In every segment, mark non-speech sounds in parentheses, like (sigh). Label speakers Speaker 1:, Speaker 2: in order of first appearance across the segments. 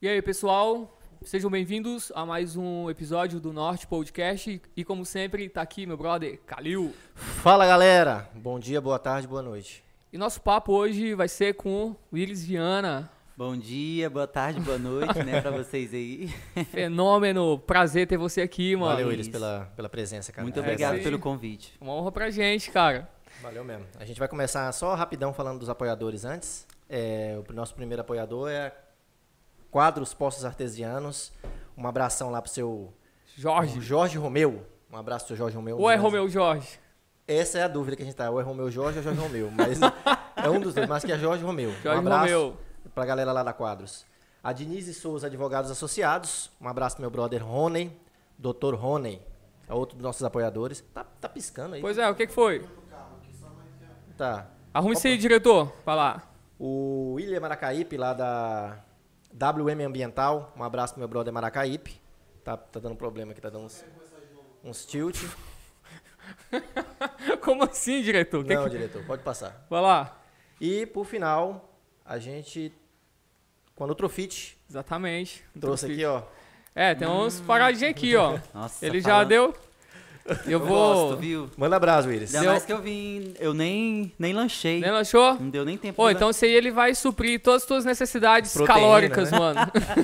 Speaker 1: E aí, pessoal? Sejam bem-vindos a mais um episódio do Norte Podcast. E como sempre, tá aqui meu brother, Kalil.
Speaker 2: Fala galera, bom dia, boa tarde, boa noite.
Speaker 1: E nosso papo hoje vai ser com o Iris
Speaker 2: (laughs)
Speaker 1: Viana.
Speaker 3: Bom dia, boa tarde, boa noite, né, pra vocês
Speaker 1: (laughs)
Speaker 3: aí.
Speaker 1: Fenômeno! Prazer ter você aqui, mano.
Speaker 2: Valeu,
Speaker 3: isso.
Speaker 2: Iris, pela, pela presença, cara.
Speaker 3: Muito
Speaker 2: É,
Speaker 3: obrigado
Speaker 1: sim.
Speaker 3: pelo convite.
Speaker 1: Uma honra pra gente, cara.
Speaker 2: Valeu mesmo. A gente vai começar só rapidão falando dos apoiadores antes. É, o nosso primeiro apoiador é Quadros Poços Artesianos. Um abração lá pro seu
Speaker 1: Jorge.
Speaker 2: Jorge Romeu. Um abraço pro seu Jorge Romeu.
Speaker 1: Ou é Romeu Jorge?
Speaker 2: Essa é a dúvida que a gente tá. Ou é Romeu Jorge ou Jorge Romeu. Mas é um dos dois, mas que é Jorge Romeu.
Speaker 1: Jorge
Speaker 2: um abraço
Speaker 1: Romeu.
Speaker 2: pra galera lá da Quadros. A Denise Souza, Advogados Associados. Um abraço pro meu brother Rony, Dr. Rony. É outro dos nossos apoiadores. Tá, tá piscando aí.
Speaker 1: Pois é, o que, que foi?
Speaker 2: Tá.
Speaker 1: Arrume isso aí, diretor. Vai lá. (laughs)
Speaker 2: O William Maracaípe, lá da WM Ambiental. Um abraço pro meu brother Maracaípe. Tá, tá dando problema aqui, tá dando uns, uns tilt.
Speaker 1: Como assim, diretor? O que
Speaker 2: Não,
Speaker 1: que-
Speaker 2: diretor, pode passar.
Speaker 1: Vai lá.
Speaker 2: E por final, a gente. Quando o Trofit
Speaker 1: Exatamente.
Speaker 2: trouxe aqui, Hum, ó.
Speaker 1: É, tem uns paradinhos aqui,
Speaker 2: (laughs)
Speaker 1: ó.
Speaker 3: Nossa,
Speaker 1: Ele já
Speaker 3: falando-
Speaker 1: deu. Eu
Speaker 3: Eu
Speaker 1: vou.
Speaker 3: gosto, viu?
Speaker 2: Manda abraço, Willis.
Speaker 3: Ainda
Speaker 1: Deu-
Speaker 3: mais que eu vim, eu nem, nem lanchei.
Speaker 1: Né, lanchou?
Speaker 3: Não deu nem tempo.
Speaker 1: Pô,
Speaker 3: de
Speaker 1: então isso aí ele vai suprir todas as tuas necessidades
Speaker 2: Proteína,
Speaker 1: calóricas,
Speaker 2: né?
Speaker 1: mano.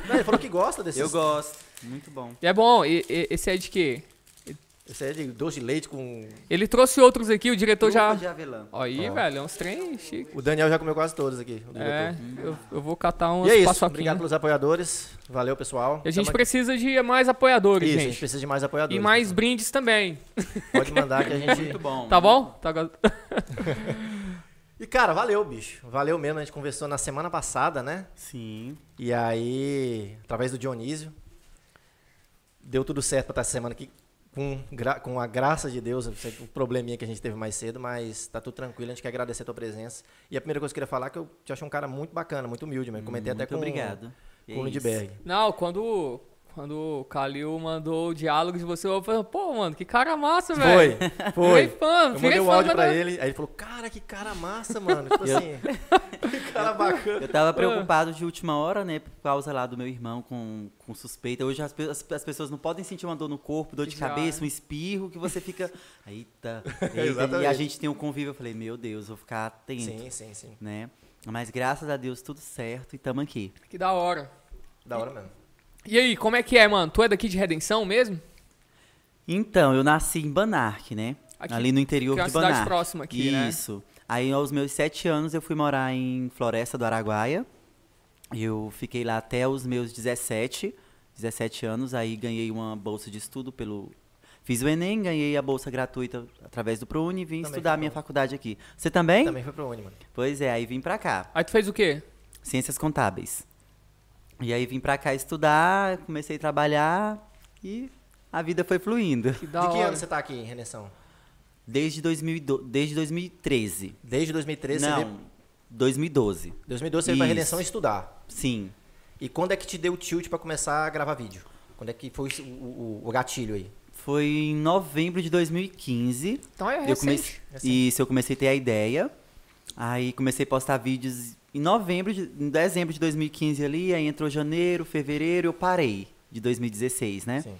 Speaker 2: Não, ele falou que gosta
Speaker 3: lanchar.
Speaker 2: desse.
Speaker 3: Eu gosto, muito bom.
Speaker 1: E é bom, e- e- esse é de quê?
Speaker 2: Esse é de doce de leite com.
Speaker 1: Ele trouxe outros aqui, o diretor já.
Speaker 3: Trufa de avelã.
Speaker 1: Ó, Aí,
Speaker 2: Ó.
Speaker 1: velho, é uns trem chique.
Speaker 2: O Daniel já comeu quase todos aqui. O
Speaker 1: É,
Speaker 2: diretor.
Speaker 1: eu, eu vou catar umas
Speaker 2: E é isso. Obrigado
Speaker 1: paçoquinhas.
Speaker 2: pelos apoiadores. Valeu, pessoal.
Speaker 1: né? E a gente
Speaker 2: Tamo-
Speaker 1: precisa de mais apoiadores,
Speaker 2: Isso, a gente
Speaker 1: gente.
Speaker 2: precisa de mais apoiadores. né?
Speaker 1: E mais brindes também.
Speaker 2: Pode mandar
Speaker 3: (laughs)
Speaker 2: que a gente.
Speaker 3: Muito bom.
Speaker 1: Tá bom? Tá go- (laughs)
Speaker 2: E, cara, valeu, bicho. Valeu mesmo. A gente conversou na semana passada, né?
Speaker 3: Sim.
Speaker 2: E aí, através do Dionísio, deu tudo certo para estar essa semana aqui. Com, gra- com a graça de Deus, eu sei que o probleminha que a gente teve mais cedo, mas tá tudo tranquilo, a gente quer agradecer a tua presença. E a primeira coisa que eu queria falar é que eu te acho um cara muito bacana, muito humilde, mas comentei até
Speaker 3: Hum, muito
Speaker 2: com,
Speaker 3: obrigado.
Speaker 2: com um
Speaker 3: É
Speaker 2: o Lindbergh.
Speaker 1: Não, quando. Quando o Kalil mandou o diálogo de você, eu falei, pô, mano, que cara massa, velho.
Speaker 2: Foi, foi.
Speaker 1: Virei fã,
Speaker 2: Eu
Speaker 1: virei
Speaker 2: mandei o
Speaker 1: fã,
Speaker 2: áudio
Speaker 1: mas
Speaker 2: pra
Speaker 1: não-
Speaker 2: ele, aí ele falou, cara, que cara massa, mano. Tipo assim, (laughs) que cara bacana. (laughs)
Speaker 3: Eu tava preocupado de última hora, né? Por causa lá do meu irmão com, com suspeita. Hoje as, pe- as, as pessoas não podem sentir uma dor no corpo, dor de
Speaker 1: Já.
Speaker 2: é.
Speaker 3: cabeça, um espirro, que
Speaker 2: (laughs)
Speaker 3: você fica. Eita, eita. e a
Speaker 2: Exatamente.
Speaker 3: gente tem um convívio. Eu falei, meu Deus, vou ficar atento,
Speaker 2: Sim, sim, sim.
Speaker 3: né? Mas graças a Deus, tudo certo e tamo aqui.
Speaker 1: Que da hora.
Speaker 2: Da hora mesmo.
Speaker 1: E aí, como é que é, mano? Tu é daqui de Redenção mesmo?
Speaker 3: Então, eu nasci em Banarque, né?
Speaker 1: Aqui,
Speaker 3: Ali no interior
Speaker 1: que é uma
Speaker 3: de
Speaker 1: cidade
Speaker 3: Banarque.
Speaker 1: próxima aqui,
Speaker 3: Isso.
Speaker 1: né?
Speaker 3: Isso. Aí, aos meus sete anos, eu fui morar em Floresta do Araguaia. Eu fiquei lá até os meus 17, 17 anos. Aí, ganhei uma bolsa de estudo pelo... Fiz o Enem, ganhei a bolsa gratuita através do ProUni e vim
Speaker 2: Também
Speaker 3: estudar
Speaker 2: foi
Speaker 3: a minha
Speaker 2: bom.
Speaker 3: faculdade aqui. Você também?
Speaker 2: Também foi pro Uni, mano.
Speaker 3: Pois é, aí vim pra cá.
Speaker 1: Aí tu fez o quê?
Speaker 3: Ciências Contábeis. E aí, vim pra cá estudar, comecei a trabalhar e a vida foi fluindo.
Speaker 1: Que da
Speaker 2: De que
Speaker 1: hora.
Speaker 2: ano você tá aqui em Redenção?
Speaker 3: Desde, 2012, desde 2013.
Speaker 2: Desde 2013 você veio
Speaker 3: Não, 2012.
Speaker 2: 2012 você veio pra
Speaker 3: Isso.
Speaker 2: Redenção estudar.
Speaker 3: Sim.
Speaker 2: E quando é que te deu o tilt pra começar a gravar vídeo? Quando é que foi o, o- o gatilho aí?
Speaker 3: Foi em novembro de 2015.
Speaker 1: Então é
Speaker 3: eu
Speaker 1: recente.
Speaker 3: comecei,
Speaker 2: recente.
Speaker 3: isso, eu comecei a ter a ideia. Aí comecei a postar vídeos em novembro, de, em dezembro de 2015 ali. Aí entrou janeiro, fevereiro, eu parei. De 2016, né?
Speaker 2: Sim.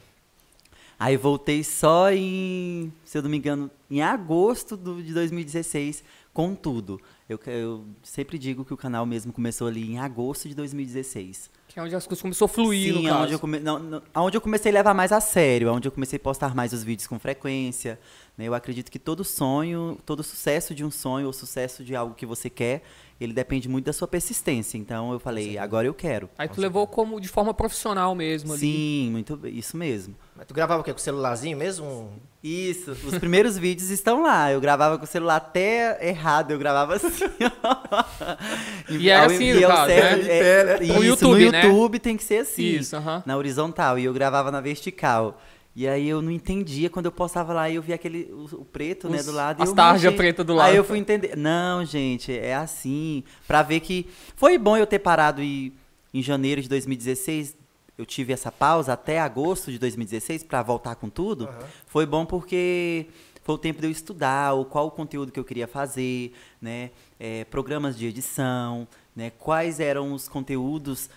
Speaker 3: Aí voltei só em, se eu não me engano, em agosto do- de 2016, com tudo. Eu, eu sempre digo que o canal mesmo começou ali em agosto de 2016.
Speaker 1: Que é onde as coisas começaram a fluir,
Speaker 3: Sim,
Speaker 1: no
Speaker 3: é
Speaker 1: caso.
Speaker 3: onde eu, come... não, não- aonde eu comecei a levar mais a sério, é onde eu comecei a postar mais os vídeos com frequência. né? Eu acredito que todo sonho, todo sucesso de um sonho ou sucesso de algo que você quer, ele depende muito da sua persistência. Então eu falei, agora eu quero.
Speaker 1: Aí tu levou como de forma profissional mesmo ali.
Speaker 3: Sim, muito bem, isso mesmo.
Speaker 2: Mas tu gravava o quê? Com o celularzinho mesmo? Um-
Speaker 3: Isso, os primeiros (laughs) vídeos estão lá. Eu gravava com o celular até errado, eu gravava assim. ó.
Speaker 1: (laughs) E era
Speaker 3: ao-
Speaker 1: assim,
Speaker 3: e
Speaker 1: no
Speaker 3: ao
Speaker 1: caso,
Speaker 3: certo-
Speaker 1: né?
Speaker 3: é,
Speaker 1: Pro
Speaker 3: isso, no
Speaker 1: YouTube,
Speaker 3: YouTube,
Speaker 1: né?
Speaker 3: tem que ser assim.
Speaker 1: Isso, aham.
Speaker 3: Na horizontal, e eu gravava na vertical. E aí eu não entendia, quando eu postava lá e eu via aquele, o, o preto, né,
Speaker 1: Os-
Speaker 3: do lado. e
Speaker 1: as
Speaker 3: eu,
Speaker 1: tarja
Speaker 3: "Gente".
Speaker 1: preta do lado.
Speaker 3: Aí eu fui entender. Não, gente, é assim. Pra ver que foi bom eu ter parado e em janeiro de 2016. Eu tive essa pausa até agosto de 2016 pra voltar com tudo. Foi bom porque foi o tempo de eu estudar o qual o conteúdo que eu queria fazer, né? É, programas de edição, né? Quais eram os conteúdos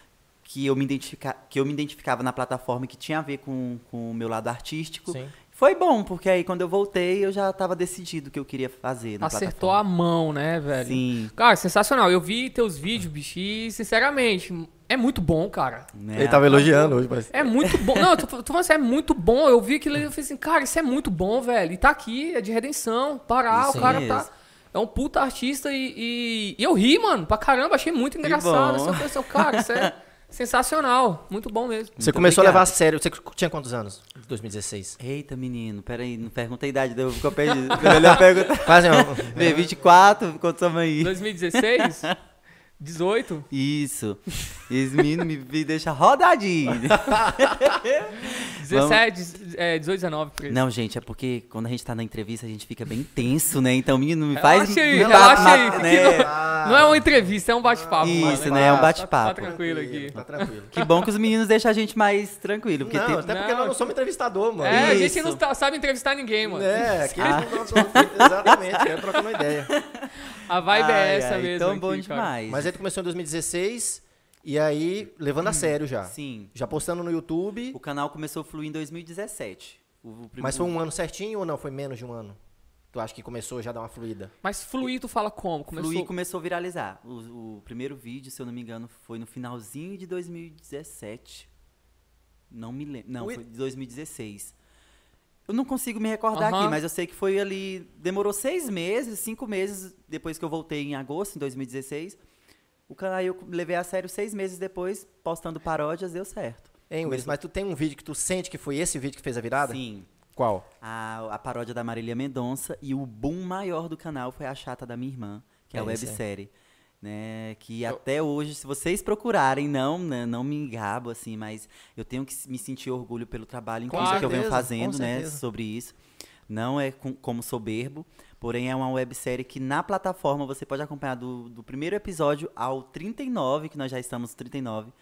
Speaker 3: que eu me, identifica, que eu me identificava na plataforma que tinha a ver com, com o meu lado artístico.
Speaker 2: Sim.
Speaker 3: Foi bom, porque aí quando eu voltei, eu já estava decidido o que eu queria fazer na
Speaker 1: Acertou
Speaker 3: plataforma.
Speaker 1: a mão, né, velho?
Speaker 3: Sim.
Speaker 1: Cara, sensacional. Eu vi teus vídeos, bicho, e sinceramente, é muito bom, cara.
Speaker 3: né?
Speaker 2: Ele tava elogiando hoje, parece.
Speaker 1: É muito bom. Não, eu tô, tô falando assim, é muito bom. Eu vi aquilo e eu falei assim, cara, isso é muito bom, velho. E tá aqui, é de redenção. Parar,
Speaker 3: Isso
Speaker 1: o cara
Speaker 3: mesmo.
Speaker 1: tá. É um puta artista e, e- e eu ri, mano, pra caramba, achei muito engraçado.
Speaker 3: bom.
Speaker 1: Assim, eu falei assim, cara, isso é
Speaker 3: (laughs)
Speaker 1: sensacional. Muito bom mesmo.
Speaker 2: Você
Speaker 3: Muito
Speaker 2: começou a
Speaker 3: obrigado.
Speaker 2: levar a sério. Você tinha quantos anos? 2016.
Speaker 3: Eita, menino, peraí, não pergunta a idade, eu fico perdido. Melhor perguntar.
Speaker 2: Quase (laughs) um.
Speaker 3: (laughs) Vê, 24, quanto estamos aí? (laughs)
Speaker 1: 2016? 18?
Speaker 3: Isso. Esse menino me, me
Speaker 1: (laughs)
Speaker 3: deixa rodadinho.
Speaker 1: 17, é, 18, 19, por aí.
Speaker 3: Não, gente, é porque quando a gente tá na entrevista, a gente fica bem tenso, né? Então, menino, me faz.
Speaker 1: Relaxa aí,
Speaker 3: me
Speaker 1: relaxa
Speaker 3: ma-
Speaker 1: aí,
Speaker 3: ma-
Speaker 1: que
Speaker 3: né?
Speaker 2: Ah,
Speaker 1: Não é uma entrevista, é um bate-papo. mano.
Speaker 3: Isso, né? É um
Speaker 1: Tá
Speaker 3: bate-papo. É
Speaker 1: tranquilo aqui.
Speaker 2: Tá tranquilo.
Speaker 3: Que bom que os meninos deixam a gente mais tranquilo. Porque
Speaker 2: não, tá
Speaker 3: tem-
Speaker 2: até porque
Speaker 1: Não.
Speaker 2: nós não somos entrevistador, mano.
Speaker 1: É, a gente
Speaker 3: Isso. Né?
Speaker 1: não tá- sabe entrevistar ninguém, mano.
Speaker 2: É, aqui não- exatamente, quero trocar uma ideia.
Speaker 1: A vibe é
Speaker 3: Ai,
Speaker 1: essa
Speaker 3: ai,
Speaker 1: mesmo.
Speaker 3: Tão
Speaker 1: aqui,
Speaker 3: bom
Speaker 1: cara.
Speaker 3: demais.
Speaker 2: Mas aí tu começou em 2016 e aí levando a sério já.
Speaker 3: Sim.
Speaker 2: Já postando no YouTube,
Speaker 3: O canal começou a fluir em 2017. O, o prim-
Speaker 2: mas foi um ano certinho ou não? Foi menos de um ano? Tu acha que começou já a dar uma fluida?
Speaker 1: Mas fluir, tu fala como?
Speaker 3: o
Speaker 1: Começou...
Speaker 3: fluir começou a viralizar. O, o primeiro vídeo, se eu não me engano, foi no finalzinho de 2017. Não me lembro. Não,
Speaker 2: Ui.
Speaker 3: foi de 2016. Eu não consigo me recordar
Speaker 1: Aham.
Speaker 3: aqui, mas eu sei que foi ali. Demorou seis meses, cinco meses depois que eu voltei em agosto, em 2016. O canal eu levei a sério seis meses depois, postando paródias, deu certo.
Speaker 2: Hein, Wilson, mas tu tem um vídeo que tu sente que foi esse vídeo que fez a virada?
Speaker 3: Sim.
Speaker 2: Qual?
Speaker 3: A, a paródia da Marília Mendonça e o boom maior do canal foi a chata da minha irmã, que é, a
Speaker 2: É isso, é.
Speaker 3: websérie. Né, que até hoje, se vocês procurarem, não né, não me engabo, assim, mas eu tenho que me sentir orgulho pelo trabalho
Speaker 1: Com
Speaker 3: incrível que eu venho
Speaker 2: certeza,
Speaker 3: fazendo,
Speaker 2: com
Speaker 3: né,
Speaker 2: certeza.
Speaker 3: sobre isso. Não é com- como soberbo, porém é uma websérie que na plataforma você pode acompanhar do, do primeiro episódio ao 39, que nós já estamos no 39.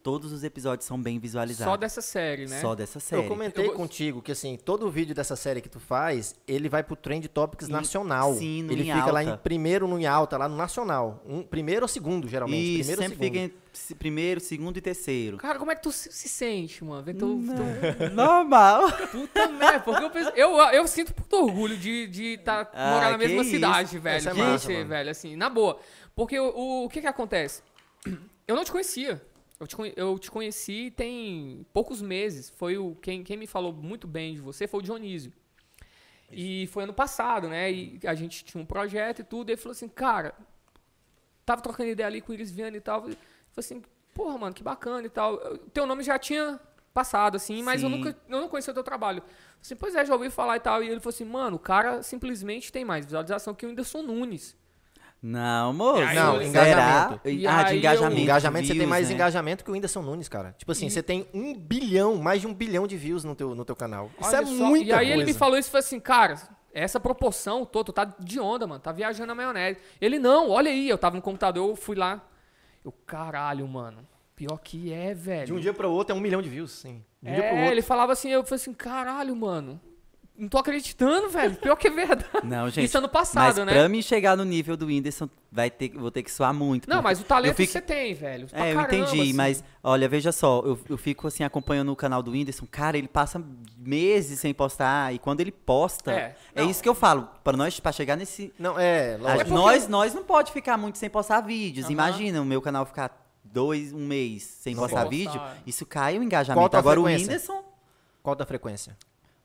Speaker 3: Todos os episódios são bem visualizados.
Speaker 1: Só dessa série, né?
Speaker 3: Só dessa série.
Speaker 2: Eu comentei
Speaker 1: Eu go-
Speaker 2: contigo que assim, todo vídeo dessa série que tu faz, ele vai pro Trend Topics
Speaker 3: Em-
Speaker 2: nacional.
Speaker 3: sim, no
Speaker 2: ele
Speaker 3: em
Speaker 2: fica lá em
Speaker 3: alta.
Speaker 2: primeiro no em alta, lá no nacional. Um, primeiro ou segundo, geralmente.
Speaker 3: Isso,
Speaker 2: primeiro ou
Speaker 3: sempre
Speaker 2: segundo.
Speaker 3: fica em se- primeiro, segundo e terceiro.
Speaker 1: Cara, como é que tu se, se sente, mano? Vê Tu, tu, (laughs)
Speaker 3: Normal.
Speaker 1: puta merda, porque eu, penso- eu, eu sinto puto orgulho de, de tá,
Speaker 3: Ah,
Speaker 1: morar na
Speaker 3: que
Speaker 1: mesma
Speaker 3: isso.
Speaker 1: cidade, velho.
Speaker 2: Isso é
Speaker 1: de
Speaker 2: massa,
Speaker 1: você,
Speaker 2: mano.
Speaker 1: velho, assim, na boa. Porque o, o, o que que acontece? Eu não te conhecia. Eu te, conhe- eu te conheci tem poucos meses. Foi o quem, quem me falou muito bem de você foi o Dionísio. E foi ano passado, né? E a gente tinha um projeto e tudo. E ele falou assim, cara, tava trocando ideia ali com o Iris Viana e tal. Falei assim, porra, mano, que bacana e tal. Eu- Teu nome já tinha passado, assim, mas eu
Speaker 3: Sim.
Speaker 1: nunca eu não conhecia o teu trabalho. Falei assim, pois é, já ouvi falar e tal. E ele falou assim, mano, o cara simplesmente tem mais visualização que o Whindersson Nunes.
Speaker 3: Não, moço.
Speaker 1: Aí Não, eu-
Speaker 2: engajamento.
Speaker 3: Será?
Speaker 1: E
Speaker 3: ah,
Speaker 1: aí
Speaker 3: de
Speaker 1: eu-
Speaker 3: engajamento.
Speaker 2: Engajamento,
Speaker 3: de
Speaker 2: você tem
Speaker 3: views,
Speaker 2: mais
Speaker 3: né?
Speaker 2: engajamento que o Whindersson Nunes, cara. Tipo assim, você tem um bilhão, mais de um bilhão de views no teu, no teu canal. Isso
Speaker 1: Olha
Speaker 2: é
Speaker 1: só.
Speaker 2: muita
Speaker 1: E aí
Speaker 2: coisa.
Speaker 1: ele me falou isso e falou assim, cara, essa proporção toda, tu tá de onda, mano, tá viajando na maionese. Ele, não, olha aí, eu tava no computador, eu fui lá. Eu, caralho, mano, pior que é, velho.
Speaker 2: De um dia pro outro é um milhão de views, sim. De um dia pro
Speaker 1: é,
Speaker 2: outro.
Speaker 1: ele falava assim, eu falei assim, caralho, mano, não tô acreditando, velho, pior que é verdade.
Speaker 3: Não, gente.
Speaker 1: isso ano passado,
Speaker 3: mas
Speaker 1: né?
Speaker 3: Pra mim chegar no nível do Whindersson, vai ter, vou ter que suar muito.
Speaker 1: Não,
Speaker 3: porque
Speaker 1: mas o
Speaker 3: eu
Speaker 1: talento
Speaker 3: fico-
Speaker 1: você tem, velho. pra
Speaker 3: É, eu
Speaker 1: caramba,
Speaker 3: entendi,
Speaker 1: assim.
Speaker 3: mas olha, veja só, eu, eu fico assim acompanhando o canal do Whindersson, cara, ele passa meses sem postar, e quando ele posta,
Speaker 1: É,
Speaker 3: é,
Speaker 1: não.
Speaker 3: isso que eu falo, pra nós, pra chegar nesse,
Speaker 2: Não, é,
Speaker 3: A-
Speaker 2: lógico.
Speaker 3: nós, nós não pode ficar muito sem postar vídeos.
Speaker 1: Aham.
Speaker 3: Imagina o meu canal ficar dois, um mês sem postar
Speaker 1: postar.
Speaker 3: vídeo. Isso cai o engajamento.
Speaker 2: Qual a
Speaker 3: Agora o
Speaker 2: frequência?
Speaker 3: Whindersson,
Speaker 2: Qual da frequência?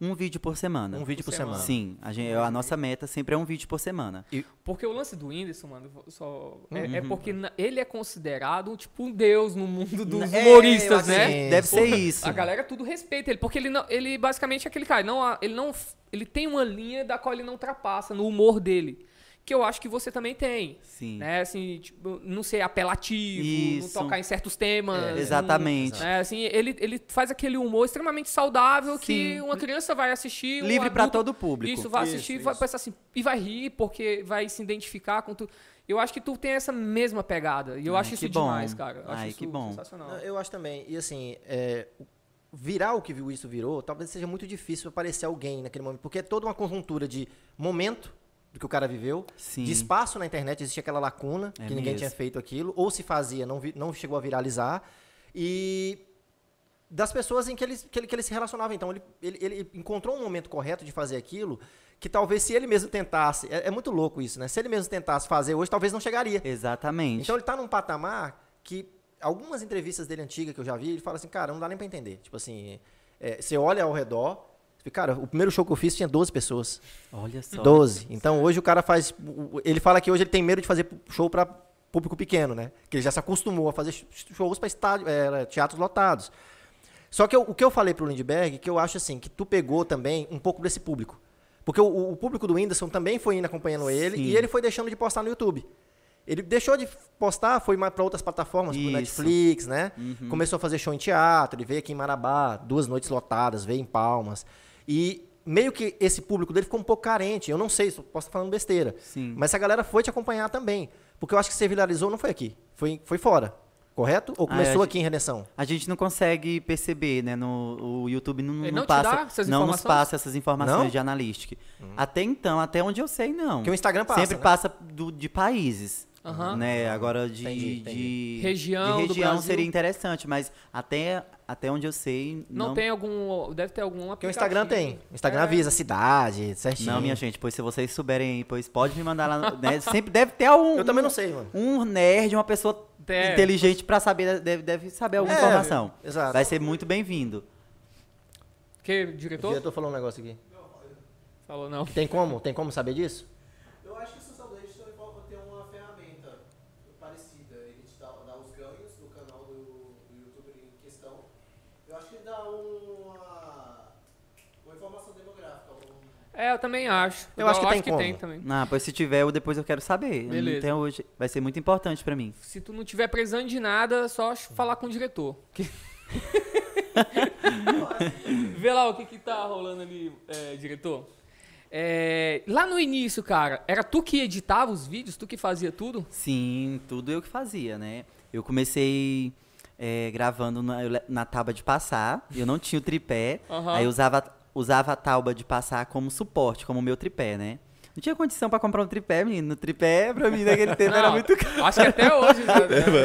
Speaker 3: um vídeo por semana.
Speaker 2: Um vídeo por,
Speaker 1: Por
Speaker 2: semana.
Speaker 3: Sim, a, gente- a nossa meta sempre é um vídeo por semana.
Speaker 1: Porque o lance do Whindersson, mano, eu só... é- é,
Speaker 3: Uhum.
Speaker 1: porque na- ele é considerado, tipo, um deus no mundo dos
Speaker 3: É,
Speaker 1: humoristas,
Speaker 3: eu
Speaker 1: né?
Speaker 3: acredito, Deve ser isso.
Speaker 1: A galera tudo respeita ele, porque ele, não, ele basicamente é aquele cara, não, a- ele não ele tem uma linha da qual ele não ultrapassa no humor dele, que eu acho que você também tem.
Speaker 3: Sim.
Speaker 1: Né, assim, tipo, não ser apelativo,
Speaker 3: Isso.
Speaker 1: não tocar em certos temas.
Speaker 3: É,
Speaker 1: não-
Speaker 3: exatamente.
Speaker 1: né, assim, ele, ele faz aquele humor extremamente saudável que
Speaker 3: Sim.
Speaker 1: uma criança vai assistir. um
Speaker 3: Livre pra
Speaker 1: adulto-
Speaker 3: todo o público.
Speaker 1: Isso, vai
Speaker 2: Isso,
Speaker 1: assistir e vai
Speaker 2: isso.
Speaker 1: pensar assim, e vai rir porque vai se identificar com tu. Eu acho que tu tem essa mesma pegada. E eu
Speaker 3: Ai,
Speaker 1: acho isso
Speaker 3: que bom.
Speaker 1: demais, cara. Eu acho
Speaker 3: Ai,
Speaker 1: isso
Speaker 3: que bom.
Speaker 1: sensacional.
Speaker 2: Não, Eu acho também. E assim, é, o- virar o que viu isso virou, talvez seja muito difícil aparecer alguém naquele momento, porque é toda uma conjuntura de momento do que o cara viveu,
Speaker 3: Sim.
Speaker 2: de espaço na internet, existia aquela lacuna
Speaker 3: É
Speaker 2: que ninguém
Speaker 3: mesmo.
Speaker 2: tinha feito aquilo, ou se fazia, não, vi- não chegou a viralizar. E das pessoas em que ele, que ele, que ele se relacionava. Então, ele, ele, ele encontrou um momento correto de fazer aquilo que talvez se ele mesmo tentasse. É, é muito louco isso, né? Se ele mesmo tentasse fazer hoje, talvez não chegaria.
Speaker 3: Exatamente.
Speaker 2: Então ele tá num patamar que algumas entrevistas dele antigas que eu já vi, ele fala assim, cara, não dá nem pra entender. Tipo assim, é, você olha ao redor, você fica, cara, o primeiro show que eu fiz tinha 12 pessoas.
Speaker 3: Olha só.
Speaker 2: 12. Então hoje o cara faz. o- o- Ele fala que hoje ele tem medo de fazer show pra público pequeno, né? Que ele já se acostumou a fazer sh- shows pra estádio, é, teatros lotados. Só que eu- o que eu falei pro Lindbergh, que eu acho assim, que tu pegou também um pouco desse público. Porque o, o público do Whindersson também foi indo acompanhando ele
Speaker 3: Sim.
Speaker 2: e ele foi deixando de postar no YouTube. Ele deixou de postar, foi para outras plataformas, pro
Speaker 3: Isso.
Speaker 2: Netflix, né?
Speaker 3: Uhum.
Speaker 2: Começou a fazer show em teatro, ele veio aqui em Marabá, duas noites lotadas, veio em Palmas. E meio que esse público dele ficou um pouco carente. Eu não sei, só posso estar falando besteira.
Speaker 3: Sim.
Speaker 2: Mas essa galera foi te acompanhar também. Porque eu acho que você viralizou não foi aqui, foi, foi fora. Correto? Ou
Speaker 3: Ah,
Speaker 2: começou
Speaker 3: é,
Speaker 2: aqui em Redenção?
Speaker 3: A gente não consegue perceber, né? No, o YouTube não,
Speaker 1: Ele
Speaker 3: não
Speaker 1: não te
Speaker 3: passa,
Speaker 1: dá essas
Speaker 3: não nos
Speaker 1: informações?
Speaker 3: passa essas informações
Speaker 2: Não? Hum.
Speaker 3: de analística. Até então, até onde eu sei, não.
Speaker 2: Porque o Instagram passa,
Speaker 3: Sempre
Speaker 2: né?
Speaker 3: passa do- de países.
Speaker 1: Aham.
Speaker 3: Né? Agora de,
Speaker 2: Entendi, entendi.
Speaker 3: de
Speaker 1: Região
Speaker 3: de
Speaker 1: do
Speaker 3: região
Speaker 1: Brasil.
Speaker 3: seria interessante, mas até, até onde eu sei,
Speaker 1: Não,
Speaker 3: não,
Speaker 1: tem algum. Deve ter algum
Speaker 2: Porque o Instagram
Speaker 1: aplicativo.
Speaker 2: tem. O Instagram
Speaker 1: É.
Speaker 2: avisa a cidade, certinho.
Speaker 3: Não, minha gente, pois se vocês souberem aí, pois pode me mandar lá. no-
Speaker 1: (laughs)
Speaker 3: né? Sempre deve ter um,
Speaker 2: Eu também não sei, mano.
Speaker 3: um nerd, uma pessoa
Speaker 1: Deve.
Speaker 3: inteligente pra saber, deve, deve saber alguma
Speaker 2: É,
Speaker 3: informação.
Speaker 2: exato.
Speaker 3: Vai ser muito bem-vindo.
Speaker 1: Que,
Speaker 2: O
Speaker 1: diretor?
Speaker 2: diretor falou um negócio aqui.
Speaker 1: Falou não.
Speaker 2: Tem como? Tem como saber disso?
Speaker 4: Eu acho que o Sassalete também pode ter uma ferramenta parecida. Ele te dá, dá os ganhos do canal do, do youtuber em questão. Eu acho que ele dá uma, uma informação demográfica. Um,
Speaker 1: É, eu também acho.
Speaker 2: Eu acho que tem como.
Speaker 1: também.
Speaker 3: Ah, pois se tiver, eu depois eu quero saber. Eu
Speaker 1: Beleza.
Speaker 3: Não tenho hoje. Vai ser muito importante pra mim.
Speaker 1: Se tu não tiver precisando de nada, é só ch- falar com o diretor. Que- (laughs) Vê lá o que, que tá rolando ali, é, diretor. É, lá no início, cara, era tu que editava os vídeos, tu que fazia tudo?
Speaker 3: Sim, tudo eu que fazia, né? Eu comecei é, gravando na, eu le- na tábua de passar. Eu não tinha o tripé.
Speaker 1: Aham.
Speaker 3: Aí eu usava, usava a tábua de passar como suporte, como meu tripé, né? Não tinha condição pra comprar um tripé, menino. Tripé, pra mim, naquele tempo era
Speaker 1: Não,
Speaker 3: muito
Speaker 1: (laughs)
Speaker 3: caro.
Speaker 1: Acho que até hoje. né? A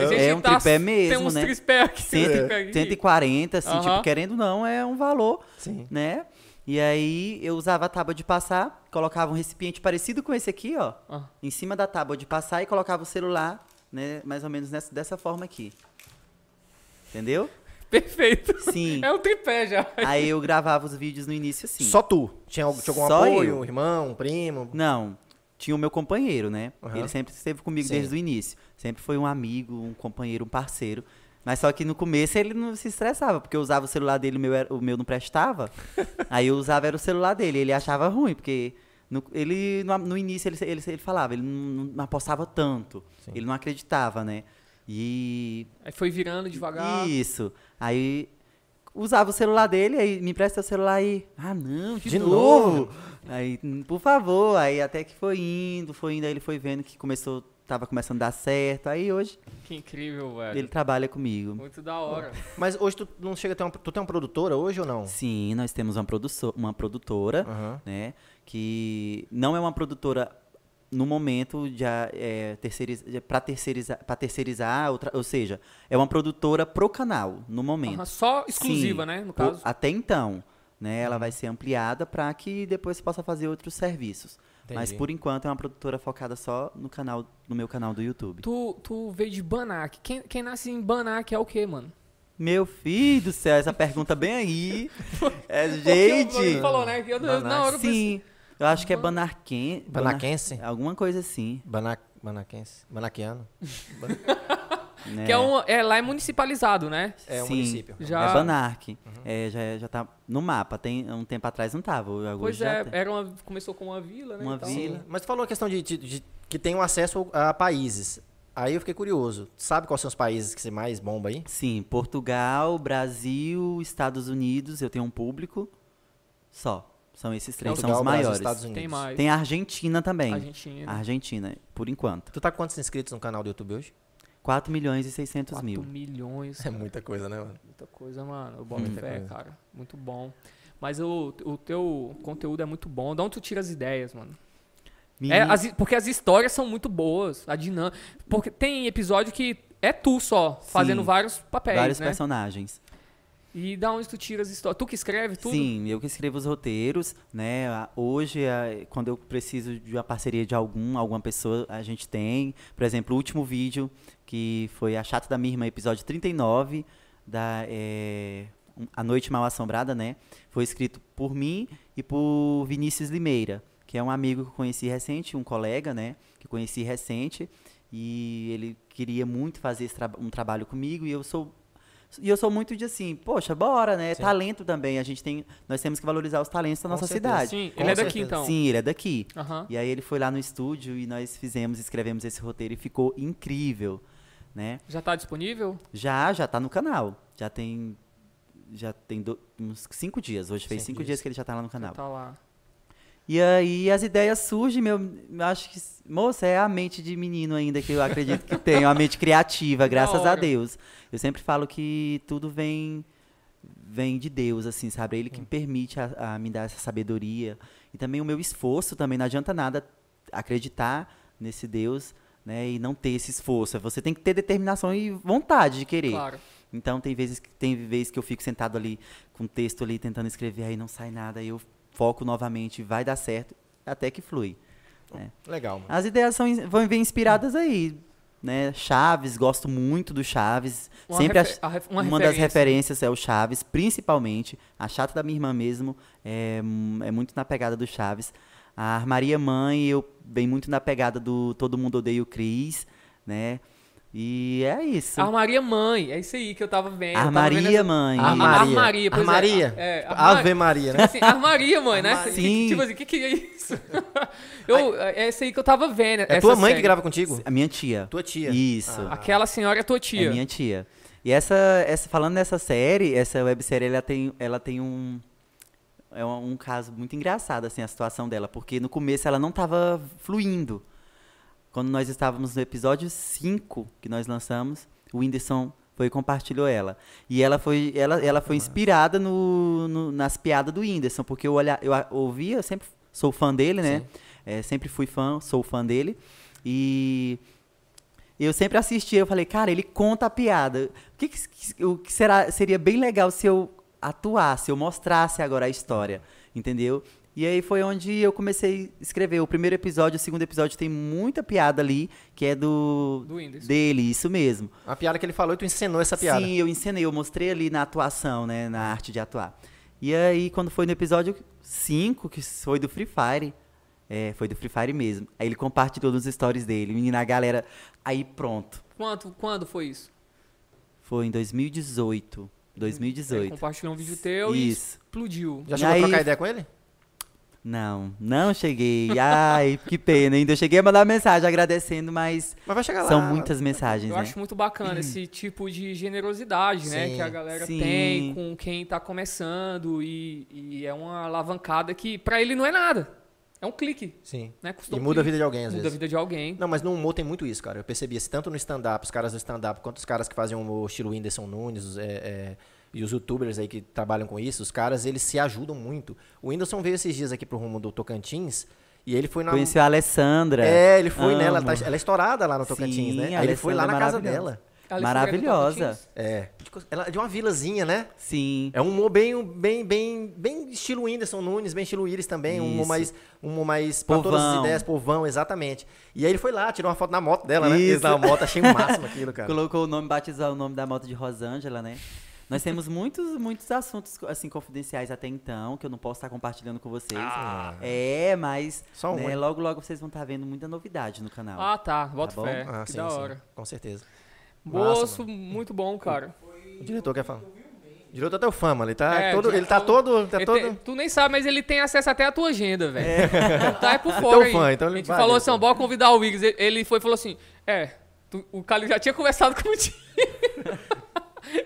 Speaker 1: gente
Speaker 3: (laughs) É um tripé
Speaker 1: Tem
Speaker 3: mesmo,
Speaker 1: uns
Speaker 3: né?
Speaker 1: tripé aqui. tem uns
Speaker 3: Cento-
Speaker 1: tripé aqui.
Speaker 3: 140, assim,
Speaker 1: Aham.
Speaker 3: tipo, querendo ou não, é um valor,
Speaker 2: Sim.
Speaker 3: né? E aí eu usava a tábua de passar, colocava um recipiente parecido com esse aqui, ó,
Speaker 1: Ah.
Speaker 3: em cima da tábua de passar e colocava o celular, né, mais ou menos nessa, dessa forma aqui. Entendeu?
Speaker 1: Perfeito.
Speaker 3: Sim.
Speaker 1: É um tripé já.
Speaker 3: Aí eu gravava os vídeos no início assim.
Speaker 2: Só tu? Tinha, algum- tinha algum
Speaker 3: Só
Speaker 2: apoio?
Speaker 3: eu.
Speaker 2: Um irmão, um primo?
Speaker 3: Não, tinha o meu companheiro, né?
Speaker 2: Aham.
Speaker 3: Ele sempre esteve comigo
Speaker 2: Sim.
Speaker 3: desde o início. Sempre foi um amigo, um companheiro, um parceiro. Mas só que no começo ele não se estressava, porque eu usava o celular dele, o meu, era- o meu não
Speaker 2: (laughs)
Speaker 3: prestava. aí eu usava era o celular dele, ele achava ruim, porque no, ele, no, no início ele, ele, ele falava, ele não, não apostava tanto, ele não acreditava, né? E
Speaker 1: Aí foi virando devagar.
Speaker 3: isso. Aí usava o celular dele, aí me empresta o celular aí. Ah, não, de,
Speaker 2: De
Speaker 3: novo. Aí, "Hum, por favor, aí até que foi indo, foi indo, aí ele foi vendo que começou, tava começando a dar certo. Aí hoje
Speaker 1: Que incrível, velho.
Speaker 3: ele trabalha comigo.
Speaker 1: Muito da hora.
Speaker 2: Mas hoje tu não chega a ter uma... Tu tem uma produtora hoje ou não?
Speaker 3: Sim, nós temos uma, produço- uma produtora,
Speaker 2: Aham.
Speaker 3: né? Que não é uma produtora no momento já é, terceiriz, para terceirizar, pra terceirizar outra- ou seja, é uma produtora pro canal no momento.
Speaker 1: Aham, Só exclusiva,
Speaker 3: Sim,
Speaker 1: né? No
Speaker 3: por-
Speaker 1: caso.
Speaker 3: Até então, né?
Speaker 1: Uhum.
Speaker 3: Ela vai ser ampliada para que depois você possa fazer outros serviços. Mas
Speaker 2: Entendi.
Speaker 3: por enquanto é uma produtora focada só no canal, no meu canal do YouTube.
Speaker 1: Tu, tu veio de Banac. Quem, quem nasce em Banac é o quê, mano?
Speaker 3: Meu filho do céu, essa pergunta
Speaker 1: (laughs)
Speaker 3: bem aí. É,
Speaker 1: Porque o Bruno
Speaker 3: gente.
Speaker 1: falou, né? que Eu, eu, na hora eu pensei-
Speaker 3: Sim. Eu acho que é Banarquen.
Speaker 2: Banaquense?
Speaker 3: Banar- Alguma coisa assim.
Speaker 2: Bana... Banaquense? Banaquiano?
Speaker 3: Né?
Speaker 1: Que é um, é, lá é municipalizado, né?
Speaker 2: É um
Speaker 3: Sim.
Speaker 2: município. Uhum.
Speaker 1: Já-
Speaker 3: É Banarque. É, já, já tá no mapa. Tem, um tempo atrás não tava. Hoje
Speaker 1: Pois
Speaker 3: já
Speaker 1: é,
Speaker 3: tá.
Speaker 1: era uma, começou com uma vila, né?
Speaker 3: Uma
Speaker 1: e tal.
Speaker 3: vila.
Speaker 2: Sim. Mas tu falou a questão de, de- de- que tem um acesso a países. Aí eu fiquei curioso. Tu Sabe quais são os países que você mais bomba aí?
Speaker 3: Sim, Portugal, Brasil, Estados Unidos, eu tenho um público só. São esses três, são os
Speaker 2: Brasil,
Speaker 3: maiores.
Speaker 2: Estados Unidos.
Speaker 1: Tem mais.
Speaker 3: Tem Ah, a Argentina também.
Speaker 1: Argentina.
Speaker 3: A Argentina, por enquanto.
Speaker 2: Tu tá com quantos inscritos no canal do YouTube hoje?
Speaker 3: 4 milhões e 600
Speaker 1: 4
Speaker 3: mil.
Speaker 1: milhões.
Speaker 2: É muita coisa, né, mano?
Speaker 1: Muita coisa, mano. Eu boto
Speaker 2: Muita
Speaker 1: fé,
Speaker 2: coisa.
Speaker 1: cara. Muito bom. Mas o, o teu conteúdo é muito bom. De onde tu tira as ideias, mano?
Speaker 3: Mil-
Speaker 1: É, as i- porque as histórias são muito boas, a dinâmica. Porque tem episódio que é tu só, fazendo
Speaker 3: Sim.
Speaker 1: vários papéis,
Speaker 3: Vários
Speaker 1: né?
Speaker 3: personagens.
Speaker 1: E da onde tu tira as histórias? Tu que escreve É tudo?
Speaker 3: Sim, eu que escrevo os roteiros, né? A- Hoje, a- quando eu preciso de uma parceria de algum, alguma pessoa, a gente tem. Por exemplo, o último vídeo, que foi A Chata da Minha Irmã, episódio 39, da é, um- A Noite Mal Assombrada, né? Foi escrito por mim e por Vinícius Limeira, que é um amigo que eu conheci recente, um colega, né? Que eu conheci recente. E ele queria muito fazer esse traba- um trabalho comigo e eu sou e eu sou muito de assim, poxa, bora, né? Talento também. A gente tem, nós temos que valorizar os talentos da
Speaker 2: Com
Speaker 3: nossa
Speaker 2: certeza.
Speaker 3: cidade.
Speaker 1: Sim,
Speaker 2: Com
Speaker 1: ele é daqui
Speaker 2: certeza.
Speaker 1: então.
Speaker 3: Sim, ele é daqui.
Speaker 1: Aham.
Speaker 3: E aí ele foi lá no estúdio e nós fizemos, escrevemos esse roteiro e ficou incrível, né?
Speaker 1: Já tá disponível?
Speaker 3: Já, já tá no canal. Já tem já tem do- uns cinco dias. Hoje fez
Speaker 2: Cinco
Speaker 3: cinco
Speaker 2: dias.
Speaker 3: dias que ele já tá lá no canal.
Speaker 1: Tá lá.
Speaker 3: E aí as ideias surgem, meu, eu acho que, moça, é a mente de menino ainda que eu acredito que tenho, a mente
Speaker 2: (laughs)
Speaker 3: criativa, graças a
Speaker 1: hora.
Speaker 3: Deus. Eu sempre falo que tudo vem vem de Deus, assim, sabe? Ele que me permite a, a me dar essa sabedoria e também o meu esforço também não adianta nada acreditar nesse Deus, né, e não ter esse esforço. Você tem que ter determinação e vontade de querer.
Speaker 1: Claro.
Speaker 3: Então tem vezes que tem vezes que eu fico sentado ali com o texto ali tentando escrever aí não sai nada, aí eu foco novamente, vai dar certo, até que flui.
Speaker 2: Legal, mano.
Speaker 3: As ideias são, ins- vão vir inspiradas aí, né? Chaves, gosto muito do Chaves.
Speaker 1: Uma
Speaker 3: Sempre
Speaker 1: refe-
Speaker 3: ach-
Speaker 1: a ref-
Speaker 3: uma,
Speaker 1: uma
Speaker 3: das
Speaker 1: referência.
Speaker 3: referências é o Chaves, principalmente a chata da minha irmã mesmo é, hum, é muito na pegada do Chaves. A Armaria Mãe eu bem muito na pegada do Todo Mundo Odeia o Cris, né? E é isso.
Speaker 1: Armaria Mãe, é isso aí que eu tava vendo. eu tava vendo
Speaker 3: Armaria
Speaker 1: essa-
Speaker 3: Mãe.
Speaker 1: Arma- Armaria,
Speaker 2: Armaria.
Speaker 1: pois é.
Speaker 2: Armaria.
Speaker 1: É,
Speaker 2: Tipo,
Speaker 1: armar-
Speaker 2: Ave
Speaker 1: (laughs)
Speaker 2: Maria, né?
Speaker 1: Tipo assim, armaria, mãe, né?
Speaker 3: Armaria.
Speaker 1: Que-
Speaker 3: Sim.
Speaker 1: Tipo assim, o que, que é isso? (laughs) Eu, é essa aí que eu tava vendo.
Speaker 2: É
Speaker 1: essa
Speaker 2: tua mãe
Speaker 1: série.
Speaker 2: que grava contigo?
Speaker 3: A minha tia.
Speaker 2: Tua tia.
Speaker 3: Isso.
Speaker 2: Ah.
Speaker 1: Aquela senhora é tua tia.
Speaker 3: É minha tia. E essa, essa falando nessa série, essa websérie, ela tem, ela tem um é um, um caso muito engraçado assim a situação dela, porque no começo ela não estava fluindo. Quando nós estávamos no episódio 5 que nós lançamos, o Whindersson foi e compartilhou ela. E ela foi, ela, ela foi inspirada no, no- nas piadas do Whindersson, porque eu, olha, eu a- ouvia, eu sempre sou fã dele, né? É, sempre fui fã, sou fã dele. E eu sempre assistia, eu falei, cara, ele conta a piada. O que, que- o que será, seria bem legal se eu atuasse, eu mostrasse agora a história, entendeu? E aí foi onde eu comecei a escrever. O primeiro episódio, o segundo episódio tem muita piada ali, que é do,
Speaker 1: Do Whindersson.
Speaker 3: dele, isso mesmo.
Speaker 2: A piada que ele falou e tu encenou essa piada.
Speaker 3: Sim, eu ensinei, eu mostrei ali na atuação, né? Na arte de atuar. E aí, quando foi no episódio 5, que foi do Free Fire, é, foi do Free Fire mesmo. Aí ele compartilhou nos stories dele, menina, a galera. Aí pronto.
Speaker 1: Quanto, quando foi isso?
Speaker 3: Foi em 2018.
Speaker 2: É,
Speaker 1: Ele
Speaker 3: 2018.
Speaker 1: compartilhou um vídeo teu
Speaker 3: Isso.
Speaker 1: e explodiu.
Speaker 2: Já chegou
Speaker 3: Aí-
Speaker 2: a trocar ideia com ele?
Speaker 3: Não, não cheguei. Ai, que pena. Ainda eu cheguei a mandar mensagem agradecendo, mas
Speaker 2: Mas vai chegar lá.
Speaker 3: são muitas mensagens,
Speaker 1: Eu
Speaker 2: Uhum.
Speaker 3: né?
Speaker 1: acho muito bacana esse tipo de generosidade, né?
Speaker 2: Sim.
Speaker 1: Que a galera
Speaker 3: Sim.
Speaker 1: tem com quem tá começando e, e é uma alavancada que pra ele não é nada. É um clique,
Speaker 2: Sim.
Speaker 1: né?
Speaker 2: E muda a vida de alguém, às
Speaker 1: Muda a
Speaker 2: vezes.
Speaker 1: vida de alguém.
Speaker 2: Não, mas no humor tem muito isso, cara. Eu percebi isso tanto no stand-up, os caras do stand-up, quanto os caras que fazem humor estilo Whindersson Nunes os, é, é, e os youtubers aí que trabalham com isso, os caras, eles se ajudam muito. O Whindersson veio esses dias aqui pro rumo do Tocantins e ele foi na...
Speaker 3: Conheci a Alessandra.
Speaker 2: É, ele foi, né? Ela,
Speaker 3: Amo.
Speaker 2: tá- ela é estourada lá no Tocantins,
Speaker 3: Sim,
Speaker 2: né?
Speaker 3: a
Speaker 2: Aí ele foi lá
Speaker 3: Alessandra
Speaker 2: na
Speaker 3: é
Speaker 2: casa
Speaker 3: maravilhosa.
Speaker 2: dela.
Speaker 1: Ela
Speaker 3: Maravilhosa.
Speaker 1: escreveu no Tocantins.
Speaker 2: É. Ela é de uma vilazinha, né?
Speaker 3: Sim.
Speaker 2: É um humor bem, bem, bem, bem estilo Whindersson Nunes, bem estilo Iris também, um humor
Speaker 3: Isso.
Speaker 2: mais, um humor mais pra
Speaker 3: Povão.
Speaker 2: todas as ideias, povão, exatamente. E aí ele foi lá, tirou uma foto na moto dela, né?
Speaker 3: Isso.
Speaker 2: Isso. Na moto, achei o
Speaker 3: (laughs)
Speaker 2: máximo aquilo, cara.
Speaker 3: Colocou o nome, batizou o nome da moto de Rosângela, né? Nós temos muitos, muitos assuntos assim confidenciais até então, que eu não posso estar compartilhando com vocês.
Speaker 1: Ah.
Speaker 3: É, mas
Speaker 2: Só
Speaker 3: né,
Speaker 2: uma.
Speaker 3: logo logo vocês vão estar vendo muita novidade no canal.
Speaker 1: Ah, tá. Bota
Speaker 3: bom?
Speaker 1: fé.
Speaker 2: Ah,
Speaker 1: que
Speaker 2: sim,
Speaker 1: da
Speaker 2: sim,
Speaker 1: hora.
Speaker 2: com certeza.
Speaker 1: Moço, muito bom, cara.
Speaker 2: O diretor quer falar. O diretor é teu fã, mano. Ele tá
Speaker 1: É,
Speaker 2: todo.
Speaker 1: já-
Speaker 2: Ele tá todo. Tá
Speaker 1: Ele
Speaker 2: todo... É.
Speaker 1: tem- tu nem sabe, mas ele tem acesso até à tua agenda, velho. (laughs) Tá aí por
Speaker 2: Teu
Speaker 1: fora aí.
Speaker 2: fã, então ele
Speaker 1: a gente
Speaker 2: vai,
Speaker 1: falou
Speaker 2: né,
Speaker 1: assim, ó,
Speaker 2: cara?
Speaker 1: bora convidar o Wiggs. Ele- Ele foi e falou assim, é, tu- o Cali já tinha conversado (laughs) contigo.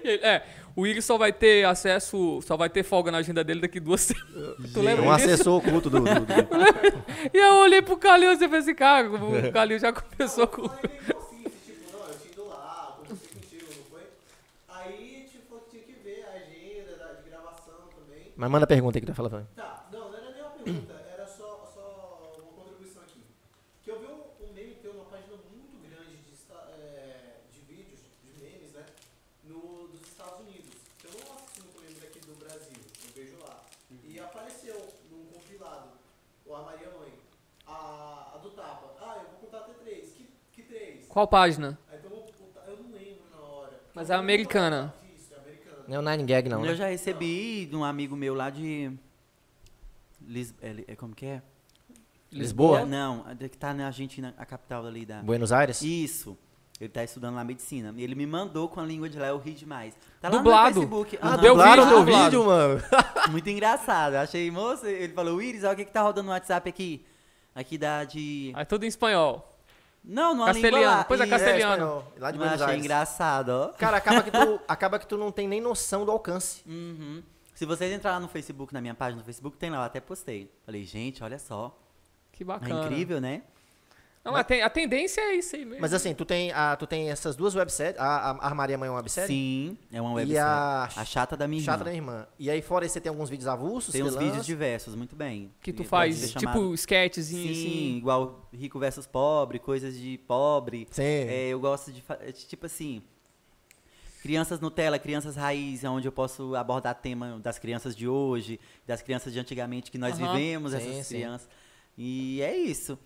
Speaker 1: Ele, é, o Wiggs só vai ter acesso, só vai ter folga na agenda dele daqui duas (laughs) semanas. Tu
Speaker 2: É
Speaker 1: lembra
Speaker 2: um
Speaker 1: disso?
Speaker 2: assessor oculto
Speaker 1: (laughs)
Speaker 2: do. do- do-
Speaker 1: E eu olhei pro Calil e falei assim, cara, o
Speaker 2: (laughs)
Speaker 1: Calil já começou com...
Speaker 4: Aí meio assim, tipo, não, eu tinha ido lá, conversei contigo, não foi? Aí, tipo, tinha que ver a agenda da- de gravação também.
Speaker 2: Mas manda a pergunta aí que tu vai falar pra mim.
Speaker 4: Tá, não, não era nem uma pergunta, era só, só uma contribuição aqui. Que eu vi um, um meme teu, uma página muito grande de, insta- é, de vídeos, a Maria Mãe. A, a do Tapa. Ah, eu vou contar até três. Que, que três?
Speaker 1: Qual página?
Speaker 4: Aí então, eu vou contar- eu não lembro na hora.
Speaker 1: Mas é americana.
Speaker 4: Isso, é americana.
Speaker 2: Não é o Nine Gag, não.
Speaker 3: Eu
Speaker 2: Né?
Speaker 3: já recebi de um amigo meu lá de. Lis... é, li- é, como que é?
Speaker 2: Lisboa?
Speaker 3: Não, a de- que tá na Argentina, a capital ali da.
Speaker 2: Buenos Aires?
Speaker 3: Isso. Ele tá estudando lá medicina. Ele me mandou com a língua de lá, eu ri demais. Tá lá
Speaker 1: Dublado.
Speaker 3: no meu Facebook.
Speaker 1: Ah,
Speaker 3: Aham.
Speaker 1: deu
Speaker 2: Dublaram
Speaker 1: vídeo,
Speaker 2: teu
Speaker 1: dublado.
Speaker 2: vídeo, mano.
Speaker 3: Muito engraçado. Achei, moça, ele falou, Iris, olha o que, que tá rodando no WhatsApp aqui. Aqui da de.
Speaker 1: É tudo em espanhol.
Speaker 3: Não, numa língua
Speaker 1: Castelhano.
Speaker 3: lá.
Speaker 1: Pois é,
Speaker 3: E-
Speaker 1: castelhano.
Speaker 2: espanhol, Lá de
Speaker 3: Mas
Speaker 2: Buenos
Speaker 3: achei
Speaker 2: Aires.
Speaker 3: engraçado, ó.
Speaker 2: Cara, acaba que, tu, (laughs) acaba que tu não tem nem noção do alcance.
Speaker 3: Uhum. Se vocês entrarem lá no Facebook, na minha página do Facebook, tem lá, eu até postei. Falei, gente, olha só.
Speaker 1: Que
Speaker 3: É
Speaker 1: bacana.
Speaker 3: incrível, né?
Speaker 1: Não, a, ten- a tendência é isso aí mesmo.
Speaker 2: Mas assim, tu tem, a, tu tem essas duas webséries. A, a Armaria Mãe é uma websérie?
Speaker 3: Sim, é uma
Speaker 2: E
Speaker 3: websérie.
Speaker 2: a,
Speaker 3: A chata da minha irmã.
Speaker 2: Chata da Irmã. E aí, fora isso, você tem alguns vídeos avulsos?
Speaker 3: Tem uns
Speaker 2: freelance?
Speaker 3: vídeos diversos, muito bem.
Speaker 1: que tu
Speaker 3: E
Speaker 1: faz,
Speaker 3: pode ser
Speaker 1: tipo,
Speaker 3: chamado-
Speaker 1: esquetezinho,
Speaker 3: Sim,
Speaker 1: assim.
Speaker 3: igual rico versus pobre, coisas de pobre.
Speaker 2: Sim.
Speaker 3: É, eu gosto de, fa- é, tipo assim, crianças Nutella, crianças raiz, é onde eu posso abordar tema das crianças de hoje, das crianças de antigamente que nós
Speaker 1: Aham.
Speaker 3: vivemos,
Speaker 2: Sim,
Speaker 3: essas
Speaker 2: sim.
Speaker 3: crianças. E é isso.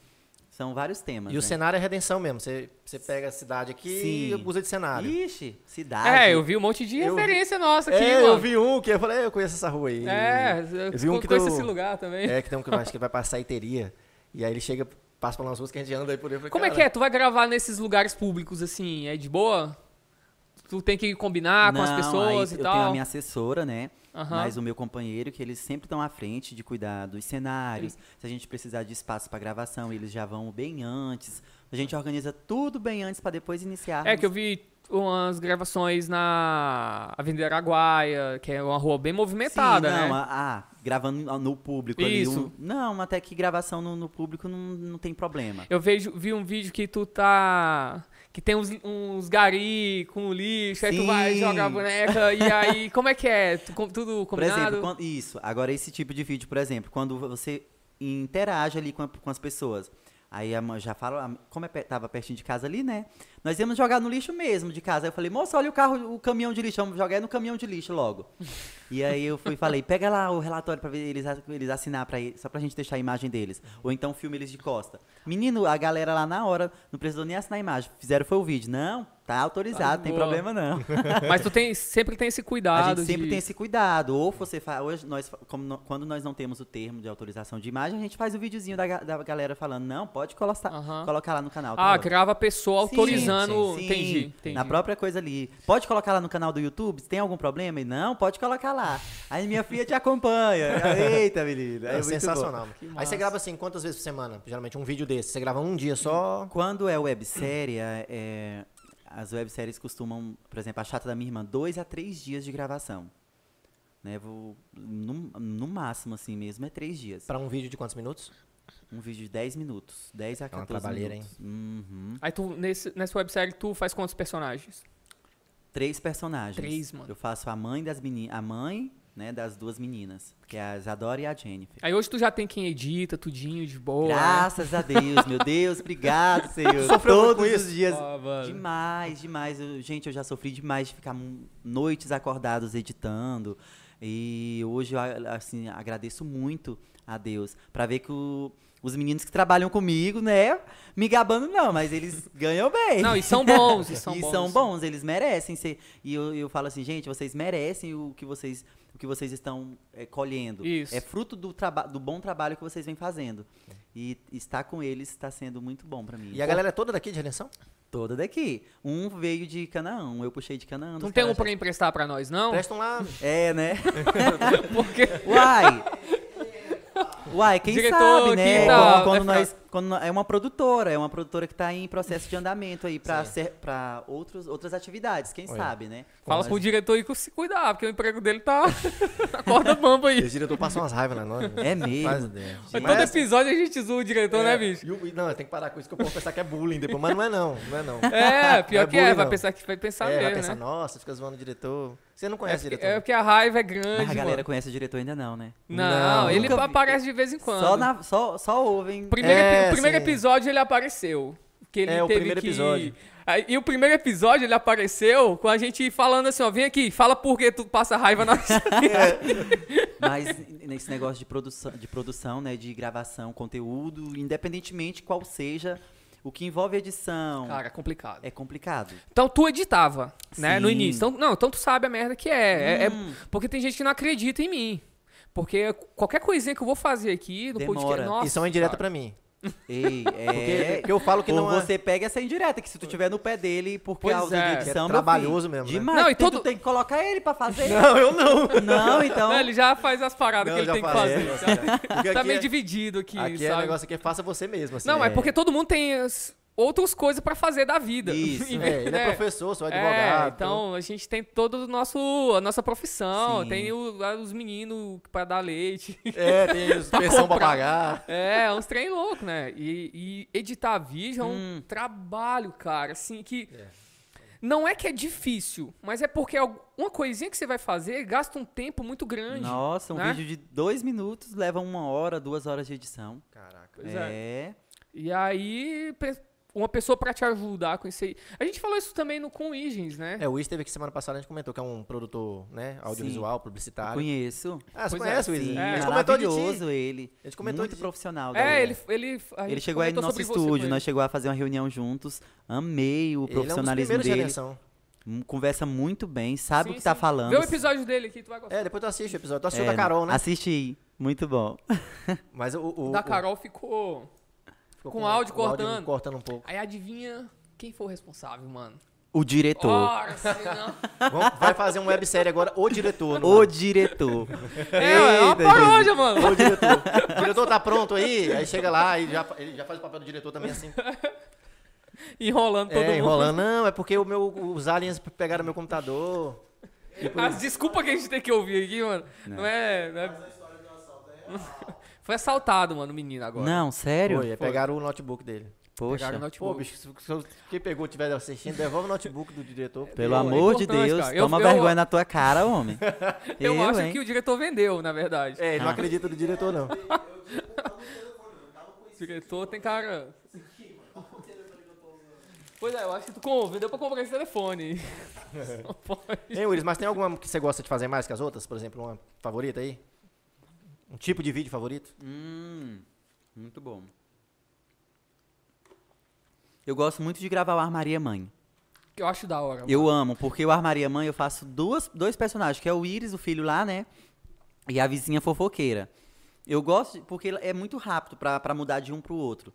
Speaker 3: São vários temas.
Speaker 2: E o
Speaker 3: né?
Speaker 2: cenário é redenção mesmo. Você, você pega a cidade aqui
Speaker 3: Sim.
Speaker 2: e usa de cenário.
Speaker 3: Ixi, cidade.
Speaker 1: É, eu vi um monte de
Speaker 2: Eu vi-
Speaker 1: referência nossa aqui,
Speaker 2: é,
Speaker 1: mano.
Speaker 2: eu vi um que eu falei, eu conheço essa rua aí.
Speaker 1: É,
Speaker 2: eu
Speaker 1: eu
Speaker 2: vi um que
Speaker 1: conheço
Speaker 2: do-
Speaker 1: esse lugar também.
Speaker 2: É, que tem um que eu acho que vai pra saiteria. E aí ele chega, passa pelas ruas que a gente anda aí por aí. eu falei,
Speaker 1: Como é
Speaker 2: cara,
Speaker 1: que é? Tu vai gravar nesses lugares públicos, assim, é de boa? Tu tem que combinar Ah, com as
Speaker 3: Não,
Speaker 1: pessoas
Speaker 3: aí
Speaker 1: e
Speaker 3: eu tenho a
Speaker 1: tal?
Speaker 3: minha assessora, né?
Speaker 1: Aham.
Speaker 3: Mas o meu companheiro, que eles sempre estão à frente de cuidar dos cenários. Se a gente precisar de espaço para gravação, eles já vão bem antes. A gente organiza tudo bem antes para depois iniciar.
Speaker 1: É que eu vi umas gravações na Avenida Araguaia, que é uma rua bem movimentada,
Speaker 3: Sim, não,
Speaker 1: né?
Speaker 3: Ah, gravando no público ali.
Speaker 1: Isso.
Speaker 3: um- não, até que gravação no, no público não, não tem problema.
Speaker 1: Eu vejo, vi um vídeo que tu tá. Que tem uns, uns gari com lixo, aí tu
Speaker 3: Sim.
Speaker 1: vai jogar a boneca, e aí, como é que é? Tu com- tudo
Speaker 3: Por
Speaker 1: combinado?
Speaker 3: exemplo, quando- isso. Agora, esse tipo de vídeo, por exemplo, quando você interage ali com, a- com as pessoas. Aí a mãe já fala, a- como é, pe- tava pertinho de casa ali, né? Nós íamos jogar no lixo mesmo de casa. Aí eu falei, moça, olha o carro, o caminhão de lixo, vamos jogar no caminhão de lixo
Speaker 1: (laughs)
Speaker 3: logo. e aí eu fui e falei, pega lá o relatório pra ver eles, a- eles assinar para só pra gente deixar a imagem deles. Ou então filme eles de costa. Menino, a galera lá na hora, não precisou nem assinar a imagem. Fizeram foi o vídeo. Não, tá autorizado,
Speaker 1: de
Speaker 3: tem
Speaker 1: boa. (laughs)
Speaker 3: problema não.
Speaker 1: Mas tu tem, sempre tem esse
Speaker 3: A
Speaker 1: cuidado.
Speaker 3: gente sempre
Speaker 1: de-
Speaker 3: tem esse cuidado. Ou você faz. Hoje, nós, fa- como no- quando nós não temos o termo de autorização de imagem, a gente faz o videozinho da, ga- da galera falando, não, pode colocar,
Speaker 1: Aham.
Speaker 3: colocar lá no canal. tá
Speaker 1: Ah,
Speaker 3: bom?"
Speaker 1: grava a pessoa
Speaker 3: Sim,
Speaker 1: autorizando.
Speaker 3: sim, sim.
Speaker 1: entendi, entendi.
Speaker 3: Na própria coisa ali. Pode colocar lá no canal do YouTube? Tem algum problema? E não, pode colocar lá. Aí minha filha
Speaker 1: (laughs)
Speaker 3: te acompanha. Eita, menino.
Speaker 2: É,
Speaker 3: É, muito bom.
Speaker 2: sensacional. Aí
Speaker 1: massa.
Speaker 2: você grava assim, quantas vezes por semana? Geralmente um vídeo desse. Você grava um dia só.
Speaker 3: Quando é websérie, é- é, as webséries costumam, por exemplo, a chata da minha irmã, dois a três dias de gravação. Né, vou- no, no máximo, assim mesmo, é três dias.
Speaker 2: Pra um vídeo de quantos minutos?
Speaker 3: Um vídeo de 10 minutos. 10 a
Speaker 2: É uma
Speaker 3: 14
Speaker 2: trabalheira,
Speaker 3: minutos. Uhum.
Speaker 1: Aí tu, nesse, nessa websérie, tu faz quantos personagens?
Speaker 3: Três personagens.
Speaker 1: Três, mano.
Speaker 3: Eu faço a mãe das meninas. A mãe, né, das duas meninas. Que é a Isadora e a Jennifer.
Speaker 1: Aí hoje tu já tem quem edita, tudinho, de boa. né?
Speaker 3: Graças a Deus, meu
Speaker 1: (laughs)
Speaker 3: Deus, obrigado, Senhor.
Speaker 2: muito com
Speaker 3: Todos os dias.
Speaker 1: Ah, mano.
Speaker 3: Demais, demais. Eu- gente, eu já sofri demais de ficar mu- noites acordados editando. E hoje eu a- assim, agradeço muito a Deus pra ver que o- os meninos que trabalham comigo, né? Me gabando não, mas
Speaker 1: (laughs)
Speaker 3: eles ganham bem.
Speaker 1: Não, e são bons,
Speaker 3: (laughs)
Speaker 1: e
Speaker 3: E
Speaker 1: são bons.
Speaker 3: eles merecem ser. E eu, eu falo assim, gente, vocês merecem o que vocês, o que vocês estão é, colhendo.
Speaker 1: Isso.
Speaker 3: É fruto do, traba do bom trabalho que vocês vêm fazendo. E estar com eles está sendo muito bom pra mim.
Speaker 2: E a galera é toda daqui de Redenção?
Speaker 3: Toda daqui. Um veio de Canaã, um eu puxei de Canaã.
Speaker 1: Não
Speaker 3: dos
Speaker 1: tem um
Speaker 3: caras já-
Speaker 1: pra emprestar pra nós, não? (laughs)
Speaker 2: Prestam lá.
Speaker 3: É, né?
Speaker 1: Porque
Speaker 3: Uai! Uai, quem
Speaker 1: Diretor
Speaker 3: sabe, né?
Speaker 1: aqui tá-
Speaker 3: Quando- quando
Speaker 1: vai
Speaker 3: nós, quando nó- é uma produtora, é uma produtora que tá em processo de andamento aí pra,
Speaker 2: Sim.
Speaker 3: ser, pra outros, outras atividades, quem
Speaker 2: Olha.
Speaker 3: sabe, né?
Speaker 1: fala
Speaker 3: Mas-
Speaker 1: pro diretor aí que se cuidar, porque o emprego dele tá (laughs) na corda bamba aí.
Speaker 2: Esse diretor passa umas raivas na nós.
Speaker 3: É mesmo.
Speaker 2: Faz ideia.
Speaker 1: Mas todo
Speaker 2: Mas-
Speaker 1: episódio a gente zoa o diretor, né,
Speaker 2: É,
Speaker 1: bicho?
Speaker 2: e o- e Não, tem que parar com isso que eu posso pensar que é bullying depois. Mas não é não, não é não.
Speaker 1: (laughs) É, pior
Speaker 2: Não é
Speaker 1: que é,
Speaker 2: bullying,
Speaker 1: vai
Speaker 2: não.
Speaker 1: pensar que vai pensar
Speaker 2: é,
Speaker 1: mesmo,
Speaker 2: vai pensar,
Speaker 1: né?
Speaker 2: nossa, fica zoando o diretor. Você não
Speaker 1: É
Speaker 2: conhece o
Speaker 1: porque,
Speaker 2: diretor. né?
Speaker 1: é porque a raiva é
Speaker 3: Mas
Speaker 1: grande,
Speaker 3: a galera
Speaker 1: mano.
Speaker 3: conhece o diretor ainda não, né?
Speaker 1: Não,
Speaker 2: Não,
Speaker 1: ele
Speaker 3: nunca vi.
Speaker 1: aparece de vez em quando.
Speaker 3: Só, na, só, só ouvem.
Speaker 1: Primeiro, epi-
Speaker 2: É,
Speaker 1: o primeiro
Speaker 2: sim.
Speaker 1: episódio ele apareceu. Que ele
Speaker 2: É, o
Speaker 1: teve
Speaker 2: primeiro
Speaker 1: que-
Speaker 2: episódio.
Speaker 1: Aí, e o primeiro episódio ele apareceu com a gente falando assim, ó, vem aqui, fala por que tu passa raiva
Speaker 2: (laughs)
Speaker 1: na
Speaker 3: é, Mas nesse negócio de produção, de produção, né, de gravação, conteúdo, independentemente qual seja, o que envolve edição
Speaker 1: Cara, complicado.
Speaker 3: é complicado.
Speaker 1: Então tu editava, né, no
Speaker 3: Sim.
Speaker 1: início. Então, não, então tu sabe a merda que é. É- é-
Speaker 2: Hum.
Speaker 1: Porque tem gente que não acredita em mim. Porque qualquer coisinha que eu vou fazer aqui no
Speaker 3: Demora.
Speaker 1: podcast. Nossa,
Speaker 2: Isso é uma indireta
Speaker 1: cara.
Speaker 2: pra mim.
Speaker 3: (laughs) Ei,
Speaker 2: Porque,
Speaker 3: é.
Speaker 2: porque eu falo que
Speaker 3: Ou
Speaker 2: não é-
Speaker 3: você pega essa indireta, que se tu tiver no pé dele por
Speaker 1: Pois
Speaker 3: causa
Speaker 1: é.
Speaker 3: de edição,
Speaker 2: É
Speaker 3: meu
Speaker 2: trabalhoso
Speaker 3: filho,
Speaker 2: mesmo, né?
Speaker 3: Demais.
Speaker 1: Não, e
Speaker 3: Tu- tu
Speaker 1: todo-
Speaker 3: tem que colocar ele pra
Speaker 2: (laughs)
Speaker 3: fazer.
Speaker 2: Não, eu não.
Speaker 3: (laughs) Não, então.
Speaker 1: Não, ele já faz as paradas
Speaker 2: Não,
Speaker 1: que ele
Speaker 2: já
Speaker 1: tem que
Speaker 2: falei,
Speaker 1: fazer.
Speaker 2: eu (laughs)
Speaker 1: sabe?
Speaker 2: Porque
Speaker 1: tá
Speaker 2: aqui
Speaker 1: meio
Speaker 2: é-
Speaker 1: dividido aqui,
Speaker 2: Aqui
Speaker 1: sabe?
Speaker 2: é negócio que faça você mesmo. assim.
Speaker 1: Não, é porque todo mundo tem as- outras coisas pra fazer da vida. (laughs)
Speaker 3: Isso.
Speaker 1: E,
Speaker 2: É, ele é
Speaker 1: né?
Speaker 2: professor, sou
Speaker 1: É,
Speaker 2: advogado.
Speaker 1: então a gente tem todo o nosso a nossa profissão,
Speaker 3: Sim.
Speaker 1: tem o- lá os meninos pra dar leite.
Speaker 2: É,
Speaker 1: (laughs)
Speaker 2: tem
Speaker 1: Então,
Speaker 2: os pensão pra
Speaker 1: comprar.
Speaker 2: pagar.
Speaker 1: É, uns trem louco, né? E, e editar vídeo é um
Speaker 3: Hum.
Speaker 1: trabalho, cara, assim, que.
Speaker 2: É.
Speaker 1: Não é que é difícil, mas é porque algu- uma coisinha que você vai fazer gasta um tempo muito grande.
Speaker 3: Nossa, um
Speaker 1: né?
Speaker 3: vídeo de dois minutos leva uma hora, duas horas de edição.
Speaker 2: Caraca.
Speaker 1: Pois
Speaker 3: é.
Speaker 1: E aí, pe- uma pessoa pra te ajudar com isso aí. A gente falou isso também no com Igens, né?
Speaker 2: É, o Wiz teve aqui semana passada, a gente comentou que é um produtor, né, audiovisual, publicitário.
Speaker 3: Conheço.
Speaker 2: Ah, você
Speaker 1: Pois
Speaker 2: conhece o
Speaker 1: é,
Speaker 2: Wiz?
Speaker 1: sim.
Speaker 2: a
Speaker 1: É.
Speaker 2: gente comentou de ti. um
Speaker 3: maravilhoso ele.
Speaker 2: A gente comentou
Speaker 3: Muito
Speaker 2: de-
Speaker 3: profissional.
Speaker 1: É,
Speaker 3: né?
Speaker 1: ele, ele, a
Speaker 3: Ele
Speaker 1: gente
Speaker 3: chegou aí no
Speaker 1: comentou
Speaker 3: nosso
Speaker 1: sobre você com
Speaker 3: estúdio,
Speaker 1: ele.
Speaker 3: nós chegou a fazer uma reunião juntos.
Speaker 2: Ele é
Speaker 3: Amei o
Speaker 2: um dos
Speaker 3: profissionalismo
Speaker 2: primeiros de
Speaker 3: dele.
Speaker 2: redenção.
Speaker 3: Hum, Conversa muito bem, sabe
Speaker 1: Sim,
Speaker 3: o que tá
Speaker 1: sim.
Speaker 3: falando.
Speaker 1: Vê o episódio dele aqui, tu vai gostar.
Speaker 2: É, depois tu assiste o episódio. Tu assistiu
Speaker 3: É,
Speaker 2: da Carol, né?
Speaker 3: Assisti, aí. muito bom.
Speaker 2: Mas o, o-
Speaker 1: O da
Speaker 2: o-
Speaker 1: Carol ficou.
Speaker 2: ficou
Speaker 1: com áudio
Speaker 2: o
Speaker 1: cortando.
Speaker 2: cortando um pouco.
Speaker 1: Aí adivinha quem foi o responsável, mano?
Speaker 3: O diretor.
Speaker 1: Ora, se não.
Speaker 3: (laughs)
Speaker 2: Vamos- vai fazer uma websérie agora, O Diretor. no-
Speaker 3: O diretor.
Speaker 1: É, é uma
Speaker 3: Eita,
Speaker 1: paródia, mano.
Speaker 2: O Diretor. O diretor tá pronto aí? Aí chega lá e já, fa- ele já faz o papel do diretor também, assim.
Speaker 1: Enrolando todo
Speaker 2: É,
Speaker 1: mundo.
Speaker 2: enrolando. Não, é porque o meu, os aliens pegaram meu computador.
Speaker 1: As desculpas Ah, que a gente tem que ouvir aqui, mano. Não, é, não é-
Speaker 4: A história do assalto é
Speaker 1: (laughs) Foi assaltado, mano, o menino agora.
Speaker 3: Não, sério?
Speaker 2: Foi, é, pegaram o notebook dele.
Speaker 3: Poxa.
Speaker 1: Pegaram tipo, o
Speaker 2: Pô,
Speaker 1: notebook.
Speaker 2: bicho, se, se quem pegou estiver assistindo, devolve o notebook do diretor.
Speaker 3: Pelo
Speaker 1: É
Speaker 3: amor de
Speaker 1: importante,
Speaker 3: Deus,
Speaker 1: cara. Eu-
Speaker 3: toma
Speaker 1: eu-
Speaker 3: vergonha na tua cara, (laughs) homem.
Speaker 1: (laughs) eu, acho
Speaker 3: hein?
Speaker 1: que o diretor vendeu, na verdade.
Speaker 2: É, ele não
Speaker 3: Ah.
Speaker 2: acredita no diretor, não.
Speaker 1: O diretor tem cara. Pois é, eu acho que tu com- vendeu pra comprar esse
Speaker 3: (laughs)
Speaker 1: telefone. Só pode.
Speaker 2: Hein, Willis, mas tem alguma que você gosta de fazer mais que as outras? Por exemplo, uma favorita aí? Um tipo de vídeo favorito?
Speaker 3: Hum, muito bom. Eu gosto muito de gravar o Armaria Mãe.
Speaker 1: Que eu acho da hora. mano.
Speaker 3: Eu amo, porque o Armaria Mãe eu faço duas, dois personagens, que é o Iris, o filho lá, né? E a vizinha fofoqueira. Eu gosto, de- porque é muito rápido pra, pra mudar de um pro outro.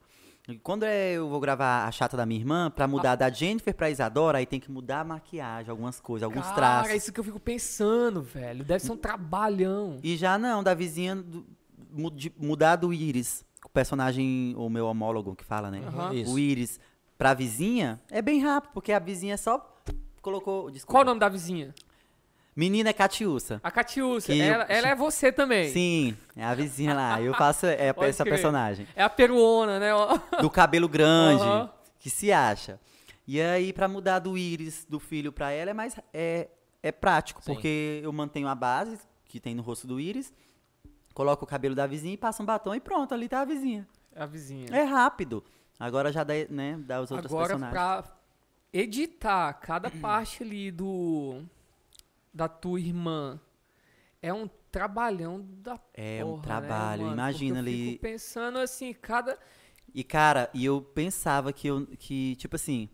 Speaker 3: E Quando é- eu vou gravar a chata da minha irmã, pra mudar da Jennifer pra Isadora, aí tem que mudar a maquiagem, algumas coisas, alguns
Speaker 1: Cara, é
Speaker 3: traços.
Speaker 1: isso que eu fico pensando, velho. Deve ser um trabalhão.
Speaker 3: E já não, da vizinha do- mu- de- mudar do Iris, o personagem, o meu homólogo que fala, né?
Speaker 1: Aham.
Speaker 2: Isso.
Speaker 3: O Iris pra vizinha é bem rápido, porque a vizinha só colocou. Desculpa.
Speaker 1: Qual o nome da vizinha?
Speaker 3: Menina é Catiúça.
Speaker 1: A Catiúcia.
Speaker 3: Que eu-
Speaker 1: Ela, ela é você também.
Speaker 3: Sim, é a vizinha lá. Eu faço
Speaker 1: (laughs)
Speaker 3: é,
Speaker 1: Pode
Speaker 3: essa
Speaker 1: crer.
Speaker 3: personagem.
Speaker 1: É a peruona, né? Ó. (laughs)
Speaker 3: Do cabelo grande,
Speaker 1: Aham.
Speaker 3: que se acha. E aí, pra mudar do Iris, do filho pra ela, é mais. É, é prático,
Speaker 2: Sim.
Speaker 3: porque eu mantenho a base que tem no rosto do Iris, coloco o cabelo da vizinha e passo um batom e pronto, ali tá a vizinha.
Speaker 1: É a vizinha.
Speaker 3: É rápido. Agora já dá, né, dá os outros
Speaker 1: Agora,
Speaker 3: personagens.
Speaker 1: pra editar
Speaker 3: (clears throat)
Speaker 1: cada parte ali do. Da tua irmã. É um trabalhão da
Speaker 3: É
Speaker 1: porra,
Speaker 3: um
Speaker 1: né,
Speaker 3: trabalho,
Speaker 1: mano?
Speaker 3: imagina
Speaker 1: Porque eu
Speaker 3: ali-
Speaker 1: Fico pensando assim, cada.
Speaker 3: E cara, e eu pensava que eu que tipo assim,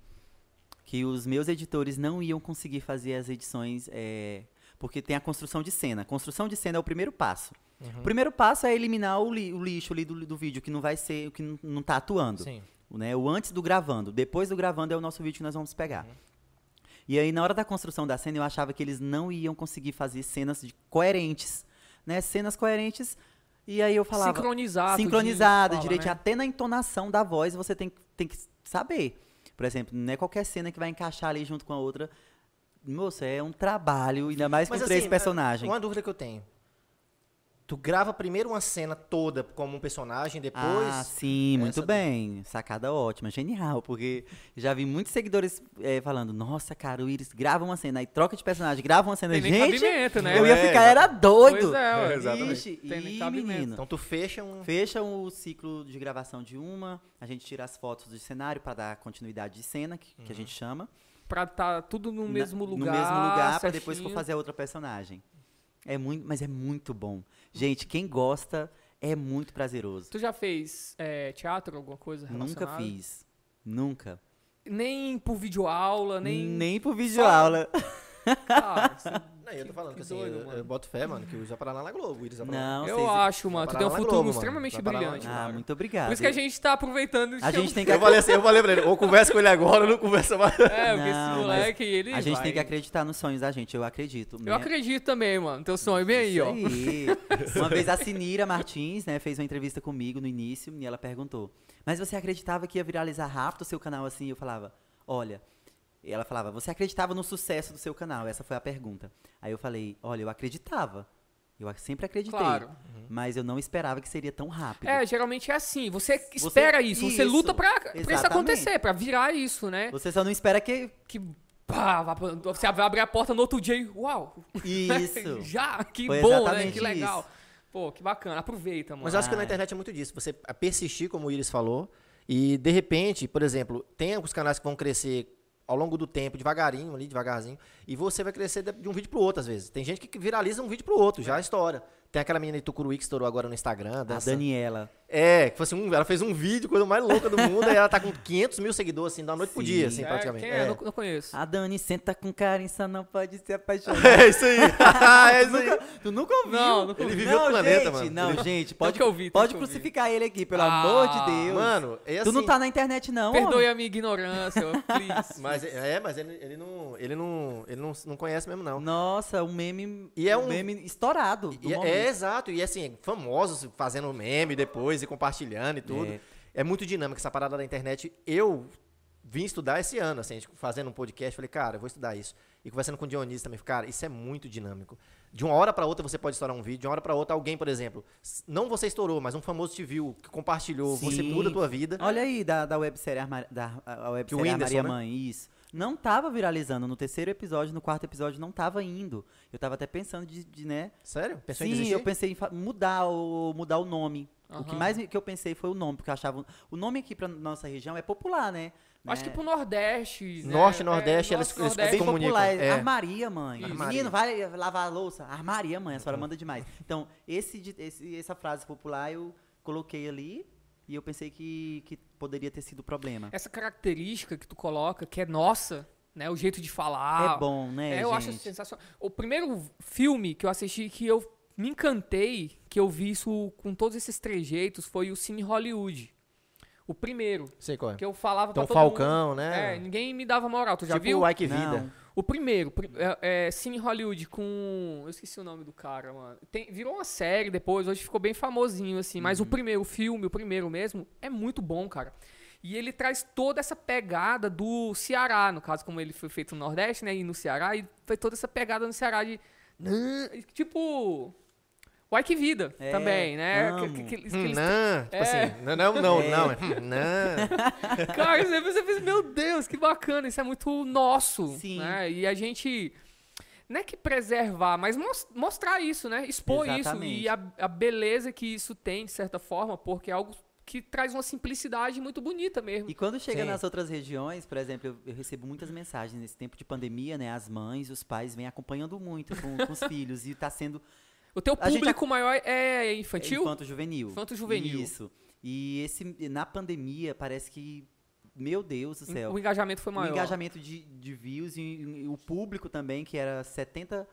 Speaker 3: que os meus editores não iam conseguir fazer as edições é, porque tem a construção de cena. Construção de cena é o primeiro passo. O primeiro passo é eliminar o, li- o lixo ali do, do vídeo que não vai ser, que não, não tá atuando.
Speaker 2: Sim.
Speaker 3: né? O antes do gravando. Depois do gravando é o nosso vídeo que nós vamos pegar. E aí, na hora da construção da cena, eu achava que eles não iam conseguir fazer cenas de- coerentes, né? Cenas coerentes. E aí eu falava...
Speaker 1: sincronizado.
Speaker 3: sincronizada,
Speaker 1: de- fala,
Speaker 3: direitinho.
Speaker 1: né?
Speaker 3: Até na entonação da voz você tem, que- tem que saber. Por exemplo, não é qualquer cena que vai encaixar ali junto com a outra. Moça, é um trabalho, ainda mais com três
Speaker 2: assim,
Speaker 3: personagens.
Speaker 2: Uma dúvida que eu tenho. Tu grava primeiro uma cena toda como um personagem, depois.
Speaker 3: Ah, sim, muito
Speaker 2: essa
Speaker 3: bem. Sacada ótima, genial, porque já vi muitos seguidores eh, falando, nossa, cara, o Iris grava uma cena, aí troca de personagem, grava uma cena.
Speaker 1: Tem nem
Speaker 3: Gente,
Speaker 1: cabimento, né?
Speaker 3: eu ia
Speaker 2: É,
Speaker 3: ficar,
Speaker 2: exa-
Speaker 3: era doido.
Speaker 1: Pois é, ué.
Speaker 2: É, exatamente.
Speaker 3: Ixi,
Speaker 1: Tem nem
Speaker 3: ih,
Speaker 1: cabimento.
Speaker 3: menino.
Speaker 2: Então tu fecha um.
Speaker 3: Fecha o ciclo de gravação de uma, a gente tira as fotos do cenário para dar continuidade de cena, que, que a gente chama.
Speaker 1: Pra tá tudo no
Speaker 3: Na-
Speaker 1: mesmo lugar.
Speaker 3: No mesmo lugar, para
Speaker 1: certinho.
Speaker 3: depois for fazer a outra personagem. É muito, mas é muito bom. Gente, quem gosta é muito prazeroso.
Speaker 1: Tu já fez é, teatro, alguma coisa
Speaker 3: Nunca
Speaker 1: relacionada?
Speaker 3: fiz. Nunca.
Speaker 1: Nem por videoaula, nem... Tá
Speaker 3: Nem
Speaker 1: (laughs)
Speaker 3: pro videoaula.
Speaker 1: Cara, isso-
Speaker 2: Não, eu tô falando que,
Speaker 1: Que
Speaker 2: assim,
Speaker 1: doido,
Speaker 2: eu- eu,
Speaker 1: mano.
Speaker 2: boto fé, mano, que o Isa parar lá na Globo. O é Iris vai pra lá.
Speaker 3: (laughs) Não,
Speaker 1: eu
Speaker 3: vocês-
Speaker 1: acho, mano. Tu
Speaker 2: Vai
Speaker 1: tem um
Speaker 2: parar na
Speaker 1: futuro
Speaker 2: Globo, mano.
Speaker 1: extremamente
Speaker 2: Vai parar lá na
Speaker 1: brilhante,
Speaker 2: Globo.
Speaker 1: cara.
Speaker 3: Ah, muito obrigado.
Speaker 1: Por isso que a gente tá aproveitando...
Speaker 3: A gente tem que
Speaker 2: Eu falei assim, eu falei pra ele, ou conversa com ele agora ou não conversa mais.
Speaker 1: É, porque
Speaker 3: Não,
Speaker 1: esse
Speaker 3: mas
Speaker 1: moleque, ele
Speaker 3: A gente
Speaker 1: vai.
Speaker 3: tem que acreditar nos sonhos da gente, eu acredito. né?
Speaker 1: Eu acredito também, mano. Teu sonho vem aí, ó. (laughs)
Speaker 3: ó. Uma vez a Sinira Martins, né, fez uma entrevista comigo no início e ela perguntou: Mas você acreditava que ia viralizar rápido o seu canal assim? Eu falava, olha. E ela falava, você acreditava no sucesso do seu canal? Essa foi a pergunta. Aí eu falei, olha, eu acreditava. Eu ac- sempre acreditei.
Speaker 1: Claro.
Speaker 3: Mas eu não esperava que seria tão rápido.
Speaker 1: É, geralmente é assim. Você espera isso, você
Speaker 3: isso,
Speaker 1: luta pra, pra isso
Speaker 3: exatamente.
Speaker 1: acontecer, pra virar isso, né?
Speaker 3: Você só não
Speaker 1: (laughs)
Speaker 3: espera que.
Speaker 1: Que pá, vá pra- você abre a porta no outro dia e uau! (laughs)
Speaker 3: Isso.
Speaker 1: Já, que
Speaker 3: Foi
Speaker 1: bom, né?
Speaker 3: exatamente
Speaker 1: Que legal.
Speaker 3: isso.
Speaker 1: Pô, que bacana. Aproveita, mano.
Speaker 2: Mas eu acho que na
Speaker 3: Ah, é.
Speaker 2: internet é muito disso. Você persistir, como o Iris falou, e de repente, por exemplo, tem alguns canais que vão crescer ao longo do tempo, devagarinho ali, devagarzinho, e você vai crescer de- de um vídeo pro outro, às vezes. Tem gente que viraliza um vídeo pro outro, já estoura. Tem aquela menina de Tucuruí que estourou agora no Instagram.
Speaker 3: A
Speaker 2: Dança.
Speaker 3: Daniela.
Speaker 2: É, que foi assim, um- ela fez um vídeo, coisa mais louca do mundo, e ela tá com 500 mil seguidores, assim, da noite pro
Speaker 3: Sim.
Speaker 2: dia, assim,
Speaker 1: É,
Speaker 2: praticamente.
Speaker 1: quem é?
Speaker 2: (laughs)
Speaker 1: Não, não conheço.
Speaker 3: A Dani senta com carinho, só não pode se
Speaker 1: (laughs)
Speaker 3: apaixonar.
Speaker 2: É isso aí. (laughs)
Speaker 3: Ah,
Speaker 2: é isso aí.
Speaker 3: Nunca- tu nunca ouviu?
Speaker 1: Não, nunca
Speaker 2: Ele ouvi. viveu outro
Speaker 3: Não,
Speaker 2: planeta,
Speaker 3: gente,
Speaker 2: mano.
Speaker 3: Não, gente, pode,
Speaker 1: que eu vi, tanto
Speaker 3: pode
Speaker 1: que eu vi.
Speaker 3: crucificar ele aqui, pelo
Speaker 1: Ah,
Speaker 3: amor de Deus.
Speaker 2: Mano, é assim.
Speaker 3: tu não tá na internet, não,
Speaker 1: Perdoe
Speaker 3: homem.
Speaker 1: a minha ignorância, eu-
Speaker 3: (laughs)
Speaker 1: please.
Speaker 2: Mas é, é, mas ele, ele não, ele não, ele não, não conhece mesmo não.
Speaker 3: Nossa, um meme,
Speaker 2: E é um-
Speaker 3: meme estourado do
Speaker 2: E é,
Speaker 3: momento.
Speaker 2: é, exato, e assim, famosos fazendo meme depois e compartilhando e tudo. É.
Speaker 3: É.
Speaker 2: muito dinâmica essa parada da internet. Eu vim estudar esse ano, assim, tipo, fazendo um podcast, falei, cara, eu vou estudar isso. E conversando com o Dionísio também, cara, isso é muito dinâmico. De uma hora pra outra você pode estourar um vídeo, de uma hora pra outra alguém, por exemplo, s- não você estourou, mas um famoso te viu, que compartilhou, você
Speaker 3: Sim.
Speaker 2: muda a tua
Speaker 1: Ah,
Speaker 2: vida.
Speaker 3: Olha aí, da, da websérie, Arma- da, a- a websérie
Speaker 2: Whindersson,
Speaker 3: Maria
Speaker 2: né?
Speaker 3: Mãe, isso. Não tava viralizando no terceiro episódio, no quarto episódio, não tava indo. Eu tava até pensando de, de, né...
Speaker 2: Sério? Pensou em
Speaker 3: Sim,
Speaker 2: desistir?
Speaker 3: eu pensei em fa- mudar o, mudar o nome. O que
Speaker 1: Aham.
Speaker 3: mais me- que eu pensei foi o nome, porque eu achava... O nome aqui pra nossa região é popular, né?
Speaker 1: Acho
Speaker 3: Né?
Speaker 1: que pro Nordeste. né?
Speaker 2: Norte, Nordeste,
Speaker 1: é,
Speaker 2: eles-
Speaker 1: norte,
Speaker 2: eles-
Speaker 3: É
Speaker 1: Nordeste.
Speaker 3: bem
Speaker 2: comunicam,
Speaker 3: popular.
Speaker 2: é.
Speaker 3: Armaria, mãe.
Speaker 2: Isso.
Speaker 3: Menino, vai lavar a louça. Armaria, mãe. A senhora manda demais. Então, esse, di- esse- essa frase popular eu coloquei ali e eu pensei que, que poderia ter sido problema.
Speaker 1: Essa característica que tu coloca, que é nossa, né? O jeito de falar.
Speaker 3: é bom, né,
Speaker 1: É, eu acho
Speaker 3: gente?
Speaker 1: sensacional. O primeiro filme que eu assisti que eu me encantei, que eu vi isso com todos esses trejeitos, foi o Cine Hollywood. O primeiro,
Speaker 2: Sei qual é.
Speaker 1: que eu falava
Speaker 2: Então
Speaker 1: pra tá todo
Speaker 2: Falcão,
Speaker 1: mundo.
Speaker 2: né?
Speaker 1: É, ninguém me dava moral, tu já
Speaker 2: tipo
Speaker 1: viu?
Speaker 2: o Ike
Speaker 3: Não.
Speaker 2: Vida.
Speaker 1: O primeiro, pri- é, é, Cine Hollywood com... Eu esqueci o nome do cara, mano. Tem- virou uma série depois, hoje ficou bem famosinho, assim. Mas o primeiro filme, o primeiro mesmo, é muito bom, cara. E ele traz toda essa pegada do Ceará, no caso, como ele foi feito no Nordeste, né? E no Ceará, e foi toda essa pegada no Ceará de... Nã, Tipo... O Ike Vida
Speaker 3: É,
Speaker 1: também, né?
Speaker 3: amo.
Speaker 1: Que- que- que- que
Speaker 2: Hum,
Speaker 1: eles-
Speaker 2: não, tipo
Speaker 1: É.
Speaker 2: assim, não, não, não,
Speaker 1: (laughs)
Speaker 2: não, hum, não.
Speaker 3: Tá.
Speaker 1: Cara, você pensa, você pensa, meu Deus, que bacana, isso é muito nosso.
Speaker 3: Sim.
Speaker 1: né? E a gente. Não é que preservar, mas mos- mostrar isso, né? Expor isso
Speaker 3: Exatamente.
Speaker 1: e a, a beleza que isso tem, de certa forma, porque é algo que traz uma simplicidade muito bonita mesmo.
Speaker 3: E quando chega
Speaker 2: Sim.
Speaker 3: nas outras regiões, por exemplo, eu, eu recebo muitas mensagens nesse tempo de pandemia, né? As mães, os pais vêm acompanhando muito com, com os filhos e tá sendo
Speaker 1: O teu
Speaker 3: a gente
Speaker 1: público maior é infantil?
Speaker 3: Infanto juvenil.
Speaker 1: Infanto juvenil.
Speaker 3: Isso. E esse na pandemia parece que meu Deus do céu.
Speaker 1: o engajamento foi
Speaker 3: o
Speaker 1: maior.
Speaker 3: engajamento de, de views e, e o público também, que era 70%,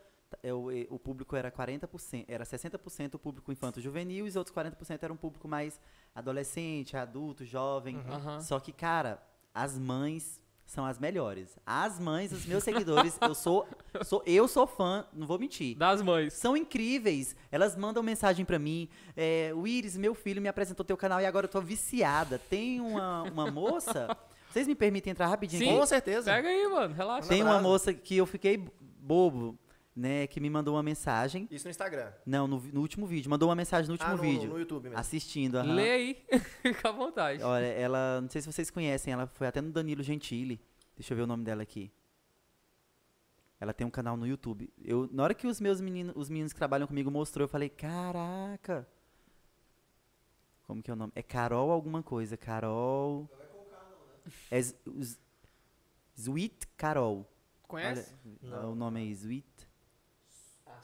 Speaker 3: é, o, e- o público era 40%, era 60% o público infanto-juvenil e os outros 40% era um público mais adolescente, adulto, jovem.
Speaker 1: Uhum. Aham.
Speaker 3: Só que, cara, as mães são as melhores. As mães, os meus seguidores, eu sou, sou eu sou fã, não vou mentir.
Speaker 1: Das mães.
Speaker 3: São incríveis. Elas mandam mensagem pra mim. É, o Iris, meu filho, me apresentou teu canal e agora eu tô viciada. Tem uma, uma moça. Vocês me permitem entrar rapidinho?
Speaker 1: Sim.
Speaker 3: aqui?
Speaker 2: Com certeza.
Speaker 1: Pega aí, mano, relaxa.
Speaker 3: Tem uma
Speaker 2: Abraço.
Speaker 3: moça que eu fiquei bobo. né, que me mandou uma mensagem.
Speaker 2: Isso no Instagram.
Speaker 3: Não, no, vi- no último vídeo. Mandou uma mensagem no último
Speaker 2: ah, no,
Speaker 3: vídeo.
Speaker 2: no YouTube mesmo.
Speaker 3: assistindo. aham.
Speaker 1: Lê aí, (laughs) fica à vontade.
Speaker 3: Olha, ela. Não sei se vocês conhecem, ela foi até no Danilo Gentili. Deixa eu ver o nome dela aqui. Ela tem um canal no YouTube. Eu, na hora que os meus meninos, os meninos que trabalham comigo mostrou, eu falei, caraca! Como que é o nome? É Carol alguma coisa. Carol.
Speaker 2: né?
Speaker 3: É Z- Z- Sweet Carol.
Speaker 1: Conhece?
Speaker 3: Olha,
Speaker 2: Não.
Speaker 3: O nome é Sweet.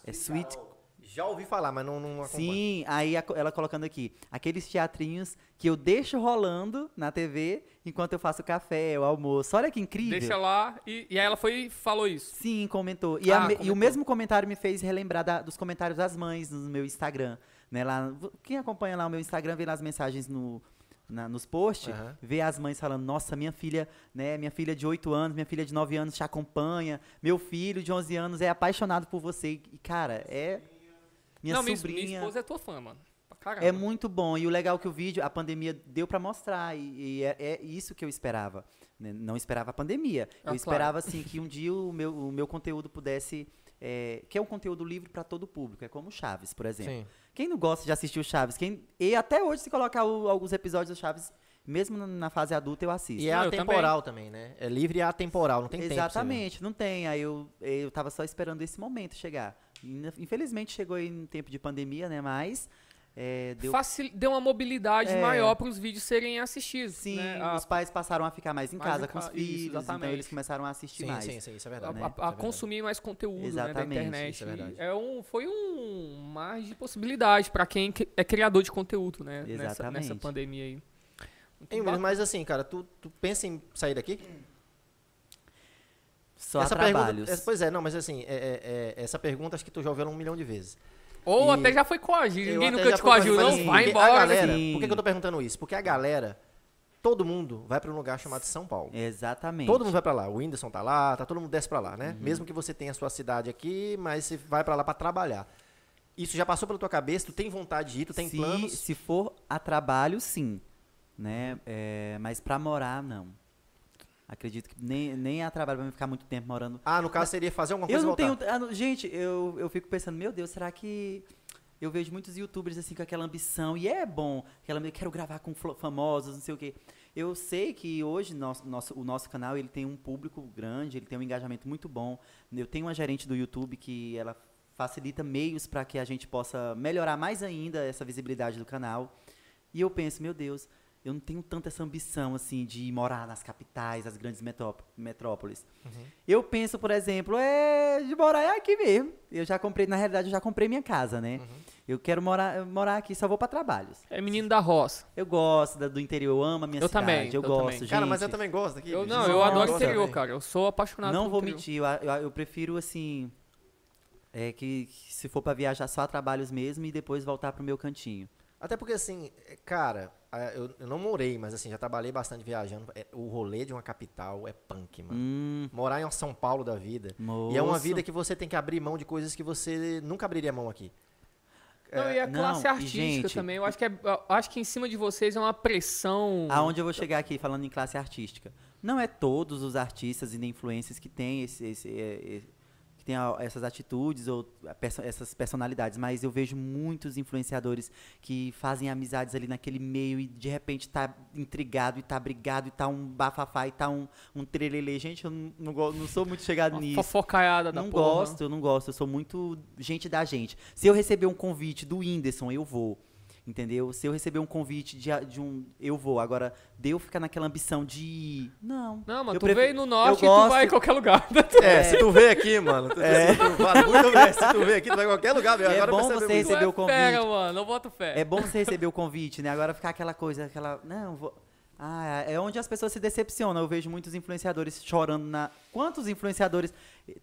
Speaker 3: É Sweet
Speaker 2: Já ouvi falar, mas não, não acompanho.
Speaker 3: Sim, aí a co- ela colocando aqui, aqueles teatrinhos que eu deixo rolando na TV enquanto eu faço café, o almoço. Olha que incrível.
Speaker 1: Deixa lá. E, e aí ela foi e falou isso.
Speaker 3: Sim, comentou. E, a
Speaker 1: Ah,
Speaker 3: me- e
Speaker 1: comentou.
Speaker 3: o mesmo comentário me fez relembrar da- dos comentários das mães no meu Instagram. Né, lá, v- quem acompanha lá o meu Instagram vê lá as mensagens no, na- nos posts,
Speaker 2: Aham.
Speaker 3: vê as mães falando, nossa, minha filha, né, minha filha de 8 anos, minha filha de 9 anos te acompanha, meu filho de 11 anos é apaixonado por você. E, cara, é... Minha
Speaker 1: não, minha, es-
Speaker 3: sobrinha...
Speaker 1: minha esposa é tua fã, mano. Pra Caramba.
Speaker 3: É muito bom. E o legal é que o vídeo, a pandemia deu pra mostrar. E, e é, é isso que eu esperava. né? Não esperava a pandemia.
Speaker 1: Ah,
Speaker 3: eu
Speaker 1: claro.
Speaker 3: esperava, assim, que um dia o meu, o meu conteúdo pudesse. é, que é um conteúdo livre pra todo o público. É como o Chaves, por exemplo.
Speaker 2: Sim.
Speaker 3: Quem não gosta de assistir o Chaves? Quem, e até hoje, se colocar o- alguns episódios do Chaves, mesmo na- na fase adulta, eu assisto.
Speaker 2: E é
Speaker 1: Não, eu
Speaker 2: atemporal também. né? É livre e atemporal, não tem tempo. né?
Speaker 3: Exatamente, não tem. Aí eu, eu tava só esperando esse momento chegar. Inf- Infelizmente chegou aí em tempo de pandemia, né? Mas é, deu
Speaker 1: Facil- Deu uma mobilidade
Speaker 3: É.
Speaker 1: maior para os vídeos serem assistidos.
Speaker 3: Sim, é
Speaker 1: né? A-
Speaker 3: os pais passaram a ficar mais em
Speaker 1: mais
Speaker 3: casa
Speaker 1: em
Speaker 3: com os
Speaker 1: ca- isso,
Speaker 3: filhos, então
Speaker 1: exatamente.
Speaker 3: eles começaram a assistir
Speaker 2: Sim,
Speaker 3: mais.
Speaker 2: sim, sim, isso é
Speaker 1: a,
Speaker 2: verdade.
Speaker 3: né?
Speaker 1: a-
Speaker 2: Isso é
Speaker 1: a
Speaker 2: verdade.
Speaker 1: consumir mais conteúdo né,
Speaker 3: Exatamente,
Speaker 1: da internet.
Speaker 2: isso é verdade.
Speaker 1: É um, foi um mar de possibilidade para quem que- é criador de conteúdo, né? Nessa,
Speaker 3: Exatamente.
Speaker 1: nessa pandemia aí. Muito
Speaker 2: Hein, Wilson,
Speaker 1: bacana.
Speaker 2: mas assim, cara, tu, tu pensa em sair daqui?
Speaker 3: Só trabalhos.
Speaker 2: Pergunta, essa- pois é, não, mas assim, é- é- é- essa pergunta acho que tu já ouviu ela um milhão de vezes.
Speaker 1: Ou
Speaker 2: E-
Speaker 1: até já foi coagido.
Speaker 2: Eu
Speaker 1: Ninguém
Speaker 2: até
Speaker 1: nunca
Speaker 2: já
Speaker 1: te
Speaker 2: fui
Speaker 1: coagiu,
Speaker 2: fazer
Speaker 1: não?
Speaker 2: isso,
Speaker 1: Vai
Speaker 2: porque
Speaker 1: embora.
Speaker 2: A galera,
Speaker 3: Sim.
Speaker 2: por que que eu tô perguntando isso? Porque a galera, todo mundo vai pra um lugar chamado São Paulo.
Speaker 3: Exatamente. Uhum.
Speaker 2: Todo mundo vai pra lá. O Whindersson tá lá, tá todo mundo desce pra lá, né? Mesmo que você tenha a sua cidade aqui, mas você vai pra lá pra trabalhar. Isso já passou pela tua cabeça? Tu tem vontade de ir? Tu tem
Speaker 3: se,
Speaker 2: planos?
Speaker 3: se for a trabalho, sim. Né? É, mas pra morar, não. Acredito que nem, nem a trabalho vai ficar muito tempo morando.
Speaker 2: Ah, no caso seria fazer alguma coisa
Speaker 3: eu
Speaker 2: e
Speaker 3: não
Speaker 2: voltar.
Speaker 3: tenho. ah, não, gente, eu, eu fico pensando, meu Deus, será que. Eu vejo muitos youtubers assim com aquela ambição, e é bom, aquela eu quero gravar com flo- famosos, não sei o quê. Eu sei que hoje nosso, nosso, o nosso canal ele tem um público grande, ele tem um engajamento muito bom. Eu tenho uma gerente do YouTube que ela facilita meios para que a gente possa melhorar mais ainda essa visibilidade do canal. E eu penso, meu Deus, eu não tenho tanta essa ambição assim de ir morar nas capitais, as grandes metrop- metrópoles.
Speaker 2: Uhum.
Speaker 3: Eu penso, por exemplo, é de morar aqui mesmo. Eu já comprei, na realidade, eu já comprei minha casa, né?
Speaker 2: Uhum.
Speaker 3: Eu quero morar, morar aqui, só vou para trabalhos.
Speaker 1: É menino da roça.
Speaker 3: Eu gosto da- do interior, eu amo a minha
Speaker 1: Eu
Speaker 3: cidade.
Speaker 1: também,
Speaker 3: eu,
Speaker 1: eu
Speaker 3: gosto,
Speaker 1: também.
Speaker 3: gente.
Speaker 2: Cara, mas eu também gosto daqui.
Speaker 1: Eu,
Speaker 2: bicho.
Speaker 1: não, eu
Speaker 3: Nossa,
Speaker 1: adoro
Speaker 2: gosto
Speaker 1: interior,
Speaker 2: também.
Speaker 1: cara. Eu sou apaixonado
Speaker 3: Não
Speaker 1: por
Speaker 3: vou
Speaker 1: interior.
Speaker 3: mentir, eu, eu- eu prefiro assim. É que, que se for para viajar só a trabalhos mesmo e depois voltar pro meu cantinho.
Speaker 2: Até porque, assim, é, cara, a- eu, eu não morei, mas assim, já trabalhei bastante viajando. É, o rolê de uma capital é punk, mano.
Speaker 3: Hum,
Speaker 2: Morar em São Paulo da vida. E é uma
Speaker 3: moço.
Speaker 2: vida que você tem que abrir mão de coisas que você nunca abriria mão
Speaker 3: (laughs)
Speaker 2: aqui.
Speaker 1: Não, e a
Speaker 3: É, Não,
Speaker 1: classe
Speaker 3: e,
Speaker 1: artística
Speaker 3: gente-
Speaker 1: também. Eu acho que, é, eu acho que em cima de vocês é uma pressão.
Speaker 3: Aonde eu vou chegar aqui falando em classe artística? Não é todos os artistas e nem influencers que têm esse, esse- é- é- que têm a- essas atitudes ou a perso- essas personalidades, mas eu vejo muitos influenciadores que fazem amizades ali naquele meio e de repente tá intrigado e tá brigado e tá um bafafá e tá um, um trelelê. Gente, eu não, não go- não sou muito chegado
Speaker 1: Uma
Speaker 3: é nisso.
Speaker 1: fofocaiada da
Speaker 3: Não
Speaker 1: porra.
Speaker 3: gosto, eu não gosto. Eu sou muito gente da gente. Se eu receber um convite do Whindersson, eu vou. Entendeu? Se eu receber um convite de, a- de um. Eu vou. Agora, de eu ficar naquela ambição de. ir, Não.
Speaker 1: Não, mano,
Speaker 3: Eu
Speaker 1: tu
Speaker 3: prefiro-
Speaker 1: veio no norte
Speaker 3: eu
Speaker 1: e tu vai em qualquer lugar. (laughs)
Speaker 2: É, se tu vê aqui, mano. Tu, se, tu, vale muito, velho. se tu vê aqui, tu vai em qualquer lugar, velho.
Speaker 3: É
Speaker 2: Agora
Speaker 3: bom
Speaker 2: percebeu
Speaker 3: você
Speaker 2: isso.
Speaker 1: Tu
Speaker 3: recebeu
Speaker 1: é
Speaker 3: o convite.
Speaker 1: fera, mano. Eu boto fé.
Speaker 3: É bom você receber o convite, né? Agora ficar aquela coisa, aquela. Não, vou. Ah, é onde as pessoas se decepcionam. Eu vejo muitos influenciadores chorando na. Quantos influenciadores.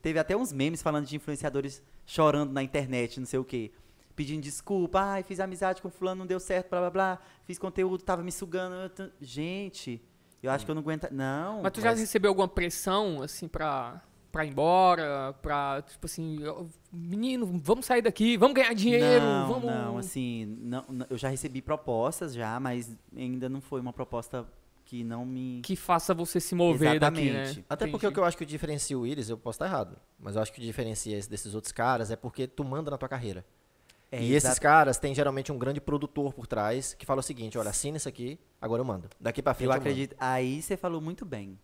Speaker 3: Teve até uns memes falando de influenciadores chorando na internet, não sei o quê. Pedindo desculpa. Ai, fiz amizade com fulano, não deu certo, blá blá blá. Fiz conteúdo, tava me sugando. eu tô- Gente, eu acho que eu não aguento. Não.
Speaker 1: Hum. Mas tu já recebeu alguma pressão, assim, pra, pra ir embora? Pra, tipo assim, eu- menino, vamos sair daqui, vamos ganhar dinheiro,
Speaker 3: não, assim,
Speaker 1: vamos.
Speaker 3: Não, assim, não, não- eu já recebi propostas já, mas ainda não foi uma proposta que não me.
Speaker 1: Que faça você se mover daqui, né?
Speaker 3: Exatamente.
Speaker 2: Até
Speaker 1: Entendi.
Speaker 2: porque o que eu acho que diferencia o Willis, eu posso estar errado, mas eu acho que diferencia esse desses outros caras é porque tu manda na tua carreira.
Speaker 3: É,
Speaker 2: e esses
Speaker 3: exa-
Speaker 2: caras têm geralmente um grande produtor por trás que fala o seguinte: olha, assina isso aqui, agora eu mando. Daqui pra frente
Speaker 3: Eu
Speaker 2: eu,
Speaker 3: acredito. Aí você falou muito bem.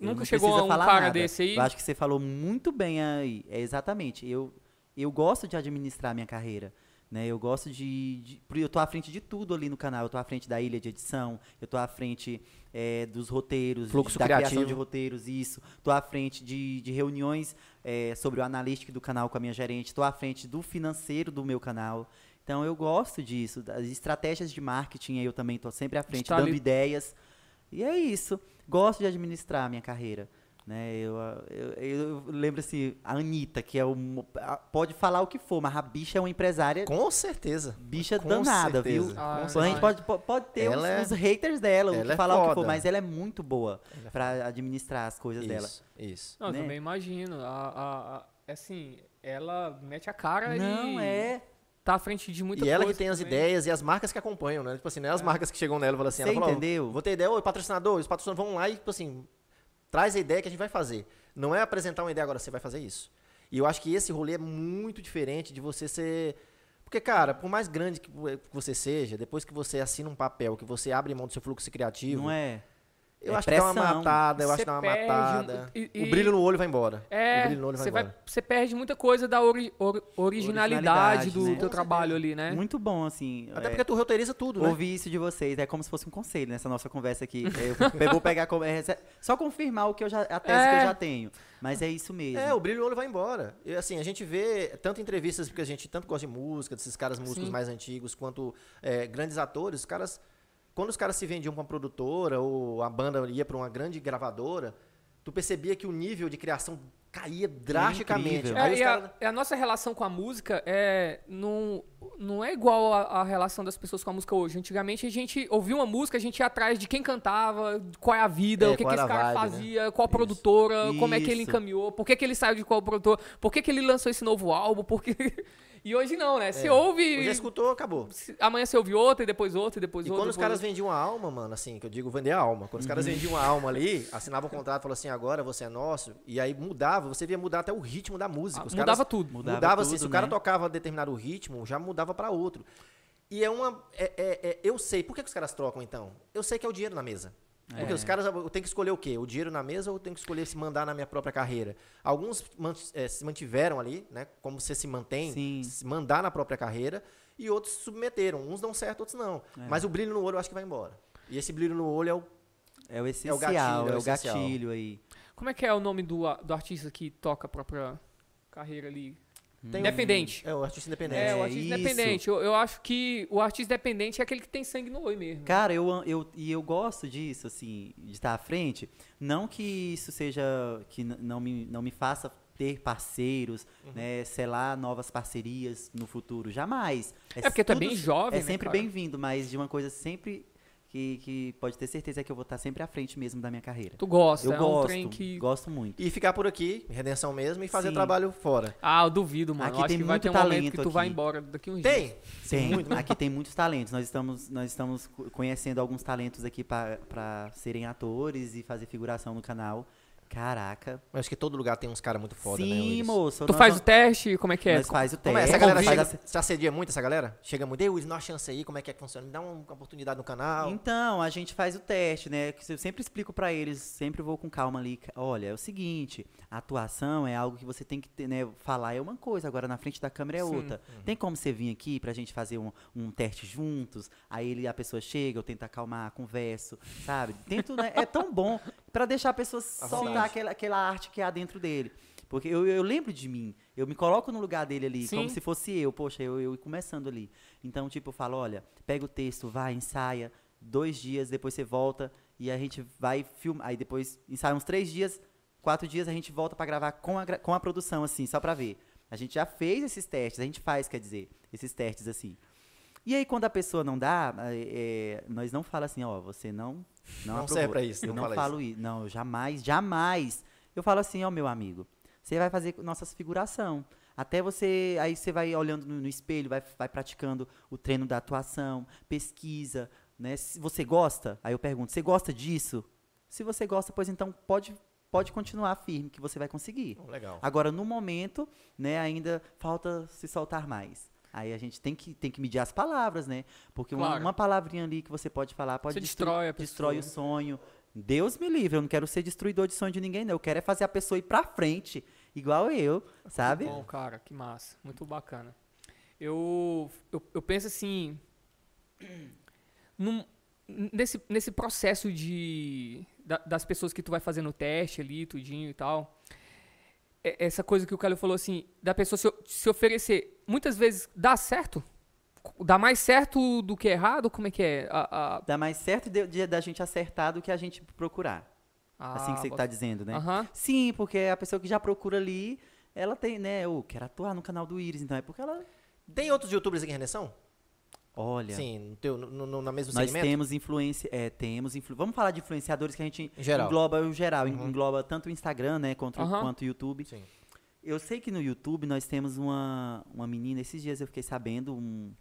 Speaker 3: Eu
Speaker 1: Nunca
Speaker 3: não
Speaker 1: chegou
Speaker 3: preciso
Speaker 1: a um
Speaker 3: falar
Speaker 1: cara
Speaker 3: nada.
Speaker 1: desse aí?
Speaker 3: Eu acho que você falou muito bem aí. É exatamente. Eu, eu gosto de administrar a minha carreira. Né? Eu gosto de, de. porque Eu tô à frente de tudo ali no canal. Eu tô à frente da ilha de edição, eu tô à frente é, dos roteiros,
Speaker 2: Fluxo
Speaker 3: da criação
Speaker 2: criativo.
Speaker 3: de roteiros, isso. Tô à frente de, de reuniões é, sobre o analítico do canal com a minha gerente, tô à frente do financeiro do meu canal. Então eu gosto disso. Das estratégias de marketing aí eu também tô sempre à frente,
Speaker 1: Está
Speaker 3: dando
Speaker 1: tá ali.
Speaker 3: ideias. E é isso. Gosto de administrar a minha carreira. Né, eu, ah, eu, eu lembro assim, a Anitta, que é o. mo- a- Pode falar o que for, mas a bicha é uma empresária
Speaker 2: mando. Com certeza.
Speaker 3: bicha
Speaker 2: com
Speaker 3: danada,
Speaker 2: certeza.
Speaker 3: viu?
Speaker 1: Ah,
Speaker 2: com
Speaker 1: é.
Speaker 3: a
Speaker 2: certeza.
Speaker 3: gente pode, po- pode ter
Speaker 2: Ela é-
Speaker 3: os haters dela, o
Speaker 2: ela
Speaker 3: que
Speaker 2: é
Speaker 3: falar o que for,
Speaker 2: foda.
Speaker 3: mas ela é muito boa
Speaker 2: Ela é
Speaker 3: pra administrar as coisas dela.
Speaker 2: Isso, isso.
Speaker 1: Não, eu
Speaker 3: né?
Speaker 1: também imagino. A, a- a- é assim, ela mete a cara
Speaker 3: Não,
Speaker 1: e
Speaker 3: é.
Speaker 1: tá à frente de muita
Speaker 2: e ela
Speaker 1: coisa
Speaker 2: que tem as
Speaker 1: também.
Speaker 2: ideias e as marcas que acompanham, né? Tipo assim, não é as marcas que chegam nela e falam assim,
Speaker 3: Você
Speaker 2: ela falou, ó,
Speaker 3: entendeu?
Speaker 2: vou ter ideia, ô patrocinador, os patrocinadores vão lá e, tipo assim, traz a ideia que a gente vai fazer. Não é apresentar uma ideia agora, você vai fazer isso. E eu acho que esse rolê é muito diferente de você ser. Porque, cara, por mais grande que vo- que você seja, depois que você assina um papel, que você abre mão do seu fluxo criativo,
Speaker 3: Não é.
Speaker 2: eu
Speaker 3: é
Speaker 2: acho que dá uma
Speaker 3: pressão.
Speaker 2: matada, eu acho
Speaker 1: Você
Speaker 2: que dá uma
Speaker 1: perde um-
Speaker 2: matada.
Speaker 1: e-
Speaker 2: O
Speaker 1: e-
Speaker 2: brilho no olho vai embora. o
Speaker 1: É,
Speaker 2: brilho no olho vai
Speaker 1: você, vai,
Speaker 2: embora.
Speaker 1: você perde muita coisa da ori- or- originalidade,
Speaker 3: Originalidade,
Speaker 1: do
Speaker 3: né?
Speaker 1: teu
Speaker 2: Com
Speaker 1: trabalho ali, né?
Speaker 3: Muito bom, assim.
Speaker 2: É. Até
Speaker 3: é,
Speaker 2: porque tu roteiriza tudo, né?
Speaker 3: Ouvir isso de vocês é como se fosse um conselho nessa nossa
Speaker 2: (laughs)
Speaker 3: conversa aqui. Eu, eu vou pegar como. é, só confirmar o que eu já, a tese que
Speaker 1: É.
Speaker 3: eu já tenho. Mas é isso mesmo.
Speaker 2: É, o brilho no olho vai embora. E, assim, a gente vê tanto entrevistas, porque a gente tanto gosta de música, desses caras músicos
Speaker 1: Sim.
Speaker 2: mais antigos, quanto é, grandes atores, os caras. Quando os caras se vendiam pra uma produtora ou a banda ia pra uma grande gravadora, tu percebia que o nível de criação caía drasticamente.
Speaker 3: incrível.
Speaker 1: É,
Speaker 2: Aí os
Speaker 1: e
Speaker 2: caras-
Speaker 1: a, e a nossa relação com a música é não, não é igual a, a relação das pessoas com a música hoje. Antigamente a gente ouvia uma música, a gente ia atrás de quem cantava, qual é a vida,
Speaker 2: É,
Speaker 1: o que, que
Speaker 2: qual
Speaker 1: esse
Speaker 2: era a
Speaker 1: cara
Speaker 2: vibe, né?
Speaker 1: fazia, qual produtora, como é que
Speaker 3: Isso.
Speaker 1: ele encaminhou, por que, que ele saiu de qual produtor, por que, que ele lançou esse novo álbum, porque. (laughs) E hoje não, né?
Speaker 2: É.
Speaker 1: Você ouve.
Speaker 2: Já escutou, acabou.
Speaker 1: se- Amanhã você ouve outra, e depois outra, e depois
Speaker 2: E
Speaker 1: outra.
Speaker 2: quando os
Speaker 1: depois Uhum.
Speaker 2: caras vendiam a alma, mano, assim, que eu digo vender a alma. Quando os caras vendiam a alma
Speaker 1: (laughs)
Speaker 2: ali, assinavam o contrato, falavam assim, agora você é nosso. E aí mudava, você via mudar até o ritmo da música.
Speaker 1: Ah,
Speaker 2: Os
Speaker 1: mudava
Speaker 2: caras-
Speaker 1: tudo.
Speaker 2: Mudava,
Speaker 3: Mudava
Speaker 2: assim,
Speaker 3: tudo,
Speaker 2: se o cara
Speaker 3: né?
Speaker 2: tocava determinado ritmo, já mudava pra outro. E é uma. é- é- é- eu sei. Por que, que os caras trocam então? Eu sei que é o dinheiro na mesa.
Speaker 3: É.
Speaker 2: Porque os caras eu tenho que escolher o quê? O dinheiro na mesa ou eu tenho que escolher se mandar na minha própria carreira? Alguns man- eh, se mantiveram ali, né? Como você se mantém,
Speaker 3: Sim.
Speaker 2: se mandar na própria carreira, e outros se submeteram. Uns dão certo, outros não. Mas o brilho no olho eu acho que vai embora. E esse brilho no olho é o.
Speaker 3: É o essencial,
Speaker 2: o gatilho, é o
Speaker 3: é o
Speaker 2: essencial.
Speaker 3: gatilho aí.
Speaker 1: Como é que é o nome do, a- do artista que toca a própria carreira ali?
Speaker 2: Tem um-
Speaker 1: Independente.
Speaker 2: é o artista independente.
Speaker 1: É,
Speaker 3: É,
Speaker 1: o artista
Speaker 3: isso.
Speaker 1: independente. Eu, eu acho que o artista independente é aquele que tem sangue no olho mesmo.
Speaker 3: Cara, eu, am- eu, e eu gosto disso, assim, de estar à frente. Não que isso seja. que n- não me, não me faça ter parceiros,
Speaker 1: Uhum.
Speaker 3: né, selar novas parcerias no futuro. Jamais.
Speaker 1: É porque tu é
Speaker 3: tudo-
Speaker 1: bem jovem,
Speaker 3: É
Speaker 1: né,
Speaker 3: sempre
Speaker 1: cara?
Speaker 3: bem-vindo, mas de uma coisa sempre. Que, que pode ter certeza é que eu vou estar sempre à frente mesmo da minha carreira.
Speaker 1: Tu gosta,
Speaker 3: eu
Speaker 1: é um
Speaker 3: gosto,
Speaker 1: trem que.
Speaker 3: gosto muito.
Speaker 2: E ficar por aqui, redenção mesmo, e fazer
Speaker 3: Sim.
Speaker 2: trabalho fora.
Speaker 1: Ah, eu duvido, mano.
Speaker 3: Aqui
Speaker 1: eu acho
Speaker 3: tem
Speaker 1: que vai
Speaker 3: muito
Speaker 1: ter um momento que tu
Speaker 3: talento
Speaker 1: vai
Speaker 3: aqui.
Speaker 1: embora daqui uns dias.
Speaker 2: Tem!
Speaker 3: Tem,
Speaker 2: muito, né?
Speaker 3: aqui tem muitos talentos. Nós estamos, nós estamos co- conhecendo alguns talentos aqui para serem atores e fazer figuração no canal. Caraca.
Speaker 2: Eu acho que todo lugar tem uns caras muito foda, né?
Speaker 3: Sim,
Speaker 2: Willis?
Speaker 3: moço.
Speaker 1: Tu
Speaker 3: nós
Speaker 1: faz o
Speaker 3: vamos-
Speaker 1: teste, como é que é?
Speaker 3: Nós faz o teste.
Speaker 2: Como é? Essa galera
Speaker 3: faz
Speaker 2: chega,
Speaker 3: a-
Speaker 2: se assedia muito essa galera? Chega muito, ei, Willis, dá uma chance aí, como é que é que funciona? Me dá uma oportunidade no canal.
Speaker 3: Então, a gente faz o teste, né? Que Eu sempre explico pra eles, sempre vou com calma ali. ca- Olha, é o seguinte, a atuação é algo que você tem que ter, né? Falar é uma coisa, agora na frente da câmera é outra.
Speaker 1: Uhum.
Speaker 3: Tem como você vir aqui pra gente fazer um, um teste juntos? Aí ele, a pessoa chega, eu tento acalmar, converso, sabe? Tento, né? É tão bom pra deixar
Speaker 1: (laughs)
Speaker 3: a pessoa soltar
Speaker 2: vontade.
Speaker 3: aquela, aquela arte que há dentro dele. Porque eu, eu lembro de mim, eu me coloco no lugar dele ali,
Speaker 1: Sim.
Speaker 3: como se fosse eu, poxa, eu, eu começando ali. Então, tipo, eu falo, olha, pega o texto, vai, ensaia, dois dias, depois você volta e a gente vai filmar. Aí depois ensaia uns três dias, quatro dias a gente volta pra gravar com a, gra- com a produção, assim, só pra ver. A gente já fez esses testes, a gente faz, quer dizer, esses testes assim. E aí, quando a pessoa não dá, eh, eh, nós não fala assim, ó, você não.
Speaker 2: Não
Speaker 3: Não, aprovou.
Speaker 2: serve pra isso,
Speaker 3: Eu
Speaker 2: não
Speaker 3: não
Speaker 2: fala
Speaker 3: falo isso. Não, eu jamais, jamais. Eu falo assim, ó, meu amigo, você vai fazer nossas figuração. Até você. Aí você vai olhando no, no espelho, vai, vai praticando o treino da atuação, pesquisa, Né? Se você gosta, aí eu pergunto, você gosta disso? Se você gosta, pois então pode, pode continuar firme que você vai conseguir.
Speaker 2: Bom, legal.
Speaker 3: Agora, no momento, né, ainda falta se soltar mais. Aí a gente tem que, tem que medir as palavras, né? Porque uma,
Speaker 1: Claro.
Speaker 3: uma palavrinha ali que você pode falar pode
Speaker 1: Você
Speaker 3: destru-
Speaker 1: destrói a pessoa,
Speaker 3: destrói
Speaker 1: né?
Speaker 3: o sonho. Deus me livre, eu não quero ser destruidor de sonho de ninguém, não. Eu quero é fazer a pessoa ir pra frente, igual eu, sabe?
Speaker 1: Bom, cara, que massa. Muito bacana. Eu, eu, eu penso assim. (clears throat) num- nesse, nesse processo de, da- das pessoas que tu vai fazendo o teste ali, tudinho e tal. é- Essa coisa que o Calil falou assim, da pessoa se, o- se oferecer, muitas vezes dá certo? Dá mais certo do que errado? Como é que é? A- a-
Speaker 3: Dá mais certo de- de- da gente acertar do que a gente procurar. assim que você
Speaker 1: a-
Speaker 3: tá dizendo, né?
Speaker 1: Ah, Aham.
Speaker 3: Sim, porque a pessoa que já procura ali, ela tem, né? Eu quero atuar no canal do Iris, então é porque ela.
Speaker 2: Tem outros youtubers aqui em Redenção?
Speaker 3: Olha.
Speaker 2: Sim, no teu, no, no- na mesmo
Speaker 3: Nós
Speaker 2: segmento?
Speaker 3: temos influência, é, temos influ- Vamos falar de influenciadores que a gente
Speaker 2: Em geral. Uhum.
Speaker 3: engloba o geral, en- engloba tanto o Instagram, né, contra-
Speaker 1: Aham.
Speaker 3: quanto o YouTube.
Speaker 2: Sim.
Speaker 3: Eu sei que no YouTube nós temos uma, uma menina, esses dias eu fiquei sabendo, um-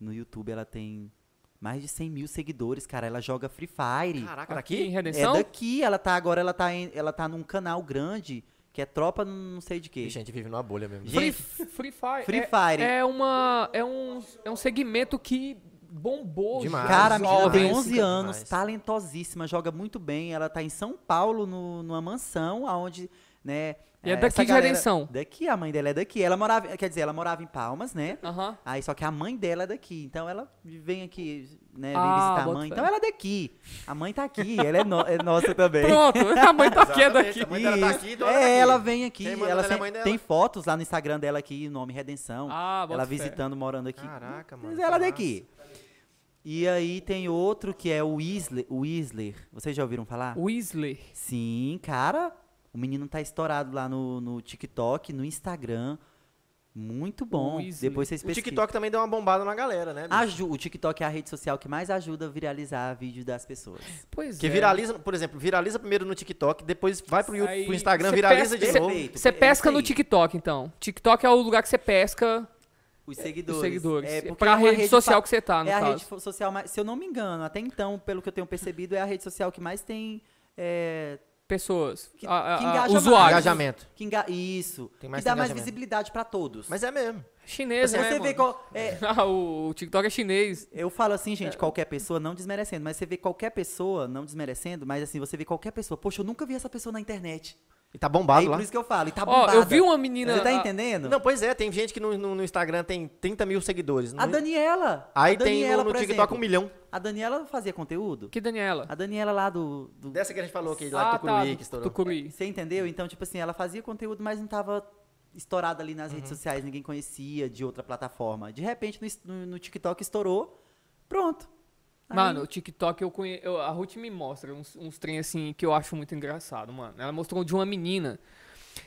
Speaker 3: no YouTube ela tem mais de 100 mil seguidores, cara. Ela joga Free Fire.
Speaker 2: Caraca,
Speaker 1: Aqui em
Speaker 2: daqui?
Speaker 1: Redenção?
Speaker 3: É daqui, ela tá agora, ela tá, em- ela tá num canal grande, que é tropa não sei de quê.
Speaker 2: Ixi, a gente vive numa bolha mesmo.
Speaker 3: Gente,
Speaker 1: Free, Free Fire.
Speaker 3: é Free
Speaker 1: é-
Speaker 3: Fire.
Speaker 1: É, uma, é, um, é um segmento que bombou.
Speaker 2: Demais.
Speaker 1: gente.
Speaker 3: Cara, a
Speaker 2: Jovens,
Speaker 3: menina tem
Speaker 2: cara,
Speaker 3: 11
Speaker 2: assim, é demais.
Speaker 3: anos, talentosíssima, joga muito bem. Ela tá em São Paulo, no- numa mansão, onde, né...
Speaker 1: E é
Speaker 3: eh,
Speaker 1: daqui
Speaker 3: essa
Speaker 1: de Redenção.
Speaker 3: Daqui, a mãe dela é daqui. Ela morava, quer dizer, ela morava em Palmas, né?
Speaker 1: Aham.
Speaker 3: Aí, só que a mãe dela é daqui. Então, ela vem aqui, né? Vem
Speaker 1: Ah,
Speaker 3: visitar a
Speaker 1: bota
Speaker 3: mãe.
Speaker 1: fé.
Speaker 3: Então, ela é daqui. A mãe tá aqui, ela é, no- é nossa também.
Speaker 1: Pronto, (laughs) a mãe tá aqui, é daqui.
Speaker 2: Exatamente, a mãe dela tá
Speaker 3: Isso.
Speaker 2: aqui, dona daqui.
Speaker 3: é, ela vem aqui.
Speaker 2: Quem manda nela
Speaker 3: Ela
Speaker 2: é a
Speaker 3: se-
Speaker 2: mãe dela.
Speaker 3: tem fotos lá no Instagram dela aqui, nome Redenção.
Speaker 1: Ah, bota
Speaker 3: ela
Speaker 1: fé.
Speaker 3: visitando, morando aqui.
Speaker 2: Caraca, mano,
Speaker 3: Mas
Speaker 2: que
Speaker 3: ela é
Speaker 2: massa.
Speaker 3: daqui. E aí tem outro que é o Whistler. O Whistler. Vocês já ouviram falar?
Speaker 1: Weasley.
Speaker 3: Sim, cara. O menino tá estourado lá no, no TikTok, no Instagram. Muito bom.
Speaker 1: Whistler.
Speaker 3: Depois vocês
Speaker 2: O
Speaker 3: pesquisam.
Speaker 2: TikTok também deu uma bombada na galera, né? bicho?
Speaker 3: Aju- o TikTok é a rede social que mais ajuda a viralizar vídeo das pessoas.
Speaker 1: Pois
Speaker 2: Que
Speaker 1: é.
Speaker 2: viraliza, por exemplo, viraliza primeiro no TikTok, depois vai pro, Yu-
Speaker 1: Aí
Speaker 2: pro Instagram,
Speaker 1: você
Speaker 2: viraliza
Speaker 1: pesca-
Speaker 2: de
Speaker 1: você-
Speaker 2: novo.
Speaker 3: Perfeito.
Speaker 1: Você
Speaker 3: É
Speaker 1: pesca
Speaker 3: isso
Speaker 1: no
Speaker 3: aí.
Speaker 1: TikTok, então. TikTok é o lugar que você pesca.
Speaker 3: Os seguidores.
Speaker 1: seguidores.
Speaker 3: É, porque
Speaker 1: Pra
Speaker 3: é uma
Speaker 1: rede social
Speaker 3: fa-
Speaker 1: que você tá, no
Speaker 3: é a
Speaker 1: caso.
Speaker 3: rede fo- social, mais- se eu não me engano, até então, pelo que eu tenho percebido, é a rede social que mais tem. é,
Speaker 1: Pessoas.
Speaker 3: Que-
Speaker 1: a- a-
Speaker 3: que
Speaker 1: a-
Speaker 3: engaja mais.
Speaker 1: Ah, usuários.
Speaker 2: Engajamento.
Speaker 3: que enga- Isso.
Speaker 2: Tem mais
Speaker 3: que dá mais
Speaker 2: engajamento.
Speaker 3: visibilidade pra todos.
Speaker 2: Mas é mesmo.
Speaker 1: Chinês,
Speaker 3: você
Speaker 1: né,
Speaker 3: vê
Speaker 1: mano?
Speaker 3: qual. é,
Speaker 1: (laughs) Ah, o o TikTok é chinês.
Speaker 3: eu falo assim, gente, qualquer pessoa, não desmerecendo, mas você vê qualquer pessoa, não desmerecendo, mas assim, você vê qualquer pessoa. Poxa, eu nunca vi essa pessoa na internet.
Speaker 2: E tá
Speaker 3: Aí
Speaker 2: bombado lá.
Speaker 3: por isso que eu falo, e tá
Speaker 1: Ó,
Speaker 3: bombada.
Speaker 1: eu vi uma menina-
Speaker 3: Você tá
Speaker 1: a-
Speaker 3: entendendo?
Speaker 2: Não, pois é, tem gente que no, no- no Instagram tem 30 mil seguidores.
Speaker 3: A
Speaker 2: No-
Speaker 3: Daniela.
Speaker 2: Aí
Speaker 3: a
Speaker 2: tem
Speaker 3: Daniela,
Speaker 2: no, no
Speaker 3: por
Speaker 2: TikTok
Speaker 3: exemplo.
Speaker 2: um milhão.
Speaker 3: A Daniela fazia conteúdo?
Speaker 1: Que Daniela?
Speaker 3: A Daniela lá do- do
Speaker 2: Dessa que a gente falou aqui,
Speaker 1: Ah,
Speaker 2: lá
Speaker 1: tá.
Speaker 2: do Tucuruí, que estourou.
Speaker 1: Tucuruí.
Speaker 3: Você entendeu? Então, tipo assim, ela fazia conteúdo, mas não tava estourada ali nas redes sociais, ninguém conhecia de outra plataforma. De repente, no, es- no- no TikTok estourou, pronto. Aí-
Speaker 1: Mano, o TikTok eu conheço. a Ruth me mostra uns, uns trem assim que eu acho muito engraçado, mano. Ela mostrou de uma menina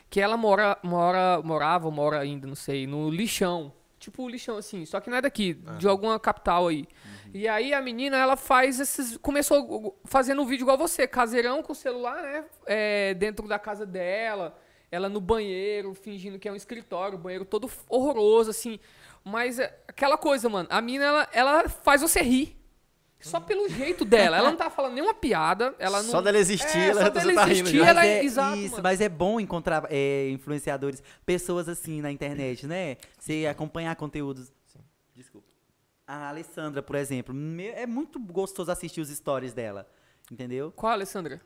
Speaker 1: que ela mora, mora, morava, mora ainda, não sei, no lixão. Tipo lixão assim, só que não é daqui, de alguma capital aí. E aí a menina, ela faz esses. Começou fazendo um vídeo igual você, caseirão com o celular, né? É, dentro da casa dela, ela no banheiro, fingindo que é um escritório, o banheiro todo horroroso, assim. Mas é aquela coisa, mano, a menina, ela, ela faz você rir. Só pelo jeito dela. Ela não tá falando nenhuma piada. Ela não...
Speaker 2: Só dela existir,
Speaker 1: é,
Speaker 2: ela
Speaker 1: só
Speaker 2: já
Speaker 1: dela
Speaker 2: tá rindo
Speaker 1: existir,
Speaker 2: já.
Speaker 1: ela
Speaker 3: Mas é,
Speaker 1: exato,
Speaker 3: isso,
Speaker 1: mano.
Speaker 3: mas é bom encontrar é, influenciadores, pessoas assim na internet, né? Você acompanhar conteúdos. Desculpa. A Alessandra, por exemplo, me- é muito gostoso assistir os stories dela, entendeu?
Speaker 1: Qual, Alessandra?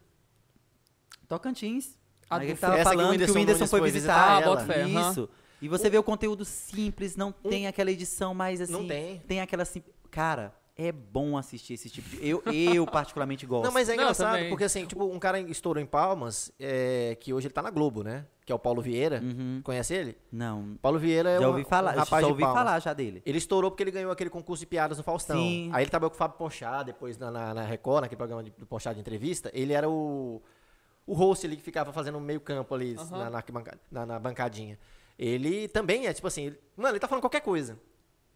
Speaker 3: Tocantins.
Speaker 1: A
Speaker 3: Aí
Speaker 1: do
Speaker 3: ele tava
Speaker 2: Essa que o
Speaker 3: falando que o
Speaker 2: Whindersson
Speaker 3: Whindersson
Speaker 2: Nunes
Speaker 3: foi
Speaker 2: foi
Speaker 3: visitar,
Speaker 1: visitar ela. Ah, bota fé, aham.
Speaker 3: Isso. E você vê o conteúdo simples, não tem aquela edição mais assim.
Speaker 2: Não tem.
Speaker 3: Tem aquela sim- Cara, é bom assistir esse tipo de. Eu, eu particularmente gosto.
Speaker 2: Não, mas é
Speaker 1: Não,
Speaker 2: engraçado,
Speaker 1: também.
Speaker 2: porque assim, tipo, um cara estourou em Palmas, é, que hoje ele tá na Globo, né? Que é o Paulo Vieira. Conhece ele?
Speaker 3: Não,
Speaker 2: Paulo Vieira é
Speaker 3: Uhum. já
Speaker 2: um-
Speaker 3: ouvi falar.
Speaker 2: um
Speaker 3: eu
Speaker 2: rapaz
Speaker 3: só
Speaker 2: de
Speaker 3: ouvi
Speaker 2: Palmas.
Speaker 3: falar já dele.
Speaker 2: Ele estourou porque ele ganhou aquele concurso de piadas no Faustão.
Speaker 3: Sim.
Speaker 2: Aí ele trabalhou com o Fábio Pochá, depois na, na, na Record, naquele programa de, do Pochá de entrevista. Ele era o, o host ali que ficava fazendo um meio campo ali
Speaker 1: Aham.
Speaker 2: na, na arquibanca- na- na bancadinha. Ele também é tipo assim, ele- mano, ele tá falando qualquer coisa.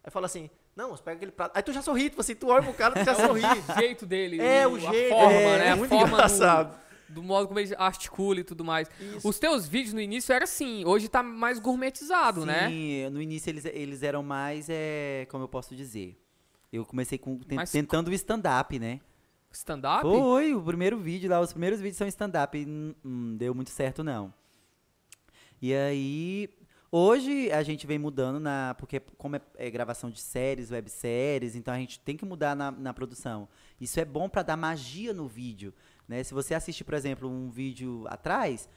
Speaker 2: Aí fala assim, não, você pega aquele prato. Aí tu já sorri, tipo assim, tu olha pro cara, (laughs) tu já sorri.
Speaker 1: O jeito dele.
Speaker 2: É,
Speaker 1: o,
Speaker 2: o jeito,
Speaker 1: A forma,
Speaker 2: é,
Speaker 1: né? A
Speaker 2: muito
Speaker 1: forma do-
Speaker 2: engraçado.
Speaker 1: Do, modo como ele articula e tudo mais. Os teus vídeos no início era assim. Hoje tá mais gourmetizado, né?
Speaker 3: Sim, no início eles, eles eram mais. É, como eu posso dizer? Eu comecei com, ten-
Speaker 1: Mas-
Speaker 3: tentando o stand-up, né?
Speaker 1: Stand-up?
Speaker 3: Foi, o primeiro vídeo lá, os primeiros vídeos são stand-up. e Não não deu muito certo, não. E aí. Hoje a gente vem mudando na. Porque, como é, é gravação de séries, webséries, então a gente tem que mudar na, na produção. Isso é bom pra dar magia no vídeo. Né? Se você assiste, por exemplo, um vídeo atrás,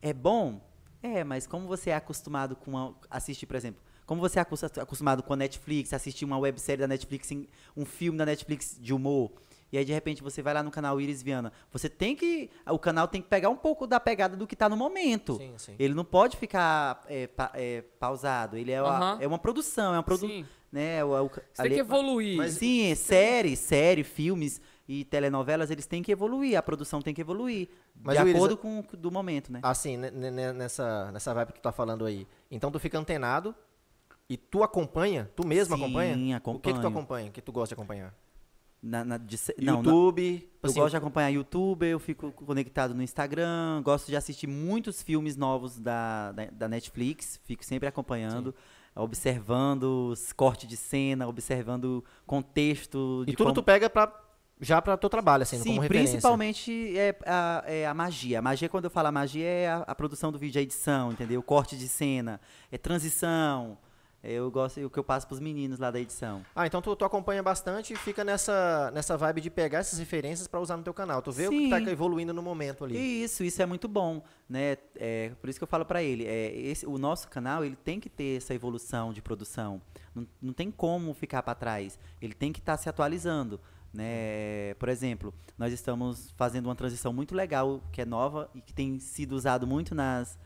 Speaker 3: é bom? É, mas como você é acostumado com a- assistir, por exemplo, como você é acus- acostumado com a Netflix, assistir uma websérie da Netflix, em- um filme da Netflix de humor, e aí de repente você vai lá no canal Iris Viana, você tem que. O canal tem que pegar um pouco da pegada do que tá no momento.
Speaker 2: Sim, sim.
Speaker 3: Ele não pode ficar é, pa- é, pausado. Ele é, uma,
Speaker 1: Aham.
Speaker 3: é uma produção, é uma produção.
Speaker 1: Sim.
Speaker 3: Né, o- o-
Speaker 1: Você tem que
Speaker 3: ali-
Speaker 1: evoluir.
Speaker 3: mas sim, é série, série, filmes e telenovelas, eles têm que evoluir, a produção tem que evoluir.
Speaker 2: Mas,
Speaker 3: de
Speaker 2: Willis,
Speaker 3: acordo com o do momento, né?
Speaker 2: Assim, ne- ne- ne- nessa, nessa vibe que tu tá falando aí. Então tu fica antenado e tu acompanha, tu mesmo
Speaker 3: Sim,
Speaker 2: acompanha? O que, que tu
Speaker 3: acompanho.
Speaker 2: acompanha? O que tu gosta de acompanhar?
Speaker 3: Na, na- de sé- não, na-
Speaker 2: YouTube.
Speaker 3: eu
Speaker 2: assim,
Speaker 3: gosto de acompanhar youtuber, eu fico conectado no Instagram, gosto de assistir muitos filmes novos da, da, da Netflix, fico sempre acompanhando, observando os cortes de cena, observando contexto.
Speaker 2: E
Speaker 3: de
Speaker 2: tudo
Speaker 3: como-
Speaker 2: tu pega pra, já pra teu trabalho, assim,
Speaker 3: Sim,
Speaker 2: como referência.
Speaker 3: principalmente é a, é a magia. A magia, quando eu falo a magia, é a, a produção do vídeo, a edição, entendeu? O corte de cena, é transição. É, Eu gosto, é o que eu passo pros meninos lá da edição.
Speaker 2: Ah, então tu, tu acompanha bastante e fica nessa, nessa vibe de pegar essas referências pra usar no teu canal. Tu vê o que
Speaker 3: Sim.
Speaker 2: tá evoluindo no momento ali.
Speaker 3: E isso, isso é muito bom, né? É, por isso que eu falo pra ele, é, esse- o nosso canal ele tem que ter essa evolução de produção. Não, não tem como ficar pra trás. Ele tem que estar se atualizando, né? Por exemplo, nós estamos fazendo uma transição muito legal, que é nova e que tem sido usado muito nas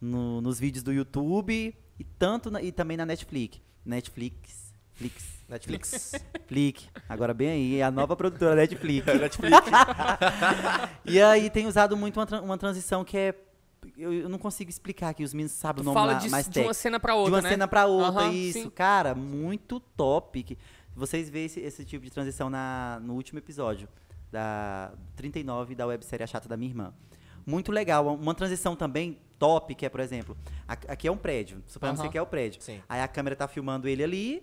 Speaker 3: no- nos vídeos do YouTube e tanto na- e também na Netflix, Netflix, Flix,
Speaker 2: Netflix.
Speaker 3: Netflix. Agora bem aí, é a nova produtora Netflix. (laughs) e aí tem usado muito uma, tran- uma transição que é. Eu, eu não consigo explicar aqui, os meninos sabem o
Speaker 1: Tu
Speaker 3: nome
Speaker 1: fala
Speaker 3: ma-
Speaker 1: de,
Speaker 3: mais
Speaker 1: de uma
Speaker 3: técnico.
Speaker 1: cena pra outra,
Speaker 3: de uma
Speaker 1: né?
Speaker 3: cena pra outra,
Speaker 1: Aham,
Speaker 3: isso.
Speaker 1: sim.
Speaker 3: Cara, muito top. que- vocês veem esse, esse tipo de transição na, no último episódio da 39 da websérie A Chata da Minha Irmã. Muito legal. Uma transição também top, que é, por exemplo, a- aqui é um prédio. Suponhamos
Speaker 1: Aham.
Speaker 3: que aqui é o prédio.
Speaker 2: Sim.
Speaker 3: Aí a câmera tá filmando ele ali.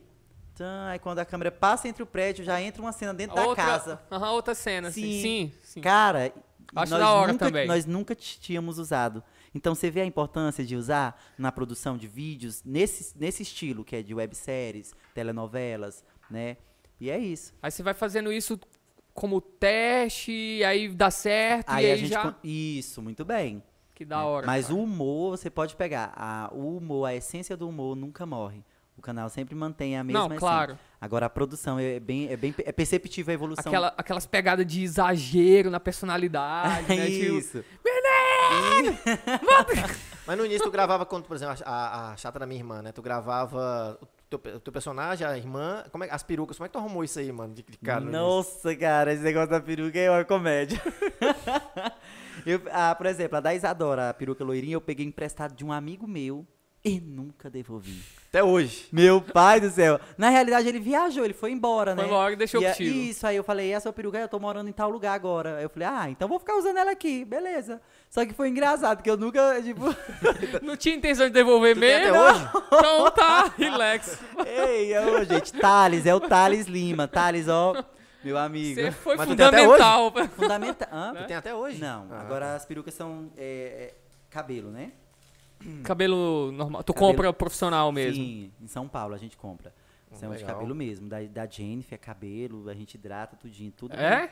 Speaker 3: Tã, aí quando a câmera passa entre o prédio, já entra uma cena dentro da
Speaker 1: outra,
Speaker 3: casa.
Speaker 1: aham, outra cena, sim. Sim,
Speaker 3: Sim.
Speaker 1: sim.
Speaker 3: Cara,
Speaker 1: Acho
Speaker 3: nós,
Speaker 1: da hora
Speaker 3: nunca,
Speaker 1: também.
Speaker 3: nós nunca t- tínhamos usado. Então você vê a importância de usar na produção de vídeos, nesse, nesse estilo, que é de webséries, telenovelas, né? E é isso.
Speaker 1: Aí você vai fazendo isso como teste, aí dá certo,
Speaker 3: Aí
Speaker 1: É, e
Speaker 3: a
Speaker 1: aí
Speaker 3: gente.
Speaker 1: já...
Speaker 3: con- Isso, muito bem.
Speaker 1: Que da hora.
Speaker 3: Mas
Speaker 1: cara.
Speaker 3: o humor, você pode pegar. A, o humor, a essência do humor nunca morre. O canal sempre mantém a mesma assim,
Speaker 1: Não,
Speaker 3: essência.
Speaker 1: claro.
Speaker 3: Agora a produção é bem, é bem é perceptível a evolução. (laughs)
Speaker 1: Aquela, aquelas pegadas de exagero na personalidade,
Speaker 3: (laughs)
Speaker 1: né? Tipo,
Speaker 3: isso.
Speaker 2: Mas no início
Speaker 3: (laughs)
Speaker 2: tu gravava quando, por exemplo, a, a- a chata da minha irmã, né? Tu gravava o teu, pe- o teu personagem, a irmã, como é, as perucas. Como é que tu arrumou isso aí, mano, de, de cara? no início?
Speaker 3: Nossa, cara, esse negócio da peruca é uma comédia. (laughs) Eu- ah, por exemplo, a da Isadora, a peruca loirinha, eu peguei emprestado de um amigo meu e nunca devolvi.
Speaker 2: Até hoje.
Speaker 3: Meu pai do céu. Na realidade, ele viajou, ele foi embora, né?
Speaker 1: Foi embora e deixou
Speaker 3: e, a-
Speaker 1: contigo.
Speaker 3: Isso, aí eu falei, essa peruca eu tô morando em tal lugar agora. Aí eu falei, ah, então vou ficar usando ela aqui, beleza. Só que foi engraçado, que eu nunca, tipo... (laughs)
Speaker 1: não tinha intenção de devolver
Speaker 2: tem
Speaker 1: mesmo.
Speaker 2: até
Speaker 1: Então tá, relax.
Speaker 3: Ei, ô, gente, Thales, é o Thales Lima. Thales, ó, meu amigo.
Speaker 1: Você é Né? foi
Speaker 2: Mas tu tem até
Speaker 1: fundamental.
Speaker 3: Fundamental. Hã?
Speaker 2: Tu tem até hoje?
Speaker 3: Não,
Speaker 2: Ah,
Speaker 3: agora
Speaker 1: tá.
Speaker 3: as perucas são é, é, cabelo, né?
Speaker 1: (laughs) Cabelo normal. Tu
Speaker 3: Cabelo-
Speaker 1: compra profissional mesmo. Hum,
Speaker 3: Sim, em São Paulo a gente compra. São de
Speaker 2: legal.
Speaker 3: cabelo mesmo. Da, da Jennifer, é cabelo, a gente hidrata tudinho, tudo.
Speaker 1: É?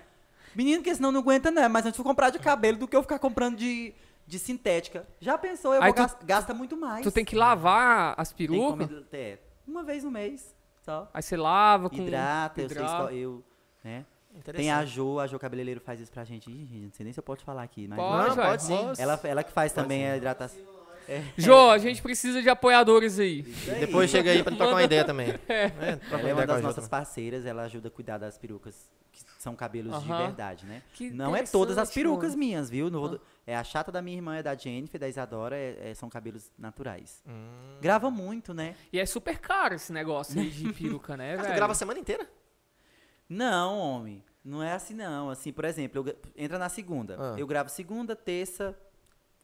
Speaker 3: Menino, que senão não aguenta, né? Mas antes eu comprar de cabelo do que eu ficar comprando de, de sintética. Já pensou, eu
Speaker 1: Aí
Speaker 3: vou
Speaker 1: tu-
Speaker 3: gas- gasta muito mais.
Speaker 1: Tu tem que lavar as
Speaker 3: Tem que
Speaker 1: perucas,
Speaker 3: comer- é, uma vez no mês, só.
Speaker 1: aí você lava com...
Speaker 3: Hidrata, eu sei,
Speaker 1: hidrata.
Speaker 3: esco- eu, né?
Speaker 2: interessante.
Speaker 3: Tem a Jo, a Jo Cabeleireiro faz isso pra gente. Ih, gente, não sei nem se eu posso falar aqui, mas...
Speaker 1: Pode,
Speaker 2: Não,
Speaker 1: velho.
Speaker 2: pode sim.
Speaker 1: Nossa.
Speaker 3: Ela, ela que faz também a hidratação.
Speaker 1: Jô, a gente precisa de apoiadores aí.
Speaker 2: E Depois chega aí pra tu trocar uma ideia também. É. troca
Speaker 3: Ela é
Speaker 2: ideia
Speaker 3: uma
Speaker 2: com a
Speaker 3: das
Speaker 2: Jota.
Speaker 3: nossas parceiras, ela ajuda a cuidar das perucas, que são cabelos de
Speaker 1: Aham.
Speaker 3: verdade, né?
Speaker 1: Que
Speaker 3: não é todas
Speaker 1: interessante,
Speaker 3: as
Speaker 1: Ah.
Speaker 3: perucas
Speaker 1: mano.
Speaker 3: minhas, viu? Não vou do- É a chata da minha irmã, é da Jennifer, da Isadora, é- é- são cabelos naturais.
Speaker 2: Hum.
Speaker 3: Grava muito, né?
Speaker 1: E é super caro esse negócio aí
Speaker 3: (laughs)
Speaker 1: de peruca, né,
Speaker 2: Cara,
Speaker 1: velho?
Speaker 2: Ah, tu grava a semana inteira?
Speaker 3: Não, homem. Não é assim, não. Assim, por exemplo, eu gra- entra na segunda.
Speaker 2: Ah.
Speaker 3: Eu gravo segunda, terça,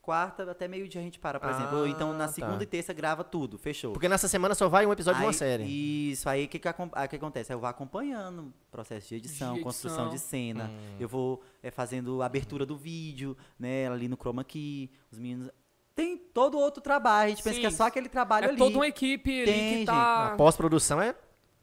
Speaker 3: quarta até meio-dia a gente para, por
Speaker 2: Ah,
Speaker 3: exemplo. Ou então na
Speaker 2: tá.
Speaker 3: segunda e terça grava tudo, fechou.
Speaker 2: Porque nessa semana só vai um episódio de uma
Speaker 3: Aí-
Speaker 2: série.
Speaker 3: Isso, aí o que, que, acom- aí o que acontece? Eu vou acompanhando o processo de edição,
Speaker 1: De
Speaker 3: construção
Speaker 1: edição.
Speaker 3: de cena.
Speaker 2: Hum.
Speaker 3: Eu vou é, fazendo a abertura do vídeo, né? Ali no chroma key, os meninos... Tem todo outro trabalho, a gente pensa
Speaker 1: Sim.
Speaker 3: que é só aquele trabalho
Speaker 1: É
Speaker 3: ali.
Speaker 1: toda uma equipe
Speaker 3: Tem,
Speaker 1: ali que
Speaker 3: gente.
Speaker 1: tá.
Speaker 2: A pós-produção é.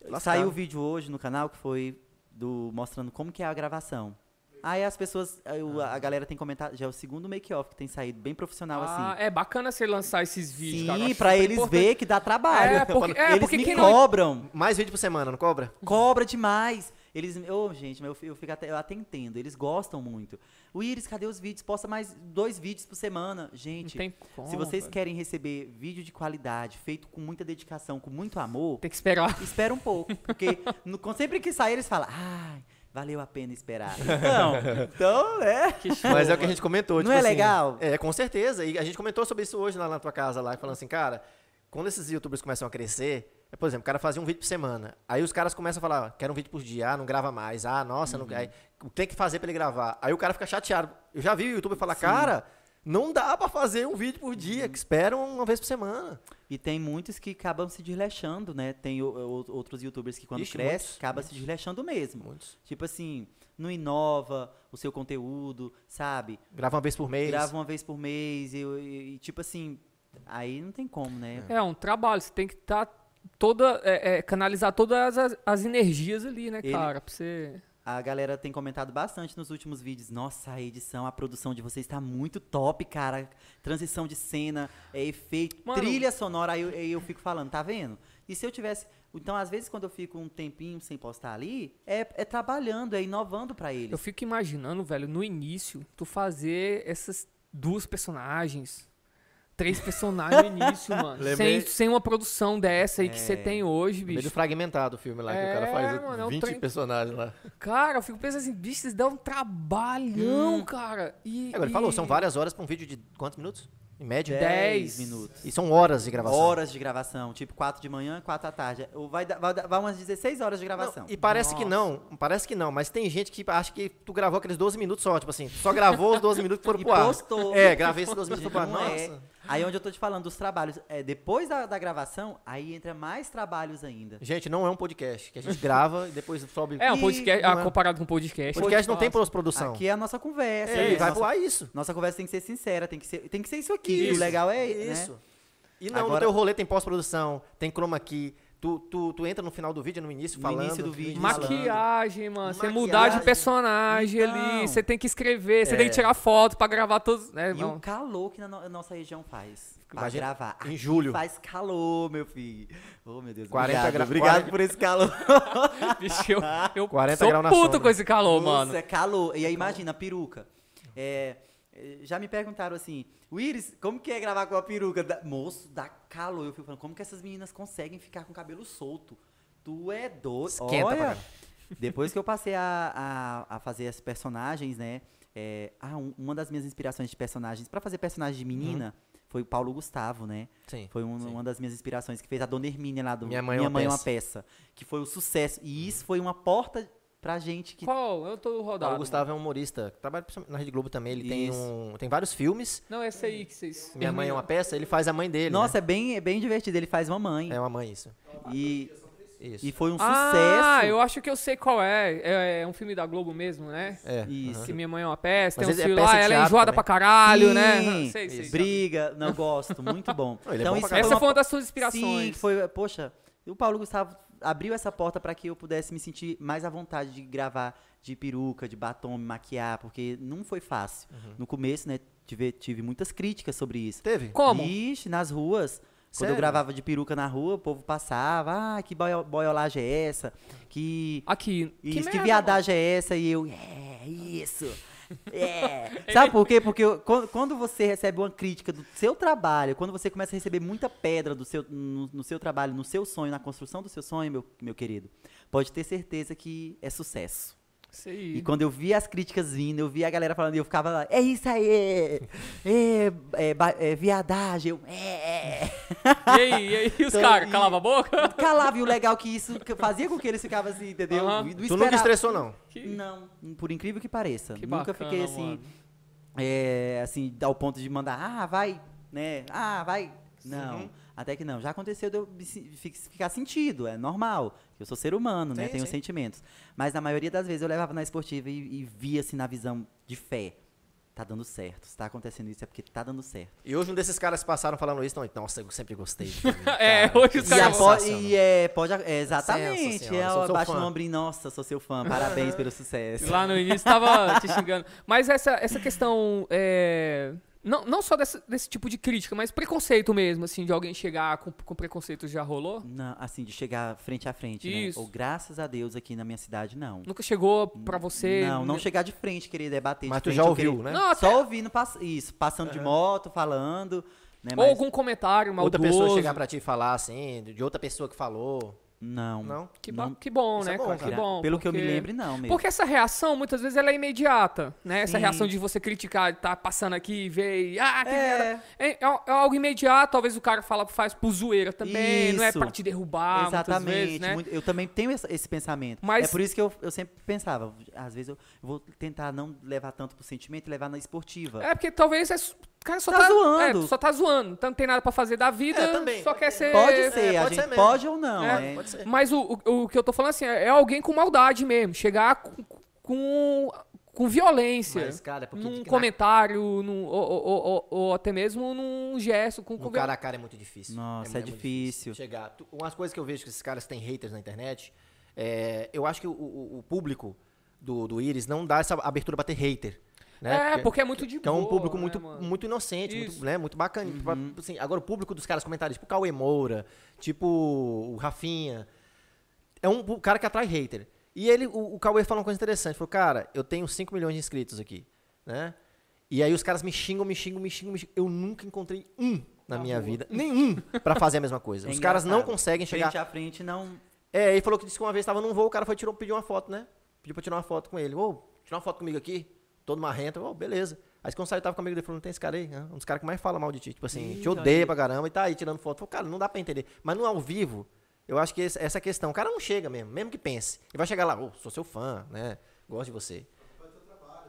Speaker 2: lascado.
Speaker 3: Saiu o vídeo hoje no canal que foi do mostrando como que é a gravação. Aí as pessoas, aí o- a galera tem comentado, já é o segundo make-off que tem saído bem profissional
Speaker 1: Ah,
Speaker 3: assim.
Speaker 1: É bacana você lançar esses vídeos, cara. eu
Speaker 3: Sim,
Speaker 1: acho
Speaker 3: pra
Speaker 1: super
Speaker 3: eles
Speaker 1: importante.
Speaker 3: ver que dá trabalho.
Speaker 1: É, porque- é,
Speaker 3: eles
Speaker 1: porque
Speaker 3: me
Speaker 1: quem não-
Speaker 3: cobram.
Speaker 2: Mais vídeo por semana, não cobra?
Speaker 3: Cobra demais. Eles, ô, gente, mas eu, fi- eu fico até, eu até entendo, eles gostam muito. O Iris, cadê os vídeos? Posta mais dois vídeos por semana.
Speaker 1: Não
Speaker 3: Gente,
Speaker 1: tem como,
Speaker 3: tipo, se vocês
Speaker 1: velho.
Speaker 3: querem receber vídeo de qualidade, feito com muita dedicação, com muito amor,
Speaker 1: Tem que esperar.
Speaker 3: espera um pouco. Porque (laughs) no- quando- sempre que sair, eles falam, ai, valeu a pena esperar. Então,
Speaker 2: (laughs)
Speaker 3: então é.
Speaker 2: Mas é o que a gente comentou. (laughs)
Speaker 3: Não
Speaker 2: tipo
Speaker 3: é
Speaker 2: assim,
Speaker 3: legal?
Speaker 2: É, com certeza. E a gente comentou sobre isso hoje lá na tua casa, lá, falando assim, cara, quando esses youtubers começam a crescer, é, por exemplo, o cara fazia um vídeo por semana. Aí os caras começam a falar, ó, quero um vídeo por dia, ah, não grava mais, ah, nossa, não, aí, o que tem que fazer pra ele gravar? Aí o cara fica chateado. Eu já vi o youtuber falar, cara, não dá pra fazer um vídeo por dia, que esperam uma vez por semana.
Speaker 3: E tem muitos que acabam se desleixando, né? Tem o- o- outros youtubers que quando
Speaker 2: Ixi,
Speaker 3: cresce,
Speaker 2: muitos,
Speaker 3: acaba se desleixando mesmo.
Speaker 2: Muitos.
Speaker 3: Tipo assim, não inova o seu conteúdo, sabe?
Speaker 2: Grava uma vez por mês.
Speaker 3: Grava uma vez por mês e, e- e, tipo assim, aí não tem como, né?
Speaker 1: É um trabalho, você tem que estar toda. é, é, canalizar todas as, as energias ali, né,
Speaker 3: Ele-
Speaker 1: cara? Pra você.
Speaker 3: A galera tem comentado bastante nos últimos vídeos. Nossa, a edição, a produção de vocês tá muito top, cara. Transição de cena, é efeito,
Speaker 1: Mano-
Speaker 3: trilha sonora. Aí eu, aí eu fico falando, tá vendo? E se eu tivesse. Então, às vezes, quando eu fico um tempinho sem postar ali, é, é trabalhando, é inovando pra eles.
Speaker 1: Eu fico imaginando, velho, no início, tu fazer essas duas personagens, três personagens no início,
Speaker 2: (laughs)
Speaker 1: mano.
Speaker 2: Lembrei-
Speaker 1: Sem, sem uma produção dessa aí que você tem hoje,
Speaker 2: No É meio do
Speaker 1: bicho.
Speaker 2: fragmentado o filme lá, que o cara
Speaker 1: É,
Speaker 2: faz
Speaker 1: mano, é um
Speaker 2: 20
Speaker 1: trem-
Speaker 2: personagens lá.
Speaker 1: Cara, eu fico pensando assim, bicho, vocês dão um trabalhão, cara. E,
Speaker 2: Hum. É, Agora, ele
Speaker 1: e-
Speaker 2: falou, são várias horas pra um vídeo de quantos minutos? Em média?
Speaker 1: Dez.
Speaker 3: Dez minutos.
Speaker 2: E são horas de gravação.
Speaker 3: Horas de gravação, tipo 4 de manhã, 4 da tarde. Ou vai, dar- vai, dar- vai umas 16 horas de gravação.
Speaker 2: Não, e parece que não, parece que não, mas tem gente que acha que tu gravou aqueles 12 minutos só, tipo assim, tu só gravou os 12 minutos que foram
Speaker 3: E
Speaker 2: pro ar.
Speaker 3: postou.
Speaker 2: É, gravei esses 12 minutos e foram pro
Speaker 3: Não
Speaker 2: ar.
Speaker 3: é.
Speaker 2: Nossa.
Speaker 3: Aí onde eu tô te falando dos trabalhos, é, depois da, da gravação, aí entra mais trabalhos ainda.
Speaker 2: Gente, não é um podcast, que a gente grava e depois sobe.
Speaker 1: É, um
Speaker 2: Ih,
Speaker 1: podcast,
Speaker 2: não
Speaker 1: ah,
Speaker 2: é.
Speaker 1: comparado com um podcast.
Speaker 2: podcast não tem
Speaker 1: Nossa.
Speaker 2: pós-produção.
Speaker 3: Aqui é a nossa conversa.
Speaker 2: É,
Speaker 3: né?
Speaker 2: e vai
Speaker 3: nossa,
Speaker 2: pro ar isso.
Speaker 3: nossa conversa tem que ser sincera, tem que ser, tem que ser isso aqui.
Speaker 2: Isso,
Speaker 3: o legal é
Speaker 2: Isso.
Speaker 3: Né?
Speaker 2: E não, no
Speaker 3: Agora-
Speaker 2: teu rolê tem pós-produção, tem chroma key, tu, tu, tu entra no final do vídeo, no início,
Speaker 3: No
Speaker 2: falando.
Speaker 3: início do vídeo, falando.
Speaker 1: Maquiagem, mano. Você mudar de
Speaker 2: Maquiagem.
Speaker 1: personagem ali.
Speaker 3: Então. É.
Speaker 1: Você tem que escrever, você tem que tirar foto pra gravar todos. né,
Speaker 3: E o
Speaker 1: irmão?
Speaker 3: calor que na no- a nossa região faz pra
Speaker 2: Imagina-
Speaker 3: gravar.
Speaker 2: em
Speaker 3: Aqui
Speaker 2: julho.
Speaker 3: Faz calor, meu filho. Oh, meu Deus.
Speaker 2: 40
Speaker 3: obrigado,
Speaker 2: graus.
Speaker 3: Obrigado por esse calor.
Speaker 1: (laughs) Bicho,
Speaker 3: (laughs)
Speaker 1: eu, eu
Speaker 2: 40
Speaker 1: sou
Speaker 2: graus na
Speaker 1: puto
Speaker 2: sombra.
Speaker 1: com esse calor,
Speaker 3: Nossa,
Speaker 1: mano.
Speaker 3: é calor. E aí, imagina, a peruca. É, é, já me perguntaram assim, Iris, como que é gravar com a peruca? Da- moço, dá calor. Eu fico falando, como que essas meninas conseguem ficar com o cabelo solto? Tu é doido.
Speaker 2: Esquenta,
Speaker 3: Olha,
Speaker 2: (laughs) cara.
Speaker 3: depois que eu passei a, a, a fazer as personagens, né? é, ah, um- uma das minhas inspirações de personagens, pra fazer personagem de menina, foi o Paulo Gustavo, né?
Speaker 2: Sim.
Speaker 3: Foi um-
Speaker 2: Uhum. sim.
Speaker 3: uma das minhas inspirações, que fez a Dona Hermínia lá do
Speaker 2: Minha Mãe é uma Uhum.
Speaker 3: é uma Peça. Que foi o sucesso. E isso foi uma porta pra gente que
Speaker 1: Qual? Eu tô rodado.
Speaker 2: Paulo Gustavo é um humorista, que trabalha principalmente na Rede Globo também, ele tem,
Speaker 3: Isso.
Speaker 2: um, tem vários filmes.
Speaker 1: Não, essa aí que vocês.
Speaker 2: Minha mãe é uma peça, ele faz a mãe dele. né?
Speaker 3: Nossa, é, bem, é bem divertido. Ele faz mamãe.
Speaker 2: É uma mãe, isso.
Speaker 3: E,
Speaker 2: Isso.
Speaker 3: e foi um
Speaker 1: Ah,
Speaker 3: sucesso.
Speaker 1: eu acho que eu sei qual é. é. é um filme da Globo mesmo, né?
Speaker 2: É.
Speaker 3: Isso.
Speaker 1: Se minha mãe é uma peça, tem
Speaker 2: Mas
Speaker 1: um
Speaker 2: ele é
Speaker 1: filme
Speaker 2: peça
Speaker 1: lá,
Speaker 2: de
Speaker 1: ela é
Speaker 2: teatro
Speaker 1: enjoada
Speaker 2: também.
Speaker 1: pra caralho, né?
Speaker 3: Sim,
Speaker 1: Sei, sei, sei.
Speaker 3: briga, não gosto,
Speaker 2: (laughs)
Speaker 3: muito bom. Então,
Speaker 2: Ele é bom pra
Speaker 3: isso
Speaker 2: caralho.
Speaker 1: Essa
Speaker 3: uma
Speaker 1: foi uma
Speaker 3: po-
Speaker 1: das suas inspirações.
Speaker 3: Sim, foi, poxa, o Paulo Gustavo abriu essa porta pra que eu pudesse me sentir mais à vontade de gravar de peruca, de batom, me maquiar, porque não foi fácil.
Speaker 2: Uhum.
Speaker 3: No começo, né, tive, tive muitas críticas sobre isso.
Speaker 2: Teve?
Speaker 1: Como?
Speaker 3: Ixi, nas ruas. Quando
Speaker 2: Sério?
Speaker 3: eu gravava de peruca na rua, o povo passava, ah, que boio- boiolagem é essa? Que
Speaker 1: Aqui.
Speaker 3: Isso, que,
Speaker 1: merda,
Speaker 3: viadagem é essa? E eu, é, isso.
Speaker 1: (laughs)
Speaker 3: É. Sabe por quê? Porque eu- quando, quando você recebe uma crítica do seu trabalho, quando você começa a receber muita pedra do seu, no, no seu trabalho, no seu sonho, na construção do seu sonho, meu, meu querido, pode ter certeza que é sucesso.
Speaker 1: mano. Isso aí.
Speaker 3: E quando eu vi as críticas vindo, eu vi a galera falando, e eu ficava lá, é isso aí, é, é, ba- é viadagem, eu, é.
Speaker 1: (laughs) E aí, e aí, os
Speaker 3: Então,
Speaker 1: caras,
Speaker 3: e-
Speaker 1: calava a boca?
Speaker 3: Calava, e o legal é que isso fazia com que eles ficavam assim, entendeu?
Speaker 1: Aham.
Speaker 2: Tu
Speaker 3: E não
Speaker 2: nunca
Speaker 3: esperava-
Speaker 2: estressou, não.
Speaker 1: Que-
Speaker 3: Não, por incrível que pareça.
Speaker 1: Que
Speaker 3: nunca
Speaker 1: bacana,
Speaker 3: fiquei assim.
Speaker 1: mano.
Speaker 3: é, assim, ao ponto de mandar, ah, vai, né? Ah, vai. Não, até que não. Já aconteceu de eu me se- fi- ficar sentido, é normal. Eu sou ser humano, né?
Speaker 2: Sim,
Speaker 3: Tenho
Speaker 2: sim.
Speaker 3: sentimentos. Mas na maioria das vezes eu levava na esportiva e, e via assim na visão de fé. Tá dando certo. Se tá acontecendo isso é porque tá dando certo.
Speaker 2: E hoje um desses caras que passaram falando isso, não, nossa, eu sempre gostei. de Torinho,
Speaker 1: (laughs) É,
Speaker 2: cara,
Speaker 1: hoje
Speaker 2: que
Speaker 1: os
Speaker 3: E,
Speaker 1: caras-
Speaker 2: sensacional."
Speaker 3: após, e é, pode. É, exatamente.
Speaker 2: Senhora,
Speaker 3: é,
Speaker 2: um sou seu
Speaker 3: baixa o
Speaker 2: fã.
Speaker 3: ombro nossa, sou seu fã. Parabéns pelo sucesso.
Speaker 1: Lá no início tava te xingando. Mas essa, essa questão. é, Não, não só dessa- desse tipo de crítica, mas preconceito mesmo, assim, de alguém chegar com, com preconceito já rolou?
Speaker 3: Não, assim, de chegar frente a frente, né?
Speaker 1: Isso.
Speaker 3: Ou graças a Deus aqui na minha cidade, não.
Speaker 1: Nunca chegou pra você.
Speaker 3: Não, não chegar de frente, querer debater
Speaker 2: Mas
Speaker 3: de
Speaker 2: tu
Speaker 3: frente.
Speaker 2: já
Speaker 3: ou
Speaker 2: ouviu,
Speaker 3: querer-
Speaker 2: né?
Speaker 1: Não, até-
Speaker 3: Só ouvindo, pass- isso, passando de moto, falando, né?
Speaker 1: Ou
Speaker 3: mas-
Speaker 1: algum comentário
Speaker 2: Outra
Speaker 1: maldoso.
Speaker 2: pessoa chegar pra ti e falar assim, de outra pessoa que falou.
Speaker 3: Não.
Speaker 2: Não?
Speaker 1: Que, ba-
Speaker 3: Não.
Speaker 1: que bom,
Speaker 2: Isso é
Speaker 1: né,
Speaker 2: bom,
Speaker 1: cara?
Speaker 2: cara.
Speaker 1: Que bom.
Speaker 3: Pelo que eu me
Speaker 1: porque-
Speaker 3: lembro, não mesmo.
Speaker 1: Porque essa reação, muitas vezes, ela é imediata, né? Essa
Speaker 3: Sim.
Speaker 1: reação de você criticar, tá passando aqui e vê, e, ah, que
Speaker 3: É.
Speaker 1: merda. É, é al- é algo imediato, talvez o cara fala, faz por zoeira também, não é
Speaker 3: Isso.
Speaker 1: pra te derrubar muitas
Speaker 3: Exatamente.
Speaker 1: vezes, né?
Speaker 3: muito- eu também tenho essa- esse pensamento.
Speaker 1: Mas-
Speaker 3: É por isso que eu, eu sempre pensava, às vezes eu vou tentar não levar tanto pro sentimento e levar na esportiva.
Speaker 2: Tá.
Speaker 1: É, porque talvez é, su- o cara só tá,
Speaker 3: Tá zoando.
Speaker 1: é, só tá zoando, então não tem nada pra fazer da vida,
Speaker 2: É, também.
Speaker 1: só quer ser...
Speaker 3: Pode ser,
Speaker 2: é,
Speaker 3: a
Speaker 2: pode
Speaker 3: gente
Speaker 2: ser mesmo.
Speaker 3: pode ou não.
Speaker 1: É,
Speaker 3: é.
Speaker 2: Pode ser.
Speaker 1: Mas o, o, o que eu tô falando assim, é alguém com maldade mesmo, chegar com, com, com violência.
Speaker 2: Mas, cara, é porque
Speaker 1: num
Speaker 2: na-
Speaker 1: comentário, num, ou, ou- ou- ou- ou até mesmo num gesto com
Speaker 2: No
Speaker 1: com-
Speaker 2: cara a cara é muito difícil.
Speaker 3: Nossa,
Speaker 2: mu-
Speaker 3: é
Speaker 2: muito
Speaker 3: difícil.
Speaker 2: Chegar. Tu- Umas coisas que eu vejo que esses caras têm haters na internet, é, eu acho que o, o- o público do, do Iris não dá essa abertura pra ter hater. Né?
Speaker 1: É, porque é muito de
Speaker 2: Que é um
Speaker 1: boa,
Speaker 2: público
Speaker 1: né,
Speaker 2: muito,
Speaker 1: mano?
Speaker 2: muito inocente, muito,
Speaker 1: Isso.
Speaker 2: né, muito bacana. Tipo, assim, agora, o público dos caras comentários, tipo Cauê Moura, tipo o Rafinha, é um pu- cara que atrai hater. E ele, o, o Cauê falou uma coisa interessante, falou, cara, eu tenho 5 milhões de inscritos aqui, né? E aí os caras me xingam, me xingam, me xingam, me xingam. Eu nunca encontrei um na minha vida, nenhum, pra fazer a mesma
Speaker 1: (laughs)
Speaker 2: coisa.
Speaker 3: É
Speaker 2: os caras não
Speaker 3: engraçado.
Speaker 2: conseguem chegar...
Speaker 3: Frente a frente não.
Speaker 2: É, ele falou que disse que uma vez estava num voo, o cara foi tirou, pediu uma foto, né? Pediu pra tirar uma foto com ele. Ô, tirar uma foto comigo aqui, todo marrento. Ô, beleza. Aí quando saiu, tava com um amigo dele, falou, não tem esse cara aí? né? Um dos caras que mais fala mal de ti. Tipo assim,
Speaker 3: Ih,
Speaker 2: te odeia pra caramba e tá aí tirando foto. Falou, cara, não dá pra entender. Mas no ao vivo, eu acho que esse- essa questão, o cara não chega mesmo, mesmo que pense. Ele vai chegar lá, ô, sou seu fã, né? Gosto de você.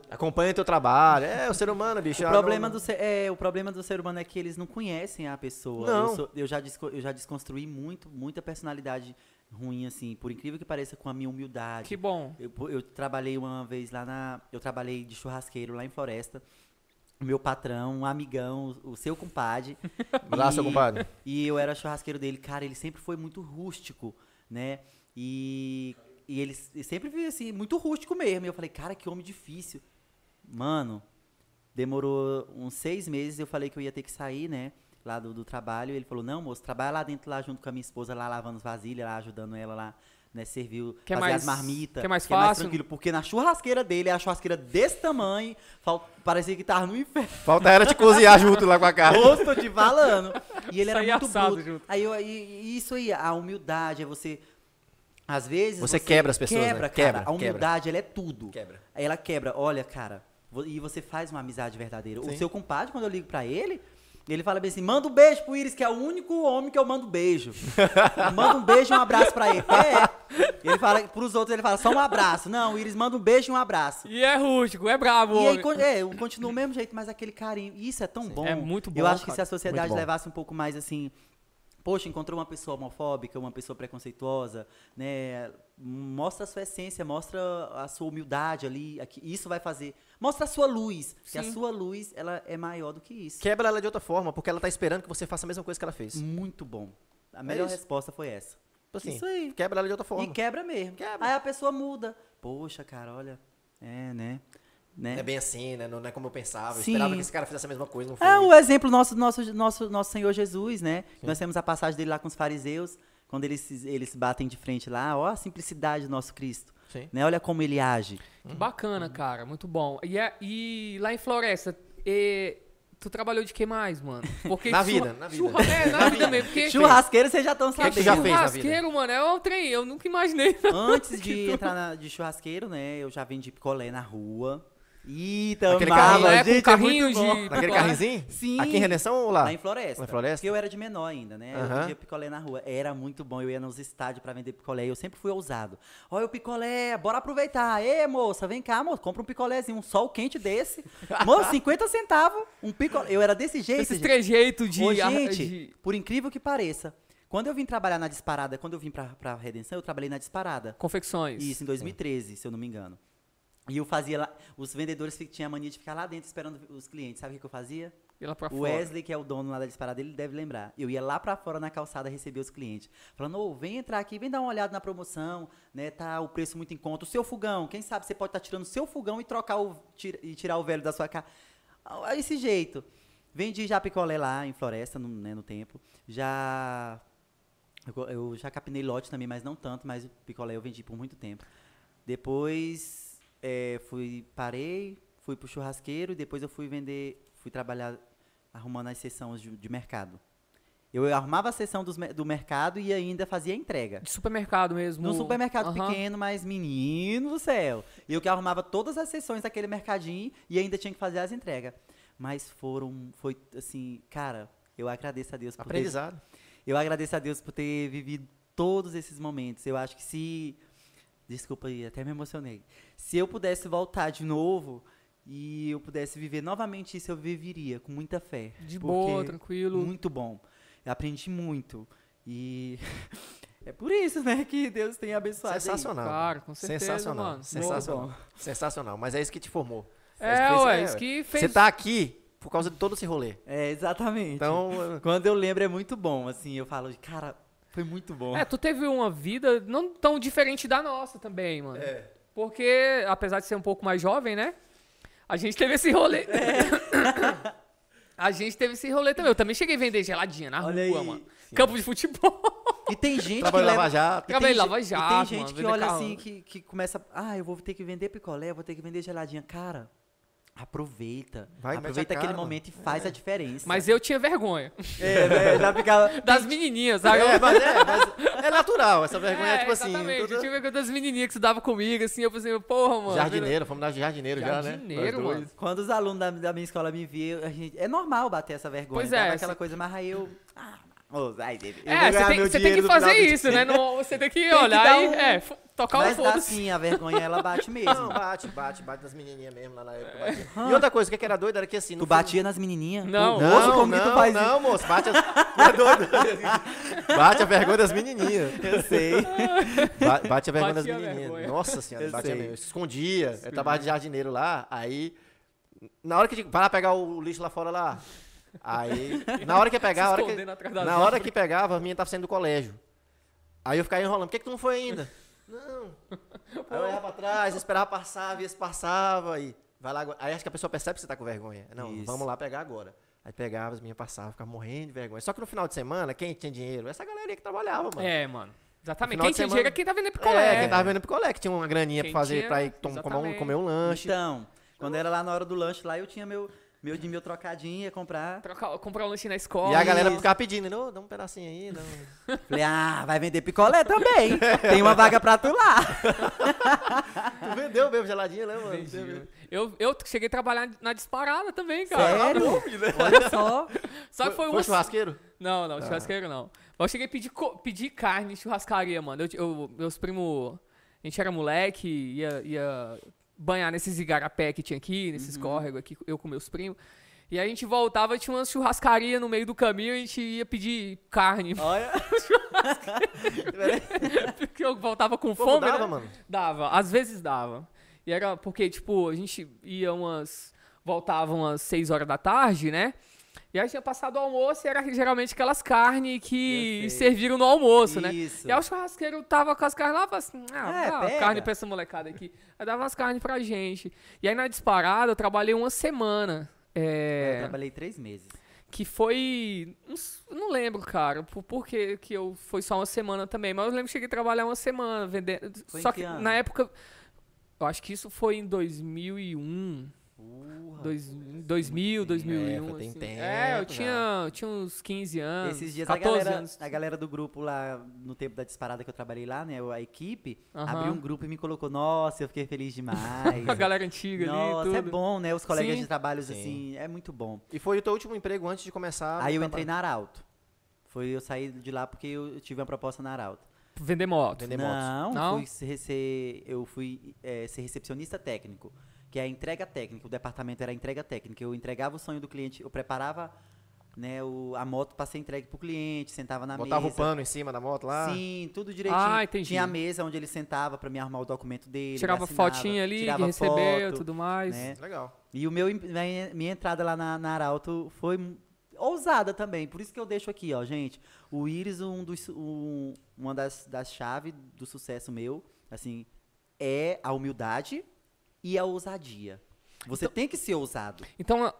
Speaker 2: Acompanha teu trabalho. É, o ser humano, bicho.
Speaker 3: O
Speaker 2: ah,
Speaker 3: problema,
Speaker 2: não-
Speaker 3: do ser, é, o problema do ser humano é que eles não conhecem a pessoa.
Speaker 2: Não.
Speaker 3: Eu, sou- eu já desco- eu já desconstruí muito, muita personalidade ruim, assim, por incrível que pareça, com a minha humildade.
Speaker 1: Que bom.
Speaker 3: Eu, pô, eu trabalhei uma vez lá na. Eu trabalhei de churrasqueiro lá em Floresta. O Meu patrão, um amigão, o o seu compadre.
Speaker 2: (laughs) Abraço,
Speaker 3: E-
Speaker 2: seu compadre.
Speaker 3: E eu era churrasqueiro dele. Cara, ele sempre foi muito rústico, né? E, e ele s- ele sempre foi assim, muito rústico mesmo. E eu falei, cara, que homem difícil. Mano, demorou uns seis meses. Eu falei que eu ia ter que sair, né? Lá do, do trabalho. Ele falou, não, moço, trabalha lá dentro, lá junto com a minha esposa, lá lavando as vasilhas, lá ajudando ela lá. Né, serviu
Speaker 1: Que é
Speaker 3: fazer
Speaker 1: mais-
Speaker 3: as marmitas.
Speaker 1: que é mais fácil.
Speaker 3: tranquilo, porque na churrasqueira dele, é a churrasqueira desse tamanho, fal- parecia que tava no inferno.
Speaker 2: Falta era te cozinhar junto lá com
Speaker 3: (laughs)
Speaker 2: a cara.
Speaker 3: Rosto de falando. E ele era
Speaker 1: Saía
Speaker 3: muito
Speaker 1: é assado
Speaker 3: bruto.
Speaker 1: junto.
Speaker 3: Aí eu, e- e isso aí, a humildade, é você. Às vezes.
Speaker 2: Você quebra as pessoas, né?
Speaker 3: Quebra,
Speaker 2: Quebra,
Speaker 3: cara. A humildade, ela é tudo.
Speaker 2: Quebra.
Speaker 3: Ela quebra. Olha, cara. vo- E você faz uma amizade verdadeira.
Speaker 2: Sim.
Speaker 3: O seu compadre, quando eu ligo pra ele. Ele fala bem assim, manda um beijo pro Iris, que é o único homem que eu
Speaker 2: (laughs)
Speaker 3: mando beijo. manda um beijo e um abraço pra ele. É, ele fala, pros outros ele fala, só um abraço. Não, o Iris manda um beijo e um abraço.
Speaker 1: E é rústico, é brabo.
Speaker 3: E aí,
Speaker 1: homem.
Speaker 3: con- é, eu continuo do mesmo jeito, mas aquele carinho. E Isso é tão bom.
Speaker 1: É muito bom,
Speaker 3: Eu acho que
Speaker 1: cara.
Speaker 3: se a sociedade
Speaker 2: Muito bom.
Speaker 3: levasse um pouco mais assim. Poxa, encontrou uma pessoa homofóbica, uma pessoa preconceituosa, né? Mostra a sua essência, mostra a sua humildade ali. aqui- Isso vai fazer. Mostra a sua luz. Que a
Speaker 1: Sim.
Speaker 3: sua luz, ela é maior do que isso.
Speaker 2: Quebra ela de outra forma, porque ela tá esperando que você faça a mesma coisa que ela fez.
Speaker 3: Muito bom.
Speaker 1: É
Speaker 3: A melhor
Speaker 2: isso.
Speaker 3: resposta foi essa.
Speaker 2: Tipo assim,
Speaker 3: Isso aí.
Speaker 2: Quebra ela de outra forma.
Speaker 3: E quebra mesmo.
Speaker 2: Quebra.
Speaker 3: Aí a pessoa muda. Poxa, cara, olha. É, né? né?
Speaker 2: Não é bem assim, né? Não não é como eu pensava. Eu
Speaker 3: Sim.
Speaker 2: esperava que esse cara fizesse a mesma coisa, não foi.
Speaker 3: É o exemplo nosso do nosso, nosso, nosso Senhor Jesus, né? Nós temos a passagem dele lá com os fariseus, quando eles, se- eles se batem de frente lá, ó a simplicidade do nosso Cristo.
Speaker 2: Sim.
Speaker 3: Né? Olha como ele age.
Speaker 1: Que bacana, cara, muito bom. E, é- e lá em Floresta, e- tu trabalhou de que mais, mano? Porque
Speaker 2: Na
Speaker 1: churra-
Speaker 2: vida, na vida.
Speaker 1: churra- é, na vida mesmo. Porque
Speaker 3: Churrasqueiro, vocês é já estão
Speaker 1: porque
Speaker 2: que
Speaker 3: sabendo.
Speaker 2: tu já fez na vida?
Speaker 1: churrasqueiro, mano, é um trem, eu nunca imaginei.
Speaker 2: (laughs)
Speaker 3: Antes de entrar na- de churrasqueiro, né? Eu já vendi picolé na rua. Ih, também.
Speaker 2: Aquele carrinho,
Speaker 1: né, com
Speaker 3: gente, é muito
Speaker 1: carrinho de-
Speaker 3: bom.
Speaker 2: Naquele carrinhozinho?
Speaker 3: Sim.
Speaker 2: Aqui em Redenção ou lá?
Speaker 3: Lá em Floresta.
Speaker 2: Ah, Lá em Floresta?
Speaker 3: Porque eu era de menor ainda, né? Eu
Speaker 2: Aham.
Speaker 3: vendia picolé na rua. Era muito bom. Eu ia nos estádios pra vender picolé. Eu sempre fui ousado. Olha o picolé, bora aproveitar. Ê, moça, vem cá, moça. Compra um picolézinho, um sol
Speaker 2: (laughs)
Speaker 3: quente desse. Moça, 50 centavos. Um picolé. Eu era desse jeito.
Speaker 1: Esse
Speaker 3: gente.
Speaker 1: trejeito de.
Speaker 3: Ô,
Speaker 1: ar-
Speaker 3: gente,
Speaker 1: de-
Speaker 3: por incrível que pareça, quando eu vim trabalhar na Disparada, quando eu vim pra, pra Redenção, eu trabalhei na Disparada.
Speaker 1: confecções.
Speaker 3: Isso, em 2013, se eu não me engano. E eu fazia lá. Os vendedores fi- tinham a mania de ficar lá dentro esperando os clientes. Sabe o que que eu fazia?
Speaker 1: E lá pra
Speaker 3: O
Speaker 1: fora.
Speaker 3: Wesley, que é o dono lá da disparada, ele deve lembrar. Eu ia lá pra fora na calçada receber os clientes. Falando, ô, vem entrar aqui, vem dar uma olhada na promoção, né? Tá o preço muito em conta. O seu fogão, quem sabe você pode estar tirando o seu fogão e trocar o, tir- e tirar o velho da sua casa. Esse jeito. Vendi já picolé lá em Floresta, no, né, no tempo. Já. Eu, go- eu já capinei lote também, mas não tanto, mas o picolé eu vendi por muito tempo. Depois eh, fui, parei, fui pro churrasqueiro e depois eu fui vender, fui trabalhar arrumando as sessões de, de mercado. Eu arrumava a sessão dos mer- do mercado e ainda fazia entrega.
Speaker 1: De supermercado mesmo.
Speaker 3: Num supermercado
Speaker 1: Tipo um- Aham.
Speaker 3: pequeno, mas menino do céu. Eu que arrumava todas as sessões daquele mercadinho e ainda tinha que fazer as entregas. Mas foram, foi assim, cara, eu agradeço a Deus por ter
Speaker 2: Aprendizado.
Speaker 3: eu agradeço a Deus por ter vivido todos esses momentos. Eu acho que se. Desculpa aí, até me emocionei. Se eu pudesse voltar de novo e eu pudesse viver novamente isso, eu viveria com muita fé.
Speaker 1: De
Speaker 3: porque
Speaker 1: boa, tranquilo.
Speaker 3: Muito bom. Eu aprendi muito. E (laughs) é por isso, né, que Deus tem abençoado. aí.
Speaker 2: Sensacional.
Speaker 1: Claro, com certeza,
Speaker 2: Sensacional.
Speaker 1: mano.
Speaker 2: Sensacional. Sensacional. Mas é isso que te formou.
Speaker 1: É,
Speaker 2: isso-
Speaker 1: ué, isso que fez.
Speaker 2: Você tá aqui por causa de todo esse rolê.
Speaker 3: É, exatamente.
Speaker 2: Então, eu-
Speaker 3: Quando eu lembro é muito bom, assim, eu falo, cara, foi muito bom.
Speaker 1: É, tu teve uma vida não tão diferente da nossa também, mano. É. Porque, apesar de ser um pouco mais jovem, né? A gente teve esse rolê. (coughs) a gente teve esse rolê também. Eu também cheguei a vender geladinha na
Speaker 3: Olha
Speaker 1: rua,
Speaker 3: aí.
Speaker 1: mano. Campo de futebol.
Speaker 3: E tem gente que
Speaker 2: trabalho
Speaker 3: leva...
Speaker 2: Lava Jato.
Speaker 3: E
Speaker 1: Trabalhei
Speaker 3: tem
Speaker 1: em Lava
Speaker 3: ge-
Speaker 1: Jato,
Speaker 3: E tem gente
Speaker 1: mano,
Speaker 3: que
Speaker 1: vender
Speaker 3: olha
Speaker 1: carro.
Speaker 3: assim, que, que começa. Ah, eu vou ter que vender picolé, eu vou ter que vender geladinha. Cara, aproveita.
Speaker 2: Vai, mete
Speaker 3: aproveita
Speaker 2: a cara,
Speaker 3: aquele
Speaker 2: mano. É.
Speaker 3: momento e faz a diferença.
Speaker 1: Mas eu tinha vergonha.
Speaker 3: É, né, já
Speaker 1: (laughs)
Speaker 3: ficava.
Speaker 1: Das menininhas, sabe?
Speaker 2: É, mas é, mas é natural. Essa vergonha é, tipo assim.
Speaker 1: exatamente.
Speaker 2: tudo-
Speaker 1: Eu tinha vergonha das menininhas que se dava comigo, assim. Eu pensei, porra, mano.
Speaker 2: Jardineiro, fomos na jardineiro, já, né?
Speaker 1: Jardineiro,
Speaker 2: Nós dois.
Speaker 1: mano.
Speaker 3: Quando os alunos da, da minha escola me viam, a gente- é normal bater essa vergonha.
Speaker 1: Pois é,
Speaker 3: dava aquela
Speaker 1: essa-
Speaker 3: coisa, mas aí eu. Ah, ô, ai, eu vou
Speaker 1: É, você
Speaker 3: ganhar
Speaker 1: tem,
Speaker 3: meu
Speaker 1: você tem
Speaker 3: dinheiro
Speaker 1: que
Speaker 3: no
Speaker 1: fazer
Speaker 3: final do
Speaker 1: isso, né?
Speaker 3: dia.
Speaker 1: Não, você tem que
Speaker 3: que
Speaker 1: olhar
Speaker 3: dar
Speaker 1: e
Speaker 3: um-
Speaker 1: é, fo- tocar o
Speaker 3: Mas dá
Speaker 1: foda-se.
Speaker 3: sim, a vergonha ela bate
Speaker 2: Não,
Speaker 3: mesmo.
Speaker 2: bate, bate, bate nas menininhas mesmo lá na época. Batia. E outra coisa, o que que era doido era que assim. no
Speaker 3: Tu
Speaker 2: fim-
Speaker 3: batia nas menininhas?
Speaker 1: Não.
Speaker 3: Ô,
Speaker 2: Não,
Speaker 3: moço,
Speaker 2: não,
Speaker 3: como que tu faz
Speaker 2: não, moço, bate as. (laughs) Tu é doido. Bate a vergonha das menininhas.
Speaker 3: isso?
Speaker 2: (laughs)
Speaker 3: Eu sei.
Speaker 2: Ba- Bate a vergonha das
Speaker 1: Batia a
Speaker 2: menininhas.
Speaker 1: vergonha.
Speaker 2: Nossa senhora,
Speaker 3: Eu
Speaker 2: batia
Speaker 3: sei.
Speaker 2: mesmo. Escondia. Eu trabalhava de jardineiro lá, aí. Na hora que. Vai lá pegar o lixo lá fora lá. Aí. Na hora que ia
Speaker 1: (laughs)
Speaker 2: pegar, a hora que-
Speaker 1: escondendo atrás das
Speaker 2: na hora que pegava, a minha tava saindo do colégio. Aí eu ficava enrolando. Por que, que tu não foi ainda?
Speaker 1: (laughs)
Speaker 2: Não. Aí eu ia pra trás, esperava passar, via se passava. E vai lá. agora. Aí acho que a pessoa percebe que você tá com vergonha. Não,
Speaker 3: Isso.
Speaker 2: vamos lá pegar agora. Aí pegava, as minhas passavam, ficava morrendo de vergonha. Só que no final de semana, quem tinha dinheiro? Essa galera que trabalhava, mano.
Speaker 1: É, mano. Exatamente.
Speaker 2: Final
Speaker 1: Quem
Speaker 2: de
Speaker 1: tinha
Speaker 2: semana-
Speaker 1: dinheiro é quem tá vendendo
Speaker 2: É,
Speaker 1: picolé.
Speaker 2: quem tava vendo picolé, que tinha uma graninha
Speaker 1: Quem
Speaker 2: pra fazer,
Speaker 1: tinha,
Speaker 2: pra ir tom- comer, um,
Speaker 1: exatamente.
Speaker 2: comer um lanche.
Speaker 3: Então, quando era lá na hora do lanche, lá eu tinha meu, meu de meu trocadinho, ia comprar.
Speaker 1: Trocar- comprar um lanche na escola.
Speaker 2: e a galera
Speaker 1: Isso.
Speaker 2: ficava pedindo, não, dá um pedacinho aí, não.
Speaker 1: (laughs)
Speaker 3: Falei, ah, vai vender picolé também. Tem uma vaga pra tu lá.
Speaker 2: tu vendeu mesmo geladinho, né, mano?
Speaker 1: Entendi. Eu, eu cheguei a trabalhar na disparada também, cara.
Speaker 3: Sério? Olha só.
Speaker 1: Só que foi,
Speaker 2: foi, Ah.
Speaker 1: um.
Speaker 2: foi churrasqueiro?
Speaker 1: Não, não, churrasqueiro não. Mas eu cheguei a pedir, co- pedir carne em churrascaria, mano. Eu, eu- meus primos. A gente era moleque, ia, ia banhar nesses igarapé que tinha aqui, nesses
Speaker 2: Uhum.
Speaker 1: córregos aqui, eu com meus primos. E aí a gente voltava e tinha uma churrascaria no meio do caminho e a gente ia pedir carne.
Speaker 3: Olha.
Speaker 1: Porque eu voltava com
Speaker 2: Como
Speaker 1: fome.
Speaker 2: dava,
Speaker 1: né?
Speaker 2: mano?
Speaker 1: Dava, às vezes dava. E era porque, tipo, a gente ia umas. Voltava umas 6 horas da tarde, né? E aí tinha passado o almoço e era geralmente aquelas carnes que
Speaker 3: Eu sei.
Speaker 1: serviram no almoço, né?
Speaker 3: Isso.
Speaker 1: E aí o churrasqueiro tava com as carnes lá, falava assim, ah,
Speaker 3: É,
Speaker 1: dá uma
Speaker 3: pega.
Speaker 1: carne pra essa molecada aqui. Aí dava umas carnes pra gente. E aí na disparada eu trabalhei uma semana. é,
Speaker 3: Eu trabalhei três meses.
Speaker 1: que foi. não s- Não lembro, cara, por, por que, que eu. Foi só uma semana também, mas eu lembro que cheguei a trabalhar uma semana vendendo.
Speaker 3: Foi em
Speaker 1: só
Speaker 3: que
Speaker 1: que
Speaker 3: ano?
Speaker 1: na época. Eu acho que isso foi em 2001.
Speaker 3: Porra.
Speaker 1: Dois, em 2000,
Speaker 3: né?
Speaker 2: É,
Speaker 1: 2001.
Speaker 2: foi tem
Speaker 1: assim.
Speaker 2: tempo
Speaker 1: é, eu
Speaker 2: já.
Speaker 1: tinha, eu tinha uns 15 anos.
Speaker 3: Esses dias a
Speaker 1: 14
Speaker 3: galera, (laughs)
Speaker 1: anos.
Speaker 3: a galera do grupo lá, no tempo da disparada que eu trabalhei lá, né? A equipe,
Speaker 1: Aham.
Speaker 3: abriu um grupo e me colocou. Nossa, eu
Speaker 1: (laughs)
Speaker 3: fiquei feliz demais.
Speaker 1: A galera antiga
Speaker 3: Nossa,
Speaker 1: ali.
Speaker 3: é
Speaker 1: tudo.
Speaker 3: bom, né? Os colegas
Speaker 1: Sim.
Speaker 3: de trabalho,
Speaker 2: Sim.
Speaker 3: assim, é muito bom.
Speaker 2: E foi o teu último emprego antes de
Speaker 1: Ah,
Speaker 2: começar?
Speaker 3: Aí eu
Speaker 2: a
Speaker 1: tá
Speaker 3: entrei na Arauto. Foi eu saí de lá porque eu eu tive uma proposta na Arauto.
Speaker 1: Vender moto.
Speaker 2: Vender motos.
Speaker 3: Não,
Speaker 1: Não?
Speaker 3: Fui ser- ser, eu fui é, ser recepcionista técnico, que é a entrega técnica. O departamento era a entrega técnica. Eu entregava o sonho do cliente, eu preparava né, o- a moto para ser entregue pro cliente, sentava na
Speaker 2: Botava
Speaker 3: mesa.
Speaker 2: o pano em cima da moto lá?
Speaker 3: Sim, tudo direitinho.
Speaker 1: Ah, entendi.
Speaker 3: Tinha a mesa onde ele sentava para me arrumar o documento dele. me
Speaker 1: Tirava
Speaker 3: assinava,
Speaker 1: fotinha ali, que
Speaker 3: tirava
Speaker 1: recebeu,
Speaker 3: foto,
Speaker 1: tudo mais.
Speaker 3: né?
Speaker 2: Legal.
Speaker 3: E o meu, minha, minha entrada lá na, na Arauto foi m- ousada também. Por isso que eu deixo aqui, ó, gente. O Iris, um dos, su- um- uma das, das chaves do sucesso meu, assim, é a humildade e a ousadia. Você tem que ser ousado.
Speaker 1: Então, a-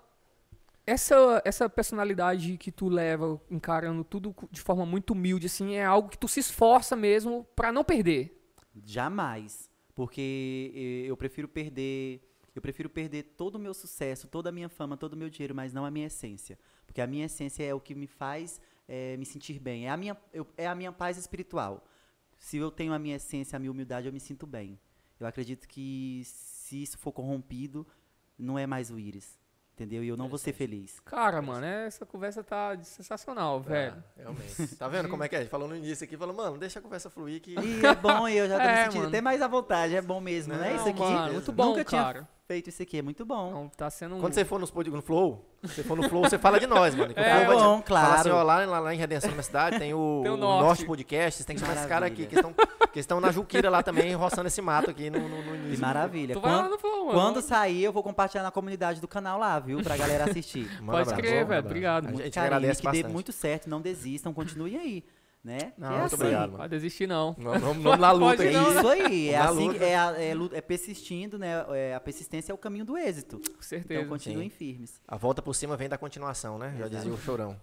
Speaker 1: essa, essa personalidade que tu leva encarando tudo cu- de forma muito humilde, assim, é algo que tu se esforça mesmo pra não perder.
Speaker 3: Jamais. Porque eh, eu prefiro perder. Eu prefiro perder todo o meu sucesso, toda a minha fama, todo o meu dinheiro, mas não a minha essência. Porque a minha essência é o que me faz eh, me sentir bem. É a, minha, eu- é a minha paz espiritual. Se eu tenho a minha essência, a minha humildade, eu me sinto bem. Eu acredito que se isso for corrompido, não é mais o íris. Entendeu? E eu não vou ser feliz.
Speaker 1: Cara, mano, essa conversa tá sensacional, velho.
Speaker 2: Ah, realmente. Tá vendo como é que é? A gente Falou no início aqui, falou, mano, deixa a conversa fluir que...
Speaker 3: E é bom, eu já tô
Speaker 1: (laughs) É,
Speaker 3: me sentindo
Speaker 1: mano.
Speaker 3: até mais à vontade. É bom mesmo, né?
Speaker 2: Não,
Speaker 3: Isso aqui.
Speaker 1: mano, muito bom,
Speaker 3: Nunca
Speaker 1: cara.
Speaker 3: tinha feito isso aqui. É muito bom.
Speaker 1: Então, tá sendo um...
Speaker 2: Quando você for nos pod- no Flow, você for no Flow, você fala de nós, mano. que o
Speaker 1: É,
Speaker 2: Flow vai te-
Speaker 3: bom, claro.
Speaker 2: Fala assim, ó, lá, lá, lá em Redenção, na cidade, tem o,
Speaker 1: Tem o
Speaker 2: o
Speaker 1: Norte.
Speaker 2: Norte. Podcast. Vocês têm que chamar esses caras aqui, que
Speaker 3: Maravilha.
Speaker 2: estão, que estão na Juquira lá também, roçando esse mato aqui no, no, no início.
Speaker 3: Que maravilha.
Speaker 1: é Tu vai lá
Speaker 3: quando,
Speaker 1: no Flow, mano.
Speaker 3: quando sair, eu vou compartilhar na comunidade do canal lá, viu? Pra galera assistir.
Speaker 2: Manda
Speaker 1: Pode
Speaker 2: abraço,
Speaker 1: crer,
Speaker 2: manda
Speaker 1: velho,
Speaker 2: abraço.
Speaker 1: obrigado.
Speaker 2: A gente
Speaker 3: Muito carinho,
Speaker 2: agradece
Speaker 3: que dê
Speaker 2: bastante.
Speaker 3: muito certo. Não desistam, continuem aí, né?
Speaker 1: Não,
Speaker 3: é
Speaker 1: muito
Speaker 3: assim.
Speaker 2: obrigado, Tá
Speaker 1: Não
Speaker 2: mano.
Speaker 1: vai desistir, não.
Speaker 2: Vamos, vamos- vamos na luta
Speaker 1: Pode
Speaker 3: É
Speaker 2: aí.
Speaker 1: não, né?
Speaker 3: isso aí, é
Speaker 2: Na
Speaker 3: assim,
Speaker 2: luta.
Speaker 3: que- é, a- é lu- é persistindo, né? É, a persistência é o caminho do êxito.
Speaker 1: Com certeza.
Speaker 3: Então continuem firmes.
Speaker 2: A volta por cima vem da continuação, né? Já dizia o Chorão.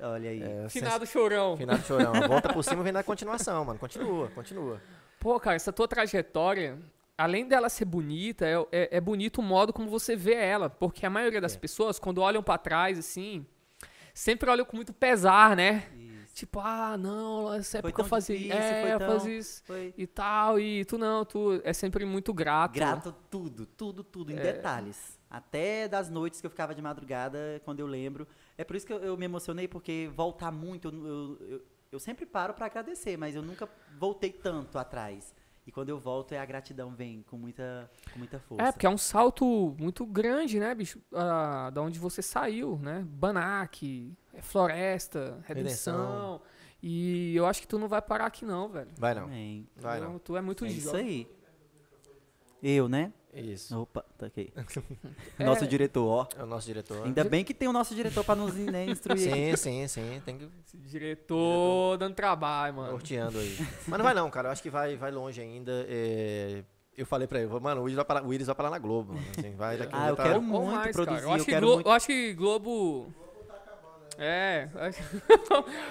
Speaker 3: Olha aí.
Speaker 2: É,
Speaker 1: Finado chorão.
Speaker 2: Finado Chorão. A volta por cima vem da continuação, mano. Continua, continua.
Speaker 1: Pô, cara, essa tua trajetória, além dela ser bonita, é, é, é bonito o modo como você vê ela. Porque a maioria
Speaker 3: É.
Speaker 1: das pessoas, quando olham pra trás, assim, sempre olham com muito pesar, né?
Speaker 3: Isso.
Speaker 1: Tipo, ah, não, essa
Speaker 3: Foi
Speaker 1: época eu
Speaker 3: tão
Speaker 1: fazia
Speaker 3: difícil,
Speaker 1: é,
Speaker 3: foi
Speaker 1: eu
Speaker 3: tão-
Speaker 1: fazia isso
Speaker 3: Foi
Speaker 1: e tal, e tu não, tu é sempre muito grato.
Speaker 3: grato tudo, tudo, tudo,
Speaker 1: É.
Speaker 3: em detalhes. Até das noites que eu ficava de madrugada, quando eu lembro. É por isso que eu, eu me emocionei, porque voltar muito, eu, eu, eu- eu sempre paro para agradecer, mas eu nunca voltei tanto atrás. E quando eu volto, é a gratidão vem com muita, com muita força.
Speaker 1: É, porque é um salto muito grande, né, bicho? Ah, da onde você saiu, né? Banac, é Floresta, Redenção.
Speaker 2: Redenção.
Speaker 1: E eu acho que tu não vai parar aqui, não, velho.
Speaker 2: Vai não.
Speaker 3: Amém.
Speaker 2: Vai não.
Speaker 1: Não, Tu é muito né,
Speaker 3: É isso
Speaker 1: jovem.
Speaker 3: aí. Eu, né?
Speaker 2: Isso.
Speaker 3: Opa,
Speaker 1: (laughs)
Speaker 3: tá aqui.
Speaker 1: É.
Speaker 3: Nosso diretor,
Speaker 1: (laughs)
Speaker 3: ó.
Speaker 2: É o nosso diretor.
Speaker 3: Ainda bem que tem o nosso diretor para nos né,
Speaker 2: Sim,
Speaker 3: instruir.
Speaker 2: sim, sim. Tem que
Speaker 1: Esse diretor, dando trabalho, mano.
Speaker 2: Norteando aí. Mas não vai não, cara. Eu acho que vai, vai longe ainda. É, Eu falei pra ele, mano, o Iris vai parar, o Iris vai parar na Globo. Mano. assim, vai daqui
Speaker 3: (laughs) Ah,
Speaker 2: já
Speaker 3: eu
Speaker 2: tá-
Speaker 3: quero
Speaker 1: Ou
Speaker 3: muito
Speaker 1: mais, cara.
Speaker 3: produzir,
Speaker 1: Eu acho,
Speaker 3: eu
Speaker 1: que
Speaker 3: quero
Speaker 1: Glo-
Speaker 3: muito-
Speaker 1: eu acho que Globo. É, acho-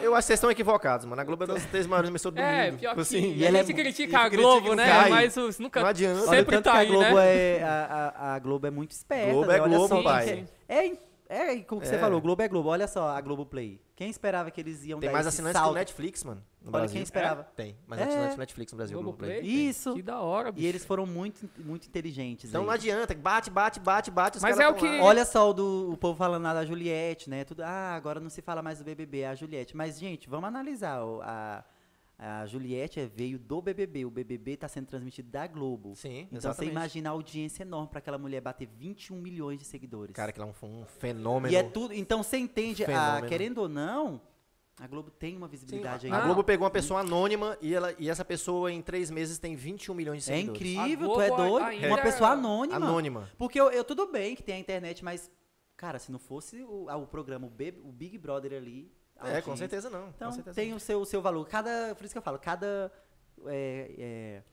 Speaker 2: Eu acho que vocês estão equivocados, mano. A Globo é das três maiores emissoras do
Speaker 1: é,
Speaker 2: mundo.
Speaker 1: pior que
Speaker 2: Assim,
Speaker 1: a
Speaker 3: e ela é
Speaker 1: gente
Speaker 3: mu-
Speaker 1: critica
Speaker 2: e
Speaker 1: a
Speaker 2: critica
Speaker 1: Globo,
Speaker 2: que
Speaker 1: né?
Speaker 2: cai.
Speaker 1: Mas os nunca.
Speaker 2: Não adianta.
Speaker 1: Sempre
Speaker 3: Olha, tanto
Speaker 1: tá
Speaker 3: que a
Speaker 1: aí,
Speaker 3: Globo
Speaker 1: né?
Speaker 3: é a, a- a Globo é muito esperta.
Speaker 2: Globo
Speaker 3: né?
Speaker 2: é
Speaker 3: Olha
Speaker 2: Globo,
Speaker 3: só,
Speaker 1: pai.
Speaker 3: quem- É, in- é, in- como que você
Speaker 2: É.
Speaker 3: falou, Globo é Globo. Olha só a Globo Play. Quem esperava que eles iam
Speaker 2: Tem
Speaker 3: dar
Speaker 2: mais
Speaker 3: esse
Speaker 2: assinantes que
Speaker 3: salto?
Speaker 2: o Netflix, mano. No
Speaker 3: Olha
Speaker 2: Brasil.
Speaker 3: quem esperava.
Speaker 2: Tem. Mas
Speaker 3: É.
Speaker 2: assinantes do Netflix no Brasil.
Speaker 1: Globoplay.
Speaker 2: Globoplay.
Speaker 3: Isso.
Speaker 1: Que da hora, bicho.
Speaker 3: E eles foram muito, muito inteligentes.
Speaker 2: Então
Speaker 3: aí.
Speaker 2: não adianta. Bate, bate, bate, bate. os
Speaker 1: Mas é
Speaker 2: caras
Speaker 1: o
Speaker 2: tão
Speaker 1: que-
Speaker 2: lá.
Speaker 3: Olha só o, do, o povo falando lá da Juliette, né? Tudo, ah, agora não se fala mais do BBB, é a Juliette. Mas, gente, vamos analisar. o- A, a Juliette é, veio do BBB. O BBB está tá sendo transmitido da Globo.
Speaker 2: Sim,
Speaker 3: Então
Speaker 2: exatamente.
Speaker 3: você imagina a audiência enorme para aquela mulher bater 21 milhões de seguidores.
Speaker 2: Cara, que lá é um, um fenômeno.
Speaker 3: E é tudo. Então você entende, a,
Speaker 2: Fenômeno.
Speaker 3: querendo ou não, a Globo tem uma
Speaker 2: Sim,
Speaker 3: visibilidade aí.
Speaker 2: a
Speaker 1: Não.
Speaker 2: Globo pegou uma pessoa anônima e, ela, e essa pessoa em três meses tem 21 milhões de
Speaker 3: É
Speaker 2: seguidores.
Speaker 3: incrível,
Speaker 1: A
Speaker 3: tu é
Speaker 1: Globo
Speaker 3: doido.
Speaker 1: ainda-
Speaker 3: Uma pessoa anônima.
Speaker 2: Anônima.
Speaker 3: Porque eu, eu- tudo bem que tem a internet, mas, cara, se não fosse o, a- o programa, o, Beb- o Big Brother ali. a
Speaker 2: É, com
Speaker 3: audiência-
Speaker 2: certeza não. com
Speaker 3: Então
Speaker 2: certeza
Speaker 3: tem o seu, o seu valor. Cada. Por isso que eu falo, cada. é, é,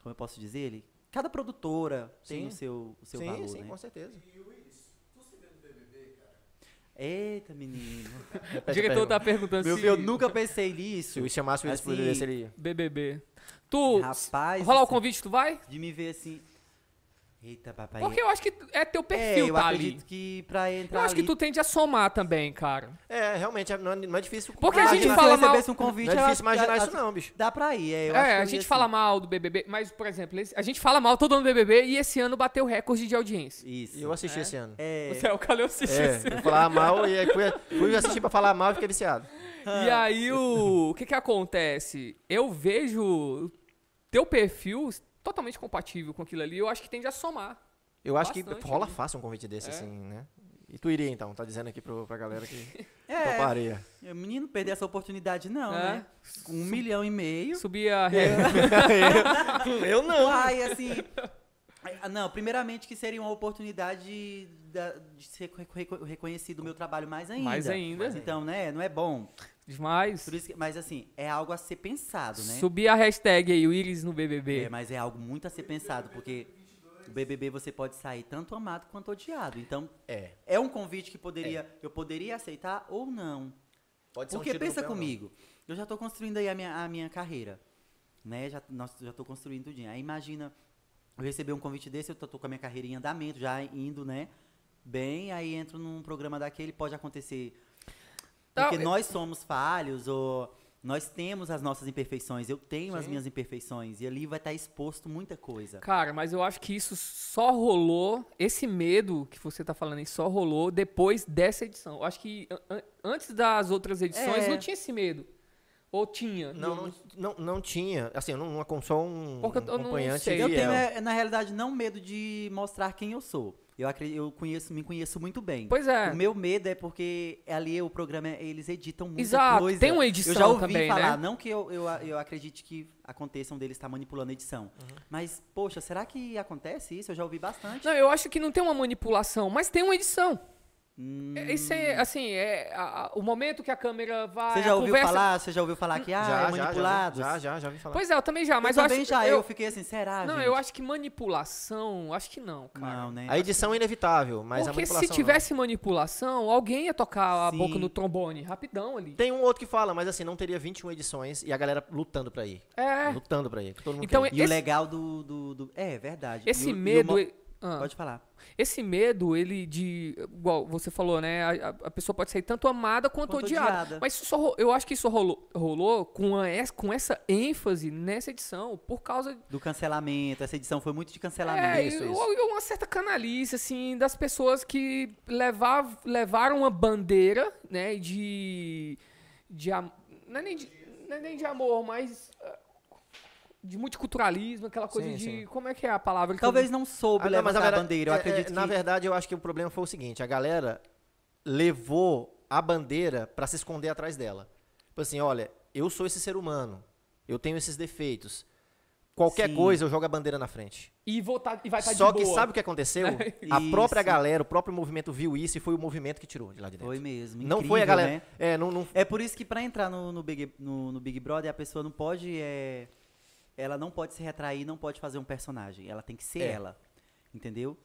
Speaker 3: como eu posso dizer ele? Cada produtora tem
Speaker 2: Sim.
Speaker 3: o seu, o seu
Speaker 2: sim,
Speaker 3: valor,
Speaker 2: sim,
Speaker 3: né?
Speaker 2: com certeza.
Speaker 3: Eita, menino.
Speaker 1: O diretor tá perguntando
Speaker 3: Meu,
Speaker 1: se.
Speaker 3: eu nunca pensei
Speaker 2: Se
Speaker 3: nisso.
Speaker 2: o Luiz chamasse o Willis
Speaker 3: Assim,
Speaker 2: pro Willis, ele...
Speaker 1: BBB. Tu.
Speaker 3: Rapaz,
Speaker 1: rolar o
Speaker 3: assim-
Speaker 1: convite, tu vai?
Speaker 3: De me ver assim. Eita, papai.
Speaker 1: Porque eu acho que é teu perfil
Speaker 3: é, eu
Speaker 1: tá
Speaker 3: acredito
Speaker 1: ali.
Speaker 3: que pra entrar
Speaker 1: Eu acho que
Speaker 3: ali-
Speaker 1: tu tende a somar também, cara.
Speaker 2: É, realmente, é- não é, não é difícil.
Speaker 1: Porque a
Speaker 3: Imagina
Speaker 1: gente
Speaker 3: se eu
Speaker 1: fala mal-
Speaker 3: recebesse um convite,
Speaker 2: Não é
Speaker 3: eu
Speaker 2: difícil
Speaker 3: acho que-
Speaker 2: imaginar
Speaker 3: a-
Speaker 2: isso não, bicho.
Speaker 3: Dá pra ir, é. Eu acho que
Speaker 1: é, a
Speaker 3: eu
Speaker 1: gente
Speaker 3: ia
Speaker 1: fala
Speaker 3: assim.
Speaker 1: mal do BBB, mas, por exemplo, esse- a gente fala mal todo ano do BBB e esse ano bateu recorde de audiência.
Speaker 3: Isso.
Speaker 2: E eu assisti esse ano.
Speaker 3: É,
Speaker 1: Você é o Calil assistiu esse-
Speaker 2: É, eu falar mal e aí fui, fui assistir pra falar mal e fiquei viciado.
Speaker 3: É.
Speaker 1: E aí o, o que que acontece? Eu vejo teu perfil totalmente compatível com aquilo ali, eu acho que tende a somar.
Speaker 2: Eu acho
Speaker 1: Bastante,
Speaker 2: que rola
Speaker 1: né?
Speaker 2: fácil um convite desse,
Speaker 1: É.
Speaker 2: assim, né? E tu iria então, tá dizendo aqui pro, pra galera que
Speaker 3: é,
Speaker 2: toparia.
Speaker 3: o menino perder essa oportunidade não,
Speaker 1: É.
Speaker 3: né? Um milhão e meio.
Speaker 1: Subir a
Speaker 3: É.
Speaker 1: régua.
Speaker 2: eu
Speaker 3: Uai, assim. (laughs) é, Não, primeiramente que seria uma oportunidade da- de ser reco- reco- reconhecido o meu trabalho mais ainda.
Speaker 1: Mais ainda.
Speaker 3: Mas então, né? Não é bom.
Speaker 1: Demais.
Speaker 3: Por isso que- mas assim, é algo a ser pensado, né?
Speaker 1: Subir a hashtag aí, o Iris no BBB.
Speaker 3: É, mas é algo muito a ser pensado, porque o BBB você pode sair tanto amado quanto odiado. Então,
Speaker 2: É.
Speaker 3: é um convite que poderia, eu poderia aceitar ou não.
Speaker 2: Pode ser um
Speaker 3: Porque
Speaker 2: tiro no
Speaker 3: pensa
Speaker 2: pé ou não.
Speaker 3: comigo, eu já tô construindo aí a minha, a minha carreira, né? Já, nós, já tô construindo tudinho. Aí imagina, eu receber um convite desse, eu tô, tô com a minha carreira em andamento, já indo, né? Bem, aí entro num programa daquele, pode acontecer.
Speaker 1: Tá,
Speaker 3: Porque
Speaker 1: eu-
Speaker 3: nós somos falhos, ou nós temos as nossas imperfeições, eu tenho as minhas imperfeições, e ali vai estar exposto muita coisa.
Speaker 1: Cara, mas eu acho que isso só rolou, esse medo que você tá falando aí só rolou depois dessa edição. Eu acho que an- an- antes das outras edições
Speaker 3: É.
Speaker 1: não tinha esse medo. Ou tinha?
Speaker 2: Não, não, não, não tinha. Assim, eu não, não acon- só um,
Speaker 1: Porque eu
Speaker 2: um
Speaker 1: tô- eu não
Speaker 2: acompanhante
Speaker 1: sei.
Speaker 2: fiel.
Speaker 3: Eu tenho, é, na realidade, não medo de mostrar quem eu sou. Eu, acre- eu conheço, me conheço muito bem.
Speaker 1: Pois é.
Speaker 3: O meu medo é porque ali o programa, eles editam muita
Speaker 1: Exato,
Speaker 3: coisa.
Speaker 1: tem uma edição
Speaker 3: Eu já ouvi
Speaker 1: também,
Speaker 3: falar,
Speaker 1: né?
Speaker 3: não que eu, eu, eu acredite que aconteçam deles estar manipulando a edição.
Speaker 1: Uhum.
Speaker 3: Mas, poxa, será que acontece isso? Eu já ouvi bastante.
Speaker 1: Não, eu acho que não tem uma manipulação, mas tem uma edição.
Speaker 3: Hum,
Speaker 1: É, Isso é, assim, é a- a- o momento que a câmera vai.
Speaker 3: Você
Speaker 1: É, a
Speaker 3: já ouviu
Speaker 1: conversa...
Speaker 3: falar? Você já ouviu falar que, ah, é manipulado?
Speaker 2: Já, já, já, já vi falar.
Speaker 1: Pois é, eu também já, mas
Speaker 3: eu
Speaker 1: eu,
Speaker 3: também
Speaker 1: acho
Speaker 3: já, eu,
Speaker 1: eu-
Speaker 3: fiquei assim, será,
Speaker 1: Não,
Speaker 3: gente?
Speaker 1: eu acho que manipulação, acho que não, cara.
Speaker 3: Não, né?
Speaker 2: a edição é inevitável, mas a
Speaker 1: Porque se
Speaker 2: manipulação não.
Speaker 1: tivesse manipulação, alguém ia tocar
Speaker 3: Sim.
Speaker 1: a boca no trombone rapidão ali.
Speaker 2: Tem um outro que fala, mas assim, não teria 21 edições e a galera lutando pra ir.
Speaker 1: É.
Speaker 2: Lutando pra ir. que Todo mundo
Speaker 1: Então,
Speaker 2: quer ir.
Speaker 3: E o
Speaker 1: esse-
Speaker 3: legal do... do, do- É, é verdade.
Speaker 1: Esse
Speaker 3: E o- e o
Speaker 1: medo.
Speaker 3: mo-
Speaker 1: e- Ah.
Speaker 3: Pode falar.
Speaker 1: Esse medo, ele de. Igual você falou, né? A, a- a pessoa pode sair tanto amada quanto,
Speaker 3: Quanto
Speaker 1: odiada.
Speaker 3: odiada.
Speaker 1: Mas isso só, ro- eu acho que isso rolou, rolou com, a es- com essa ênfase nessa edição, por causa.
Speaker 3: Do cancelamento. Essa edição foi muito de cancelamento.
Speaker 1: É, e- ou- ou uma certa canalice, assim, das pessoas que levar, levaram uma bandeira, né? De. de am- não, é nem de não é nem de amor, mas. ah, De multiculturalismo, aquela coisa
Speaker 2: Sim,
Speaker 1: de.
Speaker 2: sim.
Speaker 1: Como é que é a palavra? que eu-
Speaker 3: Talvez não soube
Speaker 2: Ah, não,
Speaker 3: levantar
Speaker 2: mas na verdade-
Speaker 3: a bandeira. Eu
Speaker 2: é, é,
Speaker 3: acredito
Speaker 2: Na
Speaker 3: que...
Speaker 2: verdade, eu acho que o problema foi o seguinte: a galera levou a bandeira pra se esconder atrás dela. Tipo assim, olha, eu sou esse ser humano, eu tenho esses defeitos. Qualquer
Speaker 3: Sim.
Speaker 2: coisa eu jogo a bandeira na frente.
Speaker 1: E, voltar, e vai estar
Speaker 2: Só
Speaker 1: de
Speaker 2: que
Speaker 1: boa.
Speaker 2: sabe o
Speaker 1: (laughs)
Speaker 2: que aconteceu? a
Speaker 3: Isso.
Speaker 2: própria galera, o próprio movimento viu isso e foi o movimento que tirou de lá de dentro.
Speaker 3: Foi mesmo.
Speaker 2: não
Speaker 3: incrível,
Speaker 2: foi a galera.
Speaker 3: né?
Speaker 2: É, não, não-
Speaker 3: É por isso que pra entrar no, no Big, no, no Big Brother, a pessoa não pode. é, ela não pode se retrair, não pode fazer um personagem. Ela tem que ser
Speaker 2: É.
Speaker 3: ela. Entendeu?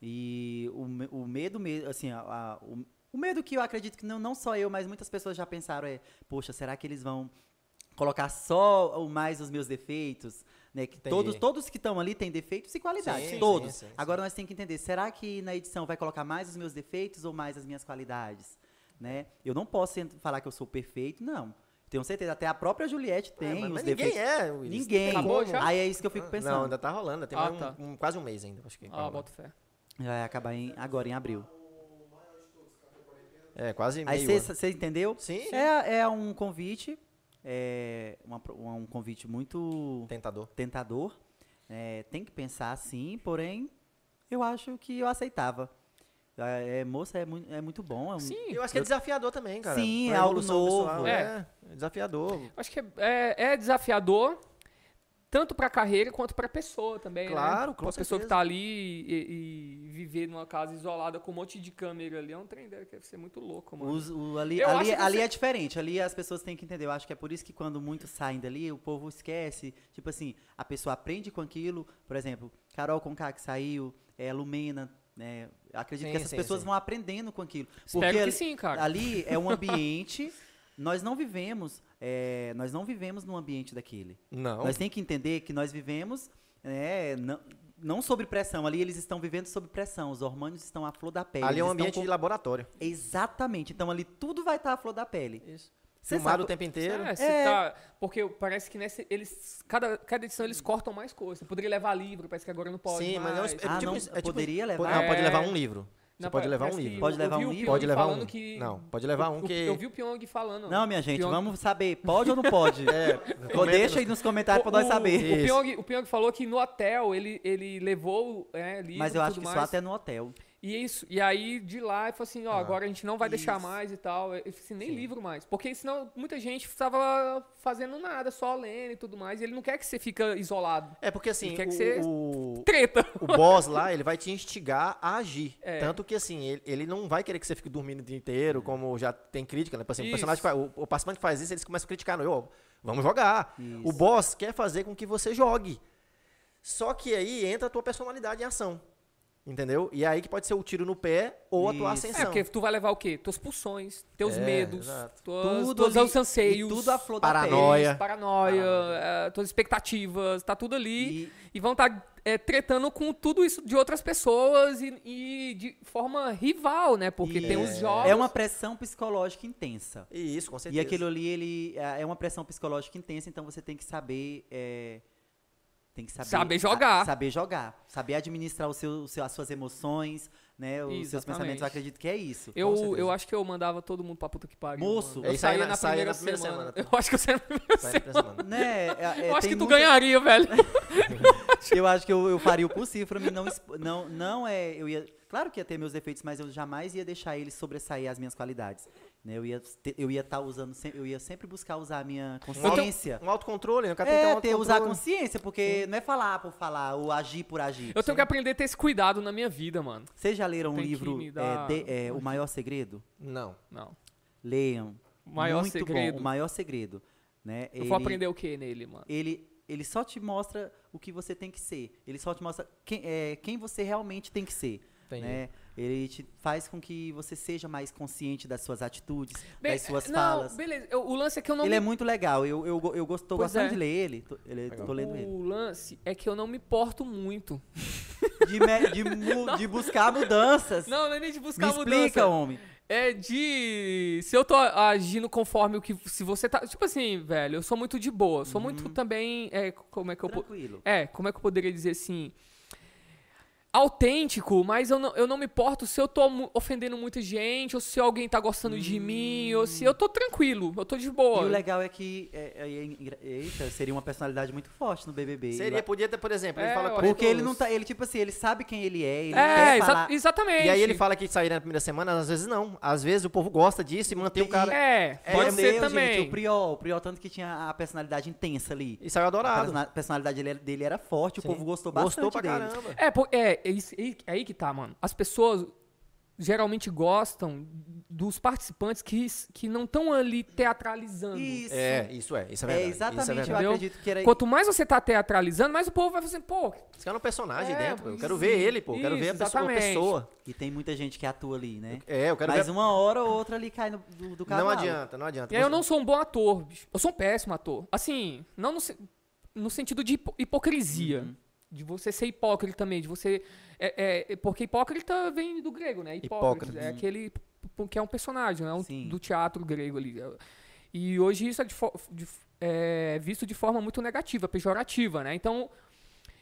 Speaker 3: E o, me- o medo mesmo, assim, a- a- o, o medo que eu acredito que não, não só eu, mas muitas pessoas já pensaram é, poxa, será que eles vão colocar só o mais os meus defeitos? Né? Que
Speaker 2: Entendi.
Speaker 3: todos, todos que estão ali têm defeitos e qualidades.
Speaker 2: Sim, sim,
Speaker 3: todos.
Speaker 2: sim, sim.
Speaker 3: Agora nós temos que entender, será que na edição vai colocar mais os meus defeitos ou mais as minhas qualidades? Né? Eu não posso ent- falar que eu sou perfeito, não. Tenho certeza, até a própria Juliette
Speaker 2: É,
Speaker 3: tem
Speaker 2: mas
Speaker 3: os
Speaker 2: ninguém
Speaker 3: defeitos.
Speaker 2: é, Willis.
Speaker 3: Ninguém.
Speaker 1: Acabou já?
Speaker 3: Aí é isso que eu fico
Speaker 2: Ah, Não,
Speaker 3: pensando.
Speaker 2: ainda tá rolando, tem
Speaker 1: Ah,
Speaker 2: mais um-
Speaker 1: tá.
Speaker 2: um- quase um mês ainda, acho que. pra
Speaker 1: Ah,
Speaker 2: rolar.
Speaker 1: bota fé.
Speaker 3: Vai acabar em- agora, em abril.
Speaker 2: É, quase meio.
Speaker 3: Aí
Speaker 2: ano.
Speaker 3: você entendeu?
Speaker 2: Sim, sim.
Speaker 3: É, é um convite, é uma pro- um convite muito
Speaker 2: um Tentador.
Speaker 3: tentador. É, tem que pensar assim, porém, eu acho que eu aceitava. É, é, moça, é, mui- é muito bom. É um,
Speaker 1: Sim.
Speaker 2: Eu acho que é desafiador também, cara.
Speaker 3: Sim,
Speaker 2: Pra
Speaker 3: é algo
Speaker 2: evolução
Speaker 3: novo.
Speaker 2: pessoal, É. é desafiador.
Speaker 1: Acho que é, é- é desafiador, tanto pra carreira quanto pra pessoa também.
Speaker 2: Claro,
Speaker 1: né?
Speaker 2: com
Speaker 1: Pra pessoa
Speaker 2: certeza.
Speaker 1: que tá ali e, e viver numa casa isolada com um monte de câmera ali é um trem deve ser muito louco, mano.
Speaker 3: Os- o- ali
Speaker 1: Eu
Speaker 3: ali,
Speaker 1: acho que
Speaker 3: ali
Speaker 1: você-
Speaker 3: é diferente, ali as pessoas têm que entender. Eu acho que é por isso que quando muitos saem dali, o povo esquece. Tipo assim, a pessoa aprende com aquilo. Por exemplo, Carol Conká que saiu, é, Lumena, né? Acredito
Speaker 2: Sim,
Speaker 3: que essas
Speaker 2: sim,
Speaker 3: pessoas
Speaker 2: sim.
Speaker 3: vão aprendendo com aquilo.
Speaker 1: Espero que
Speaker 3: ali-
Speaker 1: sim, cara.
Speaker 3: Ali
Speaker 1: (laughs)
Speaker 3: é um ambiente. nós não vivemos. é, nós não vivemos num ambiente daquele.
Speaker 2: Não.
Speaker 3: Nós temos que entender que nós vivemos. né, não- não sob pressão. Ali eles estão vivendo sob pressão. Os hormônios estão à flor da pele.
Speaker 2: Ali é um
Speaker 3: eles estão
Speaker 2: ambiente
Speaker 3: com-
Speaker 2: de laboratório.
Speaker 3: Exatamente. Então ali tudo vai estar à flor da pele.
Speaker 2: Isso.
Speaker 3: Cê
Speaker 2: Filmado
Speaker 3: sabe-
Speaker 2: o tempo inteiro.
Speaker 1: É, se
Speaker 3: É.
Speaker 1: tá- porque parece que nessa, eles, cada, cada edição eles cortam mais coisas. Você poderia levar livro, parece que agora não pode
Speaker 2: Sim, mas é um-
Speaker 1: mais.
Speaker 2: é
Speaker 3: Ah, não,
Speaker 2: isso- é
Speaker 3: poderia levar?
Speaker 2: Pode, não, pode
Speaker 1: É.
Speaker 2: levar um livro. Você
Speaker 1: Não,
Speaker 2: pode
Speaker 1: pa-
Speaker 2: levar um
Speaker 1: parece que
Speaker 2: livro.
Speaker 3: Pode
Speaker 1: eu- eu
Speaker 3: levar
Speaker 1: vi
Speaker 3: um
Speaker 1: o
Speaker 3: livro?
Speaker 1: Pyong
Speaker 2: Pode levar
Speaker 1: falando
Speaker 2: um.
Speaker 1: que-
Speaker 2: Não, pode levar
Speaker 1: eu-
Speaker 2: um
Speaker 1: eu-
Speaker 2: que-
Speaker 1: Eu vi o Pyong falando.
Speaker 3: Não, minha gente,
Speaker 1: Pyong-
Speaker 3: vamos saber. Pode ou não pode?
Speaker 1: (laughs)
Speaker 3: Ou
Speaker 2: comenta
Speaker 3: deixa
Speaker 2: nos-
Speaker 3: aí nos comentários Tá, pra nós
Speaker 1: É, o-
Speaker 3: saber.
Speaker 1: O
Speaker 2: Isso.
Speaker 1: Pyong, o Pyong falou que no hotel ele, ele levou é, livro
Speaker 3: Mas eu
Speaker 1: e
Speaker 3: acho
Speaker 1: tudo
Speaker 3: que
Speaker 1: mais.
Speaker 3: só até no hotel.
Speaker 1: E isso, e aí de lá ele falou assim, ó, agora a gente não vai deixar mais e tal. Eu falei assim, nem livro mais. Porque senão muita gente estava fazendo nada, só lendo e tudo mais. E ele não quer que você fica isolado.
Speaker 2: É porque assim,
Speaker 1: Ele quer que
Speaker 2: o-
Speaker 1: você-
Speaker 2: o,
Speaker 1: Treta!
Speaker 2: o boss lá, ele vai te instigar a agir.
Speaker 1: É.
Speaker 2: Tanto que, assim, ele, ele não vai querer que você fique dormindo o dia inteiro, como já tem crítica, né? Por exemplo, o,
Speaker 1: Isso.
Speaker 2: personagem que faz- o, o participante que faz isso, eles começam a criticar. Não, eu, vamos jogar.
Speaker 3: Isso.
Speaker 2: O boss quer fazer com que você jogue. Só que aí entra a tua personalidade em ação. Entendeu? E é aí que pode ser o tiro no pé ou a tua
Speaker 3: Isso.
Speaker 1: É,
Speaker 2: ascensão.
Speaker 1: porque tu vai levar o quê? Tuas pulsões, teus
Speaker 2: É,
Speaker 1: medos,
Speaker 2: exato.
Speaker 1: tuas,
Speaker 3: Tudo
Speaker 1: tuas
Speaker 3: ali-
Speaker 1: os anseios.
Speaker 3: e tudo à flor da pele.
Speaker 2: Paranoia.
Speaker 1: Paranoia, eh, tuas expectativas, tá tudo ali.
Speaker 3: E-
Speaker 1: E, vão estar tretando com tudo isso de outras pessoas e, e de forma rival, né? Porque tem os jogos.
Speaker 3: É uma pressão psicológica intensa.
Speaker 2: E isso, com
Speaker 3: E
Speaker 2: certeza.
Speaker 3: aquilo ali, ele é é uma pressão psicológica intensa, então você tem que saber. é, tem que saber,
Speaker 1: Saber jogar.
Speaker 3: a- saber jogar. Saber administrar o seu, o seu- as suas emoções, né? Os seus
Speaker 1: Exatamente.
Speaker 3: pensamentos. Eu acredito que é isso.
Speaker 1: Eu, eu acho que eu mandava todo mundo pra puta que pariu.
Speaker 3: Moço,
Speaker 1: mano.
Speaker 2: É,
Speaker 1: eu
Speaker 2: isso aí
Speaker 1: saía
Speaker 2: na-
Speaker 1: na,
Speaker 2: saía
Speaker 1: primeira
Speaker 2: na primeira
Speaker 1: semana. (laughs)
Speaker 2: semana.
Speaker 1: Eu acho que eu saía na primeira
Speaker 2: Sai
Speaker 1: semana.
Speaker 2: impressionando.
Speaker 3: Né?
Speaker 1: Eu acho que tu ganharia, velho.
Speaker 3: Eu acho que eu, eu faria o possível pra mim não, expo- não, não é, eu ia, claro que ia ter meus defeitos, mas eu jamais ia deixar eles sobressair as minhas qualidades, né? Eu ia, te- eu ia estar usando, sem- eu ia sempre buscar usar a minha
Speaker 2: Um, auto,
Speaker 3: consciência.
Speaker 2: um autocontrole, né? O cara tem que ter
Speaker 3: É,
Speaker 2: um
Speaker 3: ter, usar a
Speaker 2: autocontrole.
Speaker 3: consciência, porque não é falar por falar, ou agir por agir.
Speaker 1: Eu tenho que aprender a ter esse cuidado na minha vida, mano.
Speaker 3: Vocês já leram um
Speaker 1: Tem que
Speaker 3: livro,
Speaker 1: me dar-
Speaker 3: é, de- é, O Maior Segredo?
Speaker 2: Não.
Speaker 1: Não.
Speaker 3: Leiam.
Speaker 1: O Maior
Speaker 3: Muito
Speaker 1: Segredo.
Speaker 3: Bom, o Maior Segredo. Né?
Speaker 1: Eu vou aprender o que nele, mano?
Speaker 3: ele, ele só te mostra o que você tem que ser. Ele só te mostra quem, é, quem você realmente tem que ser.
Speaker 2: Entendi.
Speaker 3: Né? Ele te faz com que você seja mais consciente das suas atitudes,
Speaker 1: Bem,
Speaker 3: das suas
Speaker 1: não,
Speaker 3: falas.
Speaker 1: beleza. Eu- o lance é que eu não
Speaker 3: Ele
Speaker 1: me-
Speaker 3: é muito legal. Eu, eu, go- eu gosto, tô
Speaker 1: Pois
Speaker 3: gostando
Speaker 1: é.
Speaker 3: de ler ele. Tô, ele- tô lendo ele.
Speaker 1: O lance é que eu não me porto muito.
Speaker 3: De, me- de
Speaker 1: (laughs)
Speaker 3: mu- de buscar mudanças.
Speaker 1: Não, não é nem de buscar
Speaker 3: Me
Speaker 1: mudança.
Speaker 3: explica, homem.
Speaker 1: É de. Se eu tô agindo conforme o que. Se você tá. Tipo assim, velho, eu sou muito de boa. eu Sou muito também. é, como é que eu. po-
Speaker 3: Tranquilo.
Speaker 1: É, como é que eu poderia dizer assim? Autêntico, mas eu não, eu não me importo se eu tô mu- ofendendo muita gente, ou se alguém tá gostando de mim, ou se eu tô tranquilo, eu tô de
Speaker 3: E o
Speaker 1: boa.
Speaker 3: legal é que é, é, é engra- eita, seria uma personalidade muito forte no BBB.
Speaker 2: Seria, podia ter, por exemplo, ele
Speaker 1: É,
Speaker 2: fala
Speaker 1: eu-
Speaker 2: com
Speaker 3: Porque ele não
Speaker 2: todos.
Speaker 3: tá. Ele, tipo assim, ele sabe quem ele é. Ele não
Speaker 1: É,
Speaker 3: quer
Speaker 1: exa-
Speaker 3: falar.
Speaker 1: exatamente.
Speaker 2: E aí ele fala que sair na primeira semana, às vezes não. Às vezes o povo gosta disso e mantém o cara.
Speaker 1: É,
Speaker 2: É,
Speaker 1: pode
Speaker 3: Meu
Speaker 1: ser
Speaker 3: Deus,
Speaker 1: também.
Speaker 3: Gente, o Priol, o Priol, tanto que tinha a personalidade intensa ali.
Speaker 2: E saiu
Speaker 3: A
Speaker 2: adorado.
Speaker 3: persona- personalidade dele, dele era forte, o povo gostou bastante
Speaker 2: Gostou pra
Speaker 3: dele.
Speaker 2: caramba.
Speaker 1: É, pô, é, é isso- é aí que tá, mano. As pessoas geralmente gostam dos participantes que, que não estão ali teatralizando.
Speaker 3: Isso.
Speaker 2: É, isso é. Isso é
Speaker 3: É,
Speaker 2: verdade. Isso é
Speaker 3: exatamente, eu
Speaker 2: verdade.
Speaker 1: Entendeu?
Speaker 3: acredito que era
Speaker 1: Quanto mais você tá teatralizando, mais o povo vai fazer, pô,
Speaker 2: Esse cara é um personagem
Speaker 1: É,
Speaker 2: dentro. Eu quero
Speaker 1: isso,
Speaker 2: ver ele, pô. Eu quero ver a
Speaker 1: isso,
Speaker 2: pessoa, uma
Speaker 1: exatamente.
Speaker 2: pessoa.
Speaker 3: E tem muita gente que atua ali, né?
Speaker 2: É, eu quero
Speaker 3: Mas
Speaker 2: ver.
Speaker 3: uma hora ou outra ali cai no, do, do cavalo.
Speaker 2: Não adianta, não adianta.
Speaker 1: E aí eu não sou um bom ator, bicho. Eu sou um péssimo ator. Assim, não no, se- no sentido de hipo- hipocrisia.
Speaker 3: Uhum.
Speaker 1: De você ser hipócrita também, de você. é- é- é- porque hipócrita vem do grego, né? Hipócrita.
Speaker 2: Hipócrates.
Speaker 1: É aquele p- que é um personagem, né? Um-
Speaker 3: Sim.
Speaker 1: do teatro grego ali. E hoje isso é, de fo- de- é visto de forma muito negativa, pejorativa, né? Então,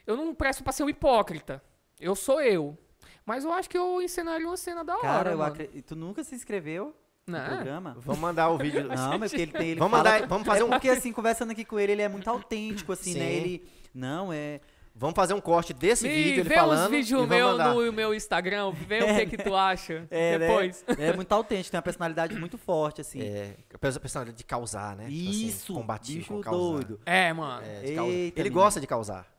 Speaker 1: eu não presto pra ser um hipócrita. Eu sou eu. Mas eu acho que eu encenaria uma cena da hora.
Speaker 3: Cara, eu
Speaker 1: mano.
Speaker 3: acre- tu nunca se inscreveu no
Speaker 1: Né?
Speaker 3: programa?
Speaker 2: (laughs) Vamos mandar o vídeo.
Speaker 3: Não, mas porque ele tem. Ele
Speaker 2: Vamos
Speaker 3: fala-
Speaker 2: mandar- vamos fazer
Speaker 3: é
Speaker 2: um-
Speaker 3: Porque assim, conversando aqui com ele, ele é muito autêntico, assim, né?
Speaker 2: Sim.
Speaker 3: Ele. Não, é.
Speaker 2: Vamos fazer um corte desse
Speaker 1: Me
Speaker 2: vídeo, ele
Speaker 1: vê
Speaker 2: falando.
Speaker 1: uns
Speaker 2: e
Speaker 1: vídeos
Speaker 2: vamos
Speaker 1: meu
Speaker 2: mandar.
Speaker 1: no meu Instagram, vê
Speaker 2: (laughs)
Speaker 1: o que que tu acha
Speaker 3: É, né?
Speaker 1: depois.
Speaker 3: É muito autêntico, tem uma personalidade muito forte, assim.
Speaker 2: É, a pessoa- a personalidade de causar, né? Tipo assim,
Speaker 3: Isso,
Speaker 2: combativo,
Speaker 3: bicho
Speaker 2: causar.
Speaker 3: doido.
Speaker 1: É, mano.
Speaker 2: É, de causar.
Speaker 3: Eita,
Speaker 2: ele
Speaker 3: menino.
Speaker 2: gosta de causar.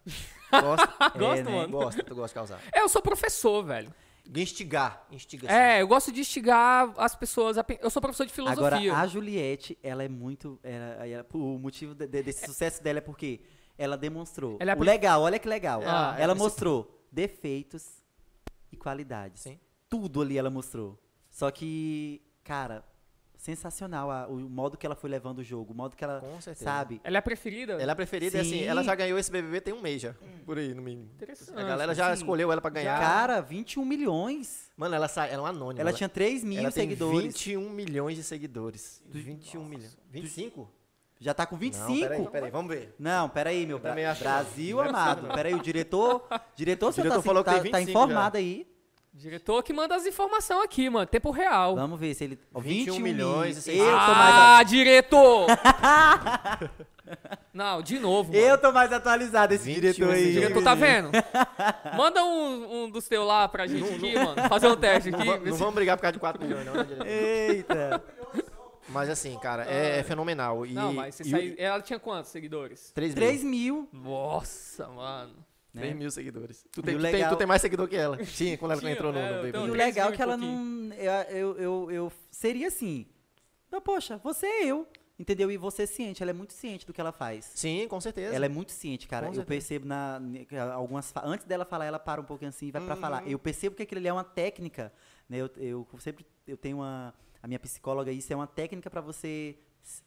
Speaker 2: Gosta. É,
Speaker 1: Gosto,
Speaker 3: né?
Speaker 1: mano.
Speaker 2: gosta, tu gosta de causar.
Speaker 1: É, eu sou professor, velho.
Speaker 2: De instigar, instigação.
Speaker 1: É, eu gosto de instigar as pessoas. A... pe- Eu sou professor de
Speaker 3: Agora,
Speaker 1: filosofia.
Speaker 3: a Juliette, ela é muito. ela- ela- o motivo de- de- desse sucesso dela é porque ela demonstrou.
Speaker 1: Ela é a
Speaker 3: o
Speaker 1: prin-
Speaker 3: legal, olha que legal.
Speaker 2: Ah, é a
Speaker 3: ela
Speaker 2: principal.
Speaker 3: mostrou defeitos e qualidades.
Speaker 2: Sim.
Speaker 3: Tudo ali ela mostrou. Só que, cara, sensacional a- o modo que ela foi levando o jogo, o modo que ela,
Speaker 2: Com certeza.
Speaker 3: sabe?
Speaker 1: Ela é a preferida?
Speaker 2: Ela é a preferida, e assim,
Speaker 3: Sim.
Speaker 2: ela já ganhou esse BBB tem um mês já, por aí, no mínimo.
Speaker 1: Interessante.
Speaker 2: A galera já
Speaker 3: assim,
Speaker 2: escolheu ela pra ganhar.
Speaker 3: Cara, 21 milhões.
Speaker 2: Mano, ela, sa... ela é um anônimo.
Speaker 3: Ela tinha 3 mil
Speaker 2: ela tem
Speaker 3: seguidores.
Speaker 2: 21 milhões de seguidores. 21 milhões. 25?
Speaker 3: Já tá com 25?
Speaker 2: Não, peraí, peraí, vamos ver.
Speaker 3: Não, peraí, meu
Speaker 2: também
Speaker 3: bra
Speaker 2: acho-
Speaker 3: Brasil
Speaker 2: não é possível,
Speaker 3: amado. Peraí, o diretor. Diretor, você
Speaker 2: diretor
Speaker 3: tá, assim-
Speaker 2: falou que
Speaker 3: tá,
Speaker 2: tem
Speaker 3: tá
Speaker 2: 25
Speaker 3: informado aí.
Speaker 1: Diretor que manda as informações aqui, mano. Tempo real.
Speaker 3: Vamos ver se ele. ó,
Speaker 2: 21
Speaker 3: 21
Speaker 2: milhões
Speaker 3: milhões.
Speaker 2: e
Speaker 3: Eu tô,
Speaker 2: seiscentos.
Speaker 1: ah,
Speaker 2: (laughs)
Speaker 3: mais,
Speaker 1: diretor! Não, de novo. mano.
Speaker 3: eu tô mais atualizado esse
Speaker 2: 21
Speaker 3: diretor aí.
Speaker 2: milhões.
Speaker 1: Diretor, tá vendo? Manda um, um dos teus lá pra gente aqui, mano. Fazer um teste
Speaker 2: (laughs) Não,
Speaker 1: aqui.
Speaker 2: va-
Speaker 1: ver
Speaker 2: não
Speaker 1: se-
Speaker 2: vamos brigar por causa de (laughs) 4 milhões, não, né,
Speaker 1: (laughs)
Speaker 2: diretor?
Speaker 3: Eita.
Speaker 2: Mas assim, cara, é, é fenomenal. E,
Speaker 1: Não, mas você
Speaker 2: e
Speaker 1: saiu- ela tinha quantos seguidores?
Speaker 2: 3 mil.
Speaker 3: 3 mil.
Speaker 1: Nossa, mano.
Speaker 3: né?
Speaker 2: Três mil seguidores. Tu tem,
Speaker 3: E o
Speaker 2: tu tem-
Speaker 3: legal-
Speaker 2: tu tem mais seguidor que ela. Tinha, quando ela
Speaker 1: Tinha,
Speaker 2: entrou no,
Speaker 1: é,
Speaker 2: no
Speaker 1: eu tenho-
Speaker 3: E
Speaker 2: BBB.
Speaker 3: o
Speaker 1: três
Speaker 3: legal
Speaker 1: mil
Speaker 3: é
Speaker 1: e
Speaker 3: que ela
Speaker 1: pouquinho.
Speaker 3: não. Eu, eu, eu, eu- seria assim. Não, poxa, você é eu. Entendeu? E você é ciente, ela é muito ciente do que ela faz.
Speaker 2: Sim, com certeza.
Speaker 3: Ela é muito ciente, cara.
Speaker 2: Com
Speaker 3: Eu
Speaker 2: certeza.
Speaker 3: percebo na ne- que a- algumas fa- antes dela falar, ela para um pouquinho assim e vai pra
Speaker 2: Uhum.
Speaker 3: falar. Eu percebo que aquilo ali é uma técnica, né? Eu, eu sempre eu tenho uma a minha psicóloga isso é uma técnica pra você s-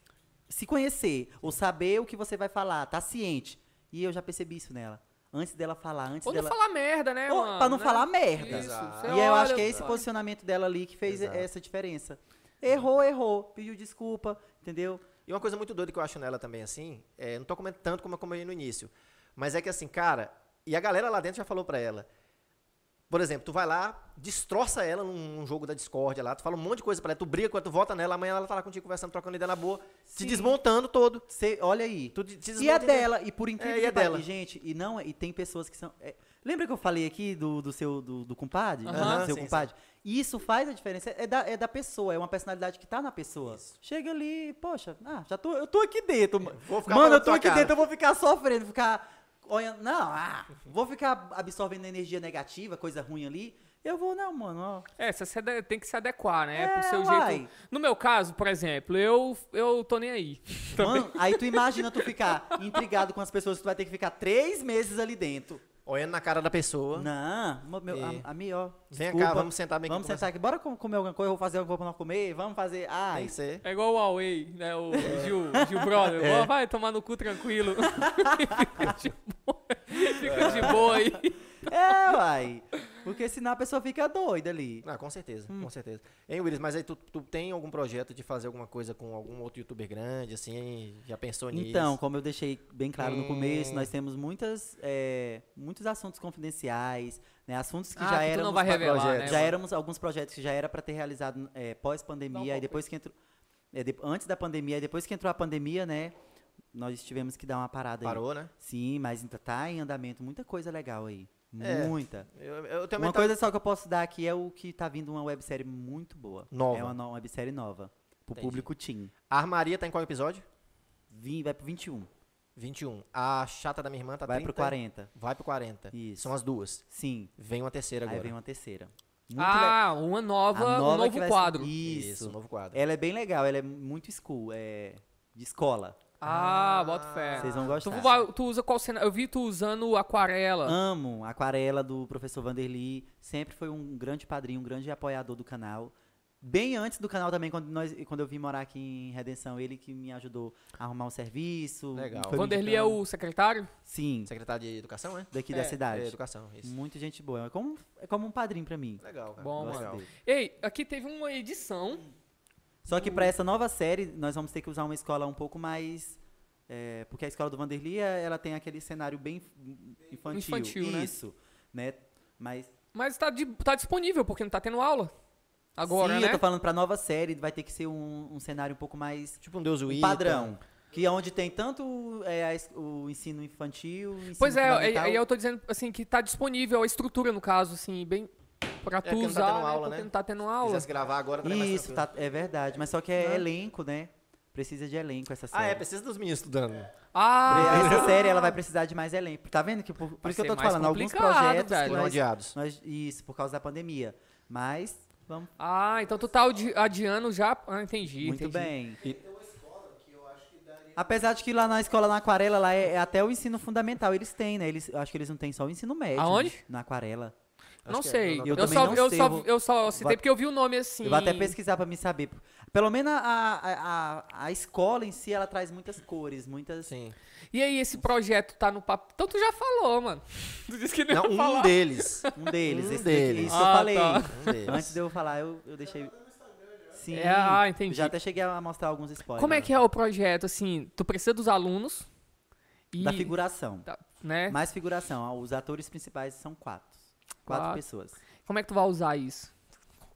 Speaker 3: se conhecer ou saber o que você vai falar, tá ciente. E eu já percebi isso nela. Antes dela falar, antes
Speaker 1: Ou não
Speaker 3: dela
Speaker 1: falar merda, né,
Speaker 3: Ou
Speaker 1: mano?
Speaker 3: pra não
Speaker 1: né?
Speaker 3: falar merda.
Speaker 1: Isso,
Speaker 2: Exato.
Speaker 1: você
Speaker 3: E eu acho
Speaker 1: olha,
Speaker 3: que é esse
Speaker 1: pá.
Speaker 3: posicionamento dela ali que fez
Speaker 2: Exato.
Speaker 3: essa diferença. Errou, errou, pediu desculpa, entendeu?
Speaker 2: E uma coisa muito doida que eu acho nela também, assim, é, não tô comentando tanto como eu comentei no início, mas é que assim, cara, e a galera lá dentro já falou pra ela. Por exemplo, tu vai lá, destroça ela num, num jogo da discórdia lá, tu fala um monte de coisa pra ela, tu briga com ela, tu vota nela, amanhã ela tá lá contigo conversando, trocando ideia na boa, te
Speaker 3: Sim.
Speaker 2: desmontando todo.
Speaker 3: Cê- olha aí.
Speaker 2: Tu de- se
Speaker 3: e é
Speaker 2: desmonta, né?
Speaker 3: dela, e por incrível
Speaker 2: É, e
Speaker 3: que
Speaker 2: é
Speaker 3: pareça,
Speaker 2: dela.
Speaker 3: gente, e não, e tem pessoas que são. é, lembra que eu falei aqui do, do seu do, do compadre?
Speaker 1: Aham.
Speaker 3: do seu
Speaker 2: Sim,
Speaker 3: compadre? Isso faz a diferença. É da, é da pessoa, é uma personalidade que tá na pessoa. Chega ali, poxa, ah, já tô, eu tô aqui dentro. ma-
Speaker 2: Vou ficar
Speaker 3: Mano,
Speaker 2: falando
Speaker 3: eu tô
Speaker 2: tua
Speaker 3: aqui
Speaker 2: cara.
Speaker 3: dentro, eu vou ficar sofrendo, ficar olhando. Não, ah, vou ficar absorvendo energia negativa, coisa ruim ali. Eu vou, não, mano, ó.
Speaker 1: É, você se ade- tem que se adequar, né?
Speaker 3: É,
Speaker 1: pro seu
Speaker 3: uai.
Speaker 1: jeito. No meu caso, por exemplo, eu, eu tô nem aí.
Speaker 3: Mano, aí tu imagina tu ficar intrigado com as pessoas que tu vai ter que ficar três meses ali dentro.
Speaker 2: Olhando na cara da pessoa.
Speaker 3: Não, mo-
Speaker 1: É.
Speaker 3: meu,
Speaker 2: E-
Speaker 3: a, a minha, ó.
Speaker 2: Vem
Speaker 3: desculpa.
Speaker 2: cá, vamos sentar bem aqui
Speaker 3: Vamos
Speaker 2: conversar.
Speaker 3: sentar aqui. Bora com- comer alguma coisa, eu vou fazer alguma coisa pra nós comer, vamos fazer. Ah,
Speaker 2: Tem que ser.
Speaker 1: É igual o Huawei, né? O Gil, Gil Brother.
Speaker 3: É.
Speaker 1: Ó, Vai tomar no cu
Speaker 3: (laughs)
Speaker 1: tranquilo. Fica de boa. Fica de boa aí.
Speaker 3: é, uai. Porque senão a pessoa fica doida ali.
Speaker 2: Ah, com certeza,
Speaker 3: Hum.
Speaker 2: com certeza. Hein, Willis, mas aí tu, tu tem algum projeto de fazer alguma coisa com algum outro youtuber grande, assim? Já pensou nisso?
Speaker 3: Então, como eu deixei bem claro no
Speaker 2: Hum.
Speaker 1: É.
Speaker 3: começo, nós temos muitas, é, muitos assuntos confidenciais, né? Assuntos que
Speaker 1: Ah,
Speaker 3: já
Speaker 1: que tu
Speaker 3: éramos
Speaker 1: não vai revelar,
Speaker 2: projeto.
Speaker 1: né?
Speaker 3: já
Speaker 1: mano?
Speaker 3: éramos alguns projetos que já era para ter realizado é,
Speaker 1: Dá um
Speaker 3: pós-pandemia,
Speaker 1: pouco
Speaker 3: e depois que entrou. é, de- antes da pandemia, e depois que entrou a pandemia, né? Nós tivemos que dar uma parada aí.
Speaker 2: Parou, né?
Speaker 3: Sim, mas ainda tá em andamento muita coisa legal aí.
Speaker 2: É.
Speaker 3: Muita.
Speaker 2: Eu, eu tenho
Speaker 3: Uma
Speaker 2: uma
Speaker 3: coisa só que eu posso dar aqui é o que tá vindo uma websérie muito boa.
Speaker 2: Nova.
Speaker 3: É uma no- websérie nova. Pro
Speaker 2: Entendi.
Speaker 3: público teen.
Speaker 2: A armaria tá em qual episódio?
Speaker 3: Vim, vai pro 21.
Speaker 2: 21. A chata da minha irmã tá
Speaker 3: vai
Speaker 2: 30.
Speaker 3: pro 40.
Speaker 2: Vai pro 40.
Speaker 3: Isso.
Speaker 2: São as duas.
Speaker 3: Sim.
Speaker 2: Vem uma terceira
Speaker 3: Aí
Speaker 2: agora.
Speaker 3: vem uma terceira. Muito le-
Speaker 1: Ah, uma nova,
Speaker 3: a
Speaker 1: um
Speaker 3: nova que
Speaker 1: novo
Speaker 3: vai-
Speaker 1: quadro.
Speaker 3: Isso.
Speaker 2: um novo quadro.
Speaker 3: Ela é bem legal, ela é muito school, é de escola.
Speaker 1: Ah, bota fé.
Speaker 3: Vocês vão gostar.
Speaker 1: Tu, vai- tu usa qual cena? Eu vi tu usando aquarela.
Speaker 3: Amo a aquarela do professor Vanderly. Sempre foi um grande padrinho, um grande apoiador do canal. Bem antes do canal também, quando, nós, quando eu vim morar aqui em Redenção, ele que me ajudou a arrumar um serviço.
Speaker 2: Legal.
Speaker 3: Ah, foi me
Speaker 1: Vanderly é
Speaker 3: indicando.
Speaker 1: o secretário?
Speaker 3: Sim,
Speaker 2: Secretário de Educação, né?
Speaker 3: daqui
Speaker 1: É,
Speaker 3: da
Speaker 2: É,
Speaker 3: cidade.
Speaker 2: educação, isso.
Speaker 3: Muito gente boa. É como, é como um padrinho pra mim.
Speaker 2: Legal, cara.
Speaker 1: Bom,
Speaker 3: Gosto
Speaker 2: legal.
Speaker 3: dele.
Speaker 1: Ei, aqui teve uma edição.
Speaker 3: Só que pra essa nova série, nós vamos ter que usar uma escola um pouco mais. é, porque a escola do Vanderly, é- ela tem aquele cenário bem inf- infantil.
Speaker 1: Infantil, né?
Speaker 3: Isso, né? Mas
Speaker 1: Mas tá, di- tá disponível, porque não tá tendo aula. Agora,
Speaker 3: Sim,
Speaker 1: né?
Speaker 3: eu tô falando assim, pra nova série, vai ter que ser um, um cenário um pouco mais
Speaker 2: Tipo um Deus
Speaker 3: um
Speaker 2: Wii.
Speaker 3: padrão. Que é onde tem tanto é, a es- o ensino infantil, o ensino
Speaker 1: Pois é, aí
Speaker 3: fundamental.
Speaker 1: aí eu tô dizendo assim que tá disponível a estrutura, no caso, assim, bem pra
Speaker 2: porque
Speaker 1: tu
Speaker 2: não tá
Speaker 1: usar,
Speaker 2: tendo
Speaker 1: né,
Speaker 2: aula,
Speaker 1: porque
Speaker 2: né?
Speaker 1: não tá tendo
Speaker 2: Se
Speaker 1: aula.
Speaker 2: quisesse gravar agora, também é mais
Speaker 3: Isso,
Speaker 2: tranquilo.
Speaker 3: tá- é verdade. Mas só que é
Speaker 1: Né?
Speaker 3: elenco, né? Precisa de elenco essa série.
Speaker 2: Ah, é, precisa dos meninos estudando.
Speaker 1: Ah,
Speaker 3: Essa série ela vai precisar de mais elenco. Tá vendo que por, por
Speaker 1: Vai
Speaker 3: isso que eu
Speaker 1: ser
Speaker 3: tô te
Speaker 1: mais
Speaker 3: falando, alguns
Speaker 1: complicado,
Speaker 3: projetos que
Speaker 1: velho.
Speaker 2: Foram
Speaker 3: nós, (laughs)
Speaker 2: adiados.
Speaker 3: nós- isso por causa da pandemia. Mas vamos
Speaker 1: ah, então tu tá adi- adiando já. Ah, entendi.
Speaker 3: muito
Speaker 1: entendi.
Speaker 3: bem.
Speaker 4: Tem uma escola que eu acho que daria.
Speaker 3: Apesar de que lá na escola na aquarela lá é, é até o ensino fundamental eles têm, né? Eles eu acho que eles não têm só o ensino médio.
Speaker 1: Aonde?
Speaker 3: né? Na aquarela.
Speaker 2: Acho
Speaker 1: não
Speaker 2: que é,
Speaker 1: sei.
Speaker 2: não,
Speaker 1: eu,
Speaker 3: não, também
Speaker 1: só,
Speaker 3: não
Speaker 1: eu,
Speaker 3: sei,
Speaker 1: só,
Speaker 3: eu vou-
Speaker 1: eu só citei
Speaker 3: vai-
Speaker 1: porque eu vi o nome assim.
Speaker 3: Eu vou até pesquisar pra me saber. Pelo menos a, a, a, a escola em si, ela traz muitas cores, muitas.
Speaker 2: Sim.
Speaker 1: E aí, esse projeto tá no papo. Então tu já falou, mano. (laughs) Tu disse que não,
Speaker 2: Não,
Speaker 1: ia falar.
Speaker 2: um deles.
Speaker 3: Um
Speaker 1: (laughs)
Speaker 3: deles,
Speaker 2: Um
Speaker 3: esse
Speaker 2: deles.
Speaker 3: daqui, isso
Speaker 1: Ah,
Speaker 3: eu falei.
Speaker 1: tá.
Speaker 2: Um deles.
Speaker 3: Antes de eu falar, eu, eu
Speaker 4: tá
Speaker 3: deixei. Sim.
Speaker 1: É, ah, entendi.
Speaker 3: Já até cheguei a mostrar alguns spoilers.
Speaker 1: Como é que é o projeto? Assim, tu precisa dos alunos. E,
Speaker 3: Da figuração.
Speaker 1: é tá, né?
Speaker 3: Mais figuração. ah, Os atores principais são quatro. Quatro,
Speaker 1: Quatro.
Speaker 3: pessoas.
Speaker 1: Como é que tu vai usar isso?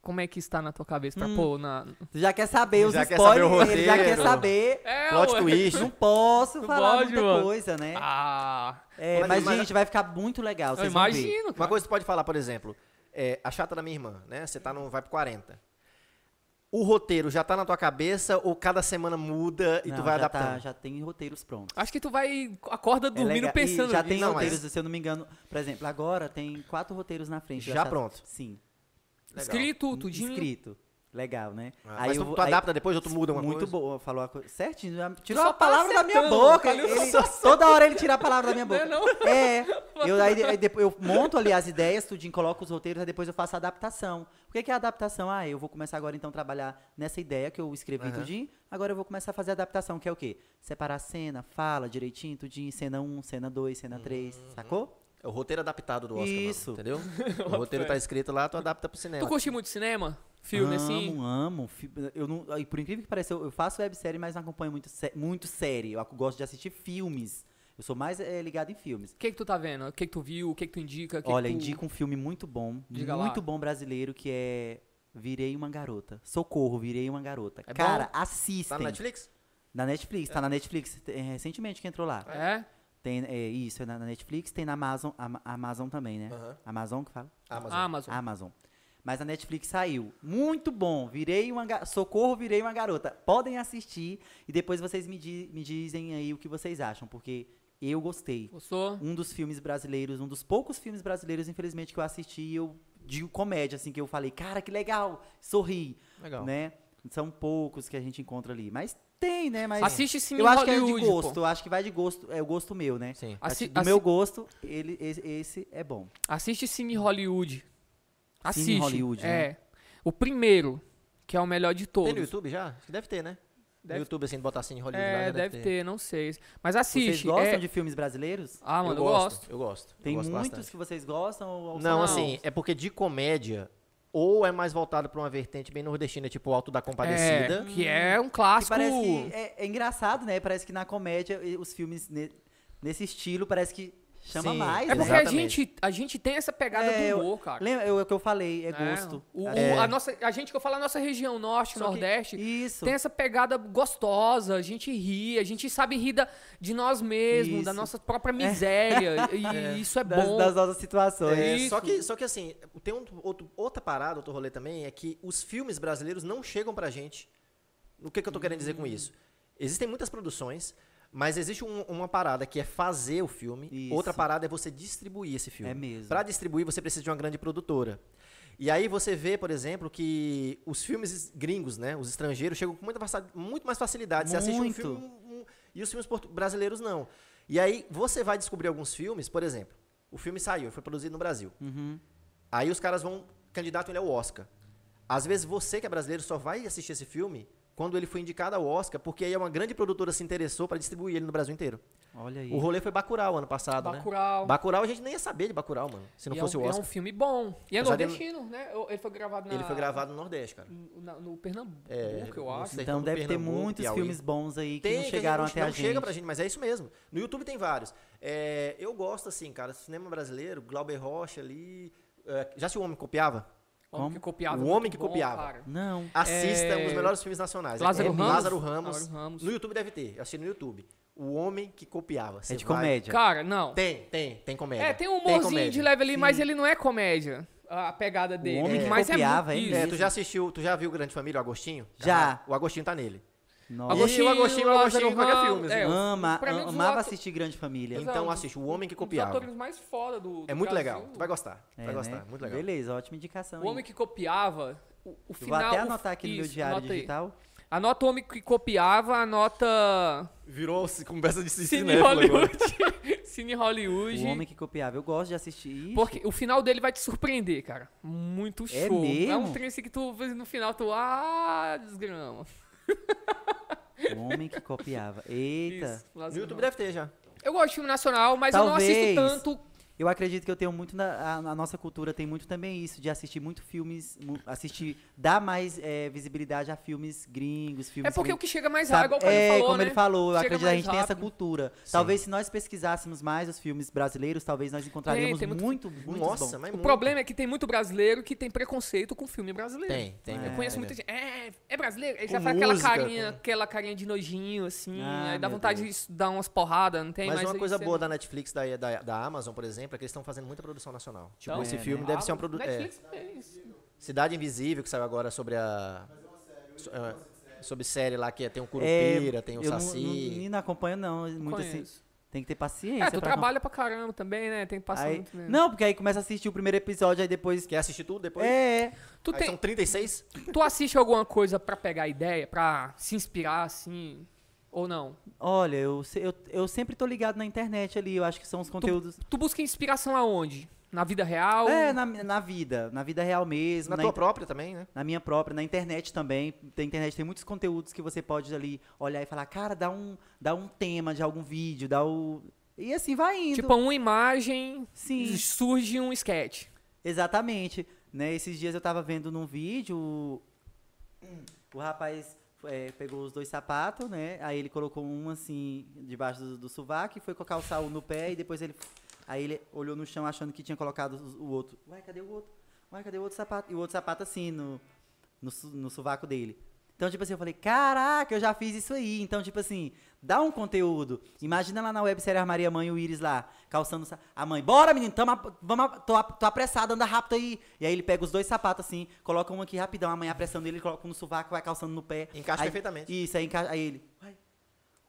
Speaker 1: Como é que está na tua cabeça pra
Speaker 3: Hum.
Speaker 1: pôr na.
Speaker 3: Tu já quer saber os
Speaker 2: Já quer saber
Speaker 3: spoilers,
Speaker 2: o
Speaker 3: ele já quer
Speaker 2: roteiro.
Speaker 3: saber.
Speaker 1: É,
Speaker 2: Plot
Speaker 1: ué.
Speaker 2: twist.
Speaker 3: Não posso
Speaker 1: Não
Speaker 3: falar
Speaker 1: pode,
Speaker 3: muita
Speaker 1: mano.
Speaker 3: coisa, né?
Speaker 1: Ah,
Speaker 3: É,
Speaker 2: Mas
Speaker 3: mas,
Speaker 2: imagina-
Speaker 3: gente, vai ficar muito legal.
Speaker 1: eu
Speaker 3: Vocês vão ver.
Speaker 1: imagino.
Speaker 2: Uma
Speaker 1: Cara.
Speaker 2: coisa que você pode falar, por exemplo, é, a chata da minha irmã, né? Você tá no vai pro 40. O roteiro já tá na tua cabeça ou cada semana muda e tu
Speaker 3: Não,
Speaker 2: vai
Speaker 3: já
Speaker 2: adaptando?
Speaker 3: Tá, já tem roteiros prontos.
Speaker 1: Acho que tu vai. Acorda
Speaker 3: É
Speaker 1: dormindo
Speaker 3: legal. E
Speaker 1: pensando
Speaker 3: Já
Speaker 1: nisso.
Speaker 3: tem
Speaker 2: Não, mas-
Speaker 3: roteiros, se eu não me engano. Por exemplo, agora tem quatro roteiros na frente.
Speaker 2: Já
Speaker 3: da chata-
Speaker 2: pronto.
Speaker 3: Sim.
Speaker 2: Legal.
Speaker 1: Escrito, tudinho.
Speaker 3: Escrito. Legal, né?
Speaker 2: Ah, mas
Speaker 3: eu
Speaker 2: tu,
Speaker 3: vou-
Speaker 2: tu adapta depois ou tu muda uma
Speaker 3: Muito
Speaker 2: coisa?
Speaker 3: boa, falou a coisa. Certinho, já
Speaker 1: Tu
Speaker 3: tirou
Speaker 1: só
Speaker 3: a palavra
Speaker 1: tá
Speaker 3: da minha
Speaker 1: acertando,
Speaker 3: boca.
Speaker 1: Calil,
Speaker 3: ele-
Speaker 1: só
Speaker 3: toda hora ele tira a palavra da minha
Speaker 1: Não
Speaker 3: boca.
Speaker 1: é não? (laughs)
Speaker 3: É. Eu, aí, aí depois, eu monto ali as ideias, tudinho, coloco os roteiros, aí depois eu faço a adaptação. O que, que é a adaptação? Ah, eu vou começar agora então a trabalhar nessa ideia que eu escrevi tudinho. Agora eu vou começar a fazer a adaptação, que é o quê? Separar a cena, fala direitinho, tudinho, cena 1, cena 2, cena 3, sacou?
Speaker 2: É o roteiro adaptado do Oscar, mano,
Speaker 3: Isso.
Speaker 2: entendeu? o roteiro tá escrito lá, tu adapta pro cinema.
Speaker 1: Tu curte muito cinema? Filme,
Speaker 3: É amo,
Speaker 1: assim?
Speaker 3: Amo, Fi- Eu não, e por incrível que pareça, eu eu faço websérie, mas não acompanho muito, sé- muito série. Eu ac- gosto de assistir filmes. Eu sou mais eh, ligado em filmes.
Speaker 1: O que, que tu tá vendo? O que, que tu viu? O que, que tu indica? O que
Speaker 3: Olha,
Speaker 1: que tu...
Speaker 3: indico um filme muito bom,
Speaker 1: Diga
Speaker 3: muito
Speaker 1: lá.
Speaker 3: bom brasileiro, que é Virei uma Garota. Socorro, Virei uma Garota.
Speaker 1: É
Speaker 3: Cara, assistem.
Speaker 2: Tá no Netflix?
Speaker 3: Na Netflix, tá na Netflix, é, recentemente que entrou lá.
Speaker 1: É?
Speaker 3: Tem, é, isso, é na na Netflix, tem na Amazon, Ama- Amazon também, né?
Speaker 2: Aham.
Speaker 3: Amazon Ah. que fala?
Speaker 2: Amazon.
Speaker 1: Ah, Amazon.
Speaker 3: Amazon. Mas a Netflix saiu. Muito bom. Virei uma ga- Socorro, virei uma garota. Podem assistir e depois vocês me, di- me dizem aí o que vocês acham, porque eu gostei.
Speaker 1: Gostou?
Speaker 3: Um dos filmes brasileiros, um dos poucos filmes brasileiros, infelizmente, que eu assisti, e eu digo comédia, assim, que eu falei, cara, que legal! Sorri.
Speaker 2: Legal.
Speaker 3: Né? São poucos que a gente encontra ali. Mas tem, né? Mas.
Speaker 1: Assiste sim
Speaker 3: eu
Speaker 1: em
Speaker 3: acho que é de
Speaker 1: Hollywood, pô.
Speaker 3: gosto, eu acho que vai de gosto, é o gosto meu, né?
Speaker 2: Sim.
Speaker 1: Assi-
Speaker 3: Do
Speaker 1: assi-
Speaker 3: meu gosto, ele, esse, esse é bom.
Speaker 1: Assiste Cine Hollywood. Assiste.
Speaker 3: Hollywood, né?
Speaker 1: é. O primeiro, que é o melhor de todos.
Speaker 2: Tem no YouTube já? Acho que deve ter, né?
Speaker 1: Deve-
Speaker 2: No YouTube, assim, botar assim, Hollywood lá,
Speaker 1: É,
Speaker 2: já
Speaker 1: deve ter, não sei. Mas assiste.
Speaker 3: Vocês gostam
Speaker 1: é-
Speaker 3: de filmes brasileiros?
Speaker 1: Ah, mano, eu,
Speaker 2: eu
Speaker 1: gosto.
Speaker 2: gosto. Eu gosto. eu
Speaker 3: Tem
Speaker 2: gosto
Speaker 3: muitos
Speaker 2: bastante.
Speaker 3: que vocês gostam? Ou, ou
Speaker 2: Não,
Speaker 1: Não.
Speaker 2: assim, é porque de comédia, ou é mais voltado pra uma vertente bem nordestina, tipo Alto da Compadecida.
Speaker 1: É, que é um
Speaker 3: que
Speaker 1: clássico.
Speaker 3: parece que é, é engraçado, né? Parece que na comédia e- os filmes ne- nesse estilo parece que chama
Speaker 2: Sim,
Speaker 3: mais.
Speaker 1: É
Speaker 3: né?
Speaker 1: porque a
Speaker 2: Exatamente.
Speaker 1: gente, a gente tem essa pegada
Speaker 3: É,
Speaker 1: do
Speaker 3: eu-
Speaker 1: humor, cara.
Speaker 3: Lembra é o que eu falei, é
Speaker 1: É,
Speaker 3: gosto.
Speaker 1: o- o-
Speaker 2: É.
Speaker 1: a, nossa, a gente que eu falo, a nossa região norte,
Speaker 3: Só que-
Speaker 1: nordeste,
Speaker 3: Isso.
Speaker 1: tem é, essa pegada gostosa, a gente ri, a gente sabe rir da- de nós mesmos, da
Speaker 3: Isso. É.
Speaker 1: nossa própria
Speaker 3: (laughs)
Speaker 1: miséria. E isso é
Speaker 3: das,
Speaker 1: bom.
Speaker 3: das nossas situações.
Speaker 2: É,
Speaker 1: Isso.
Speaker 2: só, que, só que assim, tem um, outro, outra parada, outro rolê também, é que os filmes brasileiros não chegam pra gente. O que, que eu tô querendo dizer com isso? Existem muitas produções, mas existe um- uma parada que é fazer o filme,
Speaker 3: Isso.
Speaker 2: outra parada é você distribuir esse filme.
Speaker 3: É mesmo.
Speaker 2: Pra distribuir, você precisa de uma grande produtora. E aí você vê, por exemplo, que os filmes gringos, né, os estrangeiros, chegam com muita faci- muito mais facilidade. Você assiste um
Speaker 3: Muito.
Speaker 2: filme um- um- e os filmes portu- brasileiros não. E aí você vai descobrir alguns filmes, por exemplo, o filme saiu, foi produzido no Brasil.
Speaker 1: Uhum.
Speaker 2: Aí os caras vão candidato ele ao Oscar. Às vezes você que é brasileiro só vai assistir esse filme quando ele foi indicado ao Oscar, porque aí uma grande produtora se interessou para distribuir ele no Brasil inteiro.
Speaker 3: Olha aí.
Speaker 2: O rolê foi Bacurau ano passado,
Speaker 1: Bacurau.
Speaker 2: né? Bacurau a gente nem ia saber de Bacurau, mano, se não
Speaker 1: E é
Speaker 2: fosse
Speaker 1: um-
Speaker 2: o
Speaker 1: É
Speaker 2: Oscar.
Speaker 1: um filme bom. E é
Speaker 2: Apesar dele-
Speaker 1: nordestino, né? Ele foi gravado na...
Speaker 2: Ele foi gravado no Nordeste, cara.
Speaker 1: na- no Pernambuco,
Speaker 2: É,
Speaker 1: eu
Speaker 2: não
Speaker 1: acho.
Speaker 2: sei.
Speaker 3: Então
Speaker 2: do
Speaker 3: deve ter
Speaker 2: Pernambuco,
Speaker 3: muitos
Speaker 2: Piauí.
Speaker 3: filmes bons aí que
Speaker 2: Tem,
Speaker 3: não chegaram
Speaker 2: que
Speaker 3: até
Speaker 2: não
Speaker 3: a
Speaker 2: não
Speaker 3: gente.
Speaker 2: chega pra gente, mas é isso mesmo. No YouTube tem vários. É, eu gosto, assim, cara, cinema brasileiro, Glauber Rocha ali. é, já se o Homem Copiava?
Speaker 1: O Homem que copiava.
Speaker 2: O
Speaker 1: é muito
Speaker 2: Homem que
Speaker 1: bom,
Speaker 2: copiava.
Speaker 1: cara.
Speaker 3: Não.
Speaker 2: Assista
Speaker 1: É,
Speaker 2: um dos melhores filmes nacionais.
Speaker 1: Lázaro
Speaker 2: É
Speaker 1: Ramos?
Speaker 2: Lázaro Ramos.
Speaker 1: Lázaro Ramos.
Speaker 2: No YouTube deve ter. Eu assisti no YouTube. O Homem que Copiava. Você
Speaker 3: É de
Speaker 2: vai-
Speaker 3: comédia.
Speaker 1: Cara, não.
Speaker 2: Tem, tem, tem comédia.
Speaker 1: É, tem um humorzinho
Speaker 2: comédia.
Speaker 1: de leve ali, mas
Speaker 3: Sim.
Speaker 1: ele não é comédia. A a pegada dele.
Speaker 3: Homem que
Speaker 1: mas
Speaker 3: Copiava,
Speaker 1: é
Speaker 3: é
Speaker 1: muito-
Speaker 2: É,
Speaker 1: isso.
Speaker 2: tu já assistiu, tu já viu Grande Família, o Agostinho?
Speaker 3: Já.
Speaker 2: O Agostinho tá nele.
Speaker 3: Nossa.
Speaker 2: Agora-
Speaker 1: Agostinho,
Speaker 2: E o Agostinho, o Agostinho
Speaker 1: Lázaro
Speaker 2: em qualquer
Speaker 1: Ramos,
Speaker 2: filme,
Speaker 1: é,
Speaker 2: assim.
Speaker 1: os-
Speaker 3: Ama,
Speaker 1: pra mim,
Speaker 3: am-
Speaker 1: os
Speaker 3: amava
Speaker 1: atos-
Speaker 3: assistir Grande Família.
Speaker 1: Exato.
Speaker 2: Então assiste O Homem que
Speaker 1: Os
Speaker 2: Copiava.
Speaker 1: um atores mais foda do, do
Speaker 2: É muito
Speaker 1: Brasil.
Speaker 2: legal, tu vai gostar. Tu
Speaker 3: É,
Speaker 2: vai gostar,
Speaker 3: né?
Speaker 2: muito legal.
Speaker 3: Beleza, ótima indicação.
Speaker 1: O
Speaker 3: hein?
Speaker 1: homem que copiava, o, o
Speaker 3: Eu
Speaker 1: final...
Speaker 3: Vou até
Speaker 1: o-
Speaker 3: anotar aqui no meu
Speaker 1: isso,
Speaker 3: diário
Speaker 1: anota aí.
Speaker 3: digital.
Speaker 1: Anota o homem que copiava, anota...
Speaker 2: Virou conversa de
Speaker 1: Cine Hollywood. (laughs) Cine Hollywood.
Speaker 3: O Homem que Copiava. Eu gosto de assistir. Ixi,
Speaker 1: Porque o final dele vai te surpreender, cara. Muito
Speaker 3: É
Speaker 1: show. É um
Speaker 3: mesmo?
Speaker 1: trem assim que tu vê no final, tu. Ah, desgrama.
Speaker 3: O Homem que Copiava. Eita.
Speaker 1: Isso,
Speaker 2: No
Speaker 1: Lázaro
Speaker 2: YouTube
Speaker 1: Ramos.
Speaker 2: deve ter já.
Speaker 1: Eu gosto de filme nacional, mas eu
Speaker 3: Talvez.
Speaker 1: não assisto tanto.
Speaker 3: Eu acredito que eu tenho muito na a, a nossa cultura tem muito também isso de assistir muito filmes, mu- assistir dar mais eh, visibilidade a filmes gringos,
Speaker 1: É
Speaker 3: filmes.
Speaker 1: porque o
Speaker 3: que
Speaker 1: que chega mais
Speaker 3: sabe,
Speaker 1: rápido, igual o
Speaker 3: é,
Speaker 1: ele falou,
Speaker 3: como
Speaker 1: né?
Speaker 3: ele falou, eu
Speaker 1: Chega
Speaker 3: acredito que a
Speaker 1: mais
Speaker 3: gente tem essa
Speaker 1: rápido.
Speaker 3: cultura.
Speaker 2: Sim.
Speaker 3: Talvez se nós pesquisássemos mais os filmes brasileiros, talvez nós encontraríamos
Speaker 1: tem muito
Speaker 3: muito, muito
Speaker 2: Nossa,
Speaker 3: bom.
Speaker 2: mas
Speaker 1: O
Speaker 2: muito.
Speaker 1: problema é que tem muito brasileiro que tem preconceito com filme
Speaker 3: é
Speaker 1: brasileiro.
Speaker 2: Tem, tem.
Speaker 1: Eu
Speaker 2: mesmo.
Speaker 1: conheço
Speaker 2: Tem
Speaker 1: muita
Speaker 3: né?
Speaker 2: mesmo.
Speaker 1: gente. É, é brasileiro? Ele
Speaker 2: Com
Speaker 1: já faz aquela
Speaker 2: música,
Speaker 1: carinha,
Speaker 2: com-
Speaker 1: aquela carinha de nojinho, assim.
Speaker 3: Ah,
Speaker 1: aí dá
Speaker 3: meu
Speaker 1: vontade de dar umas porradas, não tem?
Speaker 2: Mas, uma
Speaker 1: aí
Speaker 2: coisa
Speaker 1: você-
Speaker 2: boa da Netflix, da, da, da Amazon, por exemplo, é que eles estão fazendo muita produção nacional. Tipo,
Speaker 1: Então,
Speaker 2: esse
Speaker 3: é,
Speaker 2: filme
Speaker 1: Ah,
Speaker 2: deve ser uma produção.
Speaker 1: Netflix é fez.
Speaker 2: Cidade Invisível, que saiu agora sobre a. so- é, sobre série lá que é- tem o
Speaker 3: É,
Speaker 2: Curupira, tem o
Speaker 3: eu não- não,
Speaker 2: Saci.
Speaker 3: nem não acompanho não, muito assim,
Speaker 1: Conheço.
Speaker 3: tem que ter paciência.
Speaker 1: É, tu
Speaker 3: pra-
Speaker 1: trabalha pra caramba também, né? Tem que passar
Speaker 3: tá aí-
Speaker 1: muito mesmo.
Speaker 3: Não, porque aí começa a assistir o primeiro episódio, aí depois.
Speaker 2: Quer assistir tudo depois?
Speaker 3: É,
Speaker 1: Tu,
Speaker 2: Aí
Speaker 1: tem-
Speaker 2: são 36?
Speaker 1: tu assiste alguma coisa pra pegar ideia, pra se inspirar, assim, ou não?
Speaker 3: olha, eu, se- eu, eu sempre tô ligado na internet ali, eu acho que são os conteúdos.
Speaker 1: Tu é busca inspiração aonde? Na vida real?
Speaker 3: É, na, na vida, na vida real mesmo,
Speaker 2: Na
Speaker 3: na,
Speaker 2: tua
Speaker 3: in-
Speaker 2: própria também, né?
Speaker 3: na minha própria, na internet também. Na internet tem muitos conteúdos que você pode ali olhar e falar, cara, dá um, dá um tema de algum vídeo, dá o. E assim vai indo.
Speaker 1: Tipo, uma imagem
Speaker 3: Sim.
Speaker 1: surge um sketch.
Speaker 3: Exatamente. Né? Esses dias eu tava vendo num vídeo, o, o rapaz é, pegou os dois sapatos, né? Aí ele colocou um assim debaixo do, do sovaco e foi com calçar um no pé e depois ele. Aí ele olhou no chão achando que tinha colocado os- o outro. Ué, cadê o outro? Ué, cadê o outro sapato? E o outro sapato assim no, no, su- no sovaco dele. Então, tipo assim, eu falei, caraca, eu já fiz isso aí. Então, tipo assim, dá um conteúdo. Imagina lá na websérie Armaria Mãe e o Iris lá, calçando sa- a mãe. Bora, menino, tamo, ap- vamos, ap- tô, ap- tô apressado, anda rápido aí. E aí ele pega os dois sapatos assim, coloca um aqui rapidão, a mãe apressando ele, coloca um no sovaco, vai calçando no pé.
Speaker 2: Encaixa
Speaker 3: Aí-
Speaker 2: perfeitamente.
Speaker 3: Isso, aí, enca- aí ele, uai,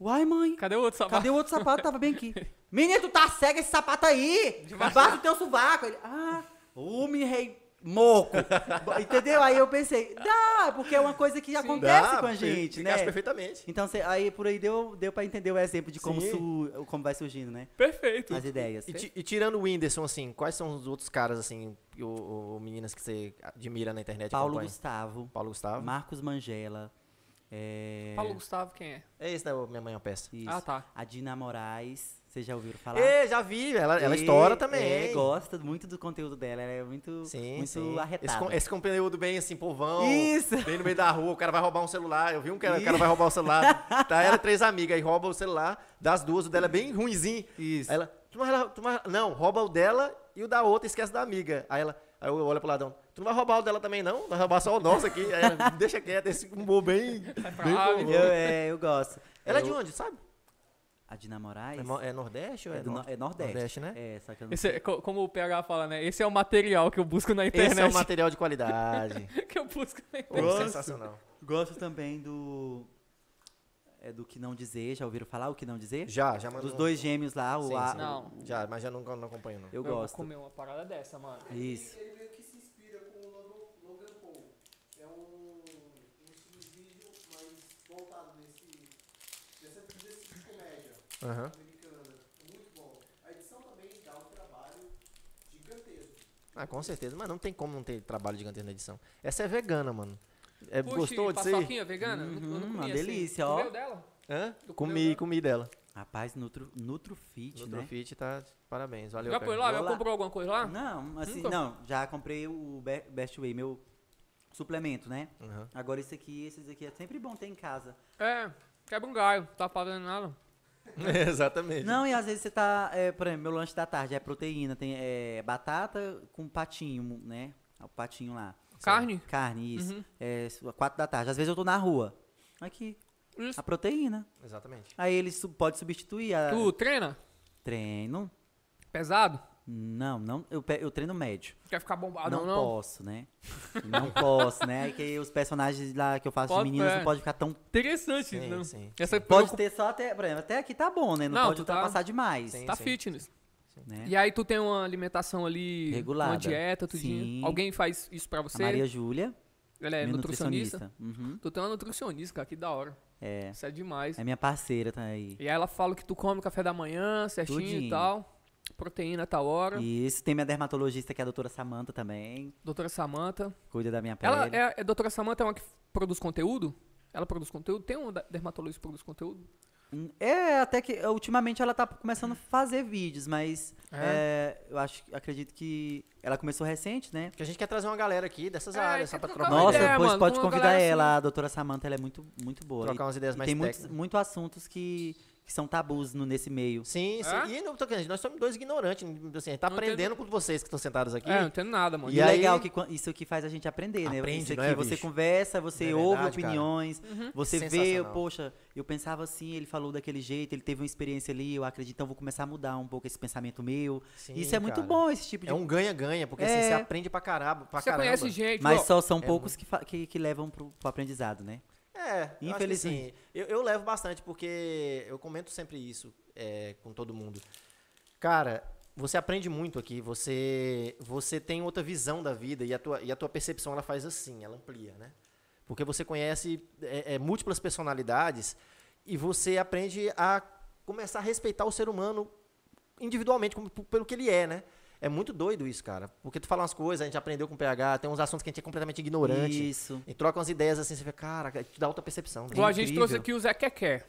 Speaker 3: uai, mãe,
Speaker 1: Cadê o outro sapato?
Speaker 3: cadê o outro sapato? Tava bem aqui. Menino, tu tá cego esse sapato aí! Debaixo do teu sovaco. Ele, ah, o me rei moco. Entendeu? Aí eu pensei, dá, porque é uma coisa que acontece
Speaker 2: Dá,
Speaker 3: com a gente,
Speaker 2: Encaixa
Speaker 3: né?
Speaker 2: perfeitamente.
Speaker 3: Então cê- aí por aí deu, deu pra entender o exemplo de como,
Speaker 2: Sim.
Speaker 3: su- como vai surgindo, né?
Speaker 1: (laughs) Perfeito.
Speaker 3: As ideias.
Speaker 2: E, ti- e tirando o Whindersson, assim, quais são os outros caras, assim, ou, meninas que você admira na internet? e
Speaker 3: Paulo
Speaker 2: acompanha?
Speaker 3: Gustavo,
Speaker 2: Paulo Gustavo.
Speaker 3: Marcos Mangela. É...
Speaker 1: Paulo Gustavo, quem é?
Speaker 2: É esse, né? o Minha Mãe é uma Peça.
Speaker 3: isso.
Speaker 1: Ah, tá.
Speaker 3: A Dina Moraes. Vocês já ouviram falar?
Speaker 2: É, já vi, ela, ela
Speaker 3: E-
Speaker 2: estoura também.
Speaker 3: É,
Speaker 2: hein?
Speaker 3: gosta muito do conteúdo dela. Ela é muito,
Speaker 2: Sim,
Speaker 3: muito
Speaker 2: sim. Esse,
Speaker 3: arretada.
Speaker 2: con- esse conteúdo bem assim, povão.
Speaker 3: Isso.
Speaker 2: Bem no meio da rua, o cara vai roubar um celular. Eu vi um cara, o cara vai roubar o celular.
Speaker 3: (laughs)
Speaker 2: Tá ela e três amigas, aí rouba o celular das duas, o dela é bem ruinzinho.
Speaker 3: Isso.
Speaker 2: Aí ela, tu não, vai lá- tu não vai- não, rouba o dela e o da outra esquece da amiga. Aí ela, aí eu olho pro ladrão, tu não vai roubar o dela também não? Vai roubar só o nosso aqui. Aí ela, deixa quieto, esse humor bem...
Speaker 1: pra
Speaker 2: bem
Speaker 1: lá,
Speaker 2: povão.
Speaker 1: meu
Speaker 3: Eu, é, eu gosto.
Speaker 2: Ela é
Speaker 3: Eu-
Speaker 2: de onde, sabe?
Speaker 3: A Dina Moraes?
Speaker 2: É, mo- é Nordeste ou é,
Speaker 3: do no-
Speaker 2: norte?
Speaker 3: é Nordeste.
Speaker 2: Nordeste, né?
Speaker 3: É, só que eu não
Speaker 1: Esse é- co- como o PH fala, né? Esse é o material que eu busco na internet.
Speaker 2: Esse é um material de qualidade.
Speaker 1: (laughs) que eu busco na
Speaker 2: Pô,
Speaker 1: internet.
Speaker 3: Gosto.
Speaker 2: sensacional.
Speaker 3: Gosto também do. É do Que Não Dizer, já ouviram falar o Que Não Dizer?
Speaker 2: Já, já mandou. um-
Speaker 3: Dos dois gêmeos lá, o
Speaker 2: Sim,
Speaker 3: A.
Speaker 2: sim.
Speaker 1: Não.
Speaker 2: Já, mas já não, não acompanho não.
Speaker 3: Eu
Speaker 1: vou
Speaker 3: gosto.
Speaker 1: comer uma parada dessa, mano.
Speaker 3: Isso.
Speaker 4: Ele meio que se inspira com o Logan, Logan Paul. É um, um estilo de vídeo mais voltado nesse, nessa, nesse tipo de comédia
Speaker 2: Aham.
Speaker 4: americana. É muito bom. A edição também dá um trabalho gigantesco.
Speaker 2: Ah, com certeza. Mas não tem como não ter trabalho gigantesco na edição. Essa é vegana, mano. É,
Speaker 1: Curte
Speaker 2: gostou disso aí?
Speaker 1: paçoquinha vegana? Eu não- eu não
Speaker 3: Uhum,
Speaker 1: comi
Speaker 3: uma
Speaker 1: assim.
Speaker 3: delícia,
Speaker 1: Tu
Speaker 3: ó.
Speaker 1: Comeu dela?
Speaker 2: Hã?
Speaker 1: Tu comeu
Speaker 2: Comi,
Speaker 1: dela?
Speaker 2: comi dela.
Speaker 3: Rapaz, Nutro, Nutrofit, né?
Speaker 2: Nutrofit tá... Parabéns, valeu.
Speaker 1: Já
Speaker 2: cara.
Speaker 1: foi lá? Já
Speaker 3: Vou lá.
Speaker 1: comprou alguma coisa lá?
Speaker 3: Não, assim,
Speaker 1: Nunca?
Speaker 3: não. Já comprei o Be- Best Way, meu suplemento, né?
Speaker 2: Aham.
Speaker 3: Agora esse aqui, esses aqui é sempre bom ter em casa.
Speaker 1: É, quebra um galho. Tá pagando nada.
Speaker 2: (laughs) Exatamente.
Speaker 3: Não, e às vezes você tá. é, por exemplo, meu lanche da tarde é proteína, tem é, batata com patinho, né? O patinho lá.
Speaker 1: Carne?
Speaker 3: Carne, isso.
Speaker 1: Uhum.
Speaker 3: É, quatro da tarde. Às vezes eu tô na rua. Aqui,
Speaker 1: Isso.
Speaker 3: a proteína.
Speaker 2: Exatamente.
Speaker 3: Aí ele su- pode substituir a
Speaker 1: Tu treina?
Speaker 3: treino.
Speaker 1: Pesado?
Speaker 3: Não, não, eu, pe- eu treino médio.
Speaker 1: Quer ficar bombado
Speaker 3: não,
Speaker 1: Ah, não? não?
Speaker 3: posso, né? Não posso, né? Aí que os personagens lá que eu faço
Speaker 1: Pode-
Speaker 3: de meninas
Speaker 1: é.
Speaker 3: não pode ficar tão.
Speaker 1: Interessante,
Speaker 2: Sim,
Speaker 1: né?
Speaker 2: sim,
Speaker 1: Essa
Speaker 3: Pode ter só até. Por exemplo, até aqui tá bom, né? Não,
Speaker 1: Não,
Speaker 3: pode
Speaker 1: tu tá-
Speaker 3: ultrapassar demais.
Speaker 2: Sim.
Speaker 1: Tá fitness.
Speaker 3: Né?
Speaker 1: E aí tu tem uma alimentação ali,
Speaker 3: Regulada.
Speaker 1: uma dieta, tudinho.
Speaker 3: Sim.
Speaker 1: Alguém faz isso pra
Speaker 3: A
Speaker 1: você?
Speaker 3: Maria Júlia.
Speaker 1: Ela é
Speaker 3: minha
Speaker 1: nutricionista.
Speaker 3: nutricionista. Uhum.
Speaker 1: Tu tem uma nutricionista, cara, que da hora.
Speaker 3: É.
Speaker 1: Isso é demais.
Speaker 3: É minha parceira, tá aí.
Speaker 1: E aí ela fala que tu come café da manhã, certinho e
Speaker 3: Tudinho.
Speaker 1: tal. Proteína a tal hora.
Speaker 3: E isso tem minha dermatologista, que é a doutora Samanta também.
Speaker 1: Doutora Samanta.
Speaker 3: Cuida da minha pele.
Speaker 1: Ela é, é doutora Samanta é uma que produz conteúdo? Ela produz conteúdo? Tem uma da- dermatologista que produz conteúdo?
Speaker 3: Hum, É, até que eh, ultimamente ela tá começando a fazer vídeos, mas
Speaker 1: É?
Speaker 3: eh, eu acho, acredito que ela começou recente, né?
Speaker 2: Porque a gente quer trazer uma galera aqui dessas
Speaker 1: É,
Speaker 2: áreas,
Speaker 1: quer
Speaker 2: só pra
Speaker 1: trocar
Speaker 2: trocar,
Speaker 1: uma
Speaker 3: Nossa,
Speaker 1: ideia,
Speaker 3: depois
Speaker 1: é, mano,
Speaker 3: pode
Speaker 1: com uma
Speaker 3: convidar
Speaker 1: galera assim.
Speaker 3: ela, a doutora Samanta, ela é muito, muito boa.
Speaker 2: trocar
Speaker 3: E-
Speaker 2: umas ideias
Speaker 3: e
Speaker 2: mais
Speaker 3: tem muitos,
Speaker 2: técnicas.
Speaker 3: muitos assuntos que, que são tabus no- nesse meio.
Speaker 2: Sim, sim.
Speaker 1: É?
Speaker 2: E não tô querendo, nós somos dois ignorantes. Assim, a gente tá
Speaker 1: Não
Speaker 2: aprendendo
Speaker 1: entendo.
Speaker 2: com vocês que estão sentados aqui.
Speaker 1: É, eu não entendo nada, mano.
Speaker 2: E
Speaker 3: E,
Speaker 2: aí-
Speaker 3: legal que quan- isso que faz a gente aprender, né?
Speaker 2: Aprende,
Speaker 3: isso aqui,
Speaker 2: não é,
Speaker 3: você
Speaker 2: bicho?
Speaker 3: conversa, você
Speaker 2: Não é
Speaker 3: ouve
Speaker 2: verdade, cara?
Speaker 3: opiniões,
Speaker 1: Uhum.
Speaker 3: você vê,
Speaker 2: Sensacional.
Speaker 3: poxa, eu pensava assim, ele falou daquele jeito, ele teve uma experiência ali, eu acredito, então vou começar a mudar um pouco esse pensamento meu.
Speaker 2: Sim,
Speaker 3: isso é muito
Speaker 2: cara.
Speaker 3: bom, esse tipo de
Speaker 2: É um ganha-ganha, porque assim,
Speaker 3: É.
Speaker 2: você aprende pra caramba. Pra
Speaker 1: Você
Speaker 2: caramba.
Speaker 1: conhece gente,
Speaker 3: Mas
Speaker 1: ó,
Speaker 3: só são poucos que, fa- que, que levam pro, pro aprendizado, né?
Speaker 2: É, infelizmente.
Speaker 3: Infelizmente.
Speaker 2: eu, eu levo bastante, porque eu comento sempre isso é, com todo mundo. Cara, você aprende muito aqui, você, você tem outra visão da vida e a, tua, e a tua percepção ela faz assim, ela amplia, né? Porque você conhece é, é, múltiplas personalidades e você aprende a começar a respeitar o ser humano individualmente, como- p- pelo que ele é, né? É muito doido isso, cara. Porque tu fala umas coisas, a gente aprendeu com o PH, tem uns assuntos que a gente é completamente ignorante.
Speaker 3: Isso.
Speaker 2: E troca umas ideias assim, você fica, cara, te dá outra percepção.
Speaker 1: igual a gente
Speaker 3: incrível.
Speaker 1: trouxe aqui o Zé Keké.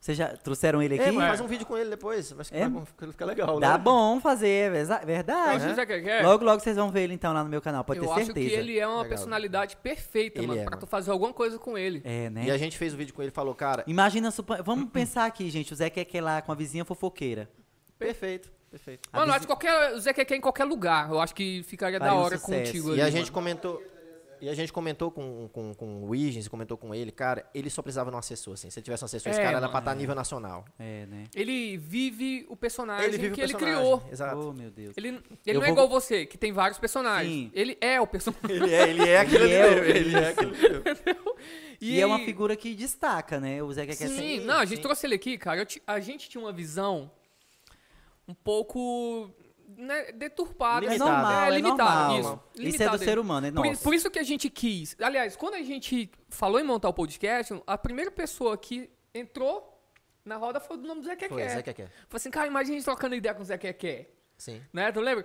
Speaker 3: Vocês já trouxeram ele aqui?
Speaker 2: É, mas faz um vídeo com ele depois. Acho que
Speaker 3: É?
Speaker 2: vai- fica, fica legal,
Speaker 3: Dá
Speaker 2: né?
Speaker 3: bom fazer, é verza-
Speaker 1: Eu
Speaker 3: verdade.
Speaker 1: acho o Zé Keké.
Speaker 3: Logo, logo vocês vão ver ele então lá no meu canal, pode
Speaker 1: é. eu
Speaker 3: ter
Speaker 1: acho
Speaker 3: certeza.
Speaker 1: que ele é uma
Speaker 2: Legal.
Speaker 1: personalidade perfeita,
Speaker 2: Ele
Speaker 1: mano,
Speaker 2: é,
Speaker 1: pra
Speaker 2: mano.
Speaker 1: tu fazer alguma coisa com ele.
Speaker 3: É, né?
Speaker 2: E a gente fez o vídeo com ele e falou, cara,
Speaker 3: Imagina, supo- vamos pensar aqui, gente, o Zé Keké lá com a vizinha fofoqueira.
Speaker 2: perfeito, perfeito.
Speaker 3: A
Speaker 1: Mano, eu
Speaker 3: visi-
Speaker 1: acho que qualquer, o Zé Keké em qualquer lugar. Eu acho que ficaria da
Speaker 3: Faria um
Speaker 1: hora
Speaker 3: sucesso.
Speaker 1: contigo
Speaker 2: E a
Speaker 1: ali,
Speaker 2: gente
Speaker 1: mano.
Speaker 2: comentou. E a gente comentou com, com, com o Igens, comentou com ele, cara, ele só precisava de um assessor, assim. Se ele tivesse um assessor, esse
Speaker 1: É,
Speaker 2: cara era
Speaker 1: mano,
Speaker 2: pra estar a nível nacional.
Speaker 3: É, né?
Speaker 1: Ele vive o personagem
Speaker 2: o
Speaker 1: que ele
Speaker 2: personagem,
Speaker 1: criou.
Speaker 2: Exato.
Speaker 3: Oh, meu Deus.
Speaker 1: Ele, ele
Speaker 3: Eu
Speaker 1: não é
Speaker 3: vou-
Speaker 1: igual você, que tem vários personagens.
Speaker 3: Sim.
Speaker 1: Ele é o personagem.
Speaker 2: Ele é, ele é aquele
Speaker 3: (laughs) Ele é
Speaker 2: ali,
Speaker 3: o-
Speaker 2: ele é aquele ali.
Speaker 3: (laughs) E, é uma figura que destaca, né? O Zé Keké
Speaker 1: Sim,
Speaker 3: sempre...
Speaker 1: não, a gente
Speaker 2: sim.
Speaker 1: trouxe ele aqui, cara. Eu ti- a gente tinha uma visão um pouco né, deturpada.
Speaker 3: É
Speaker 2: Limitada.
Speaker 3: normal, é, normal.
Speaker 1: Isso,
Speaker 3: Isso é do
Speaker 1: limitado.
Speaker 3: ser humano, é
Speaker 1: Por,
Speaker 3: nosso.
Speaker 1: por isso que a gente quis. Aliás, quando a gente falou em montar o podcast, a primeira pessoa que entrou na roda foi do nome do Zé Keké.
Speaker 2: Foi, Zé Keké.
Speaker 1: Falei assim, cara, imagina a gente trocando ideia com o Zé Keké.
Speaker 2: é Sim.
Speaker 1: Né, tu lembra?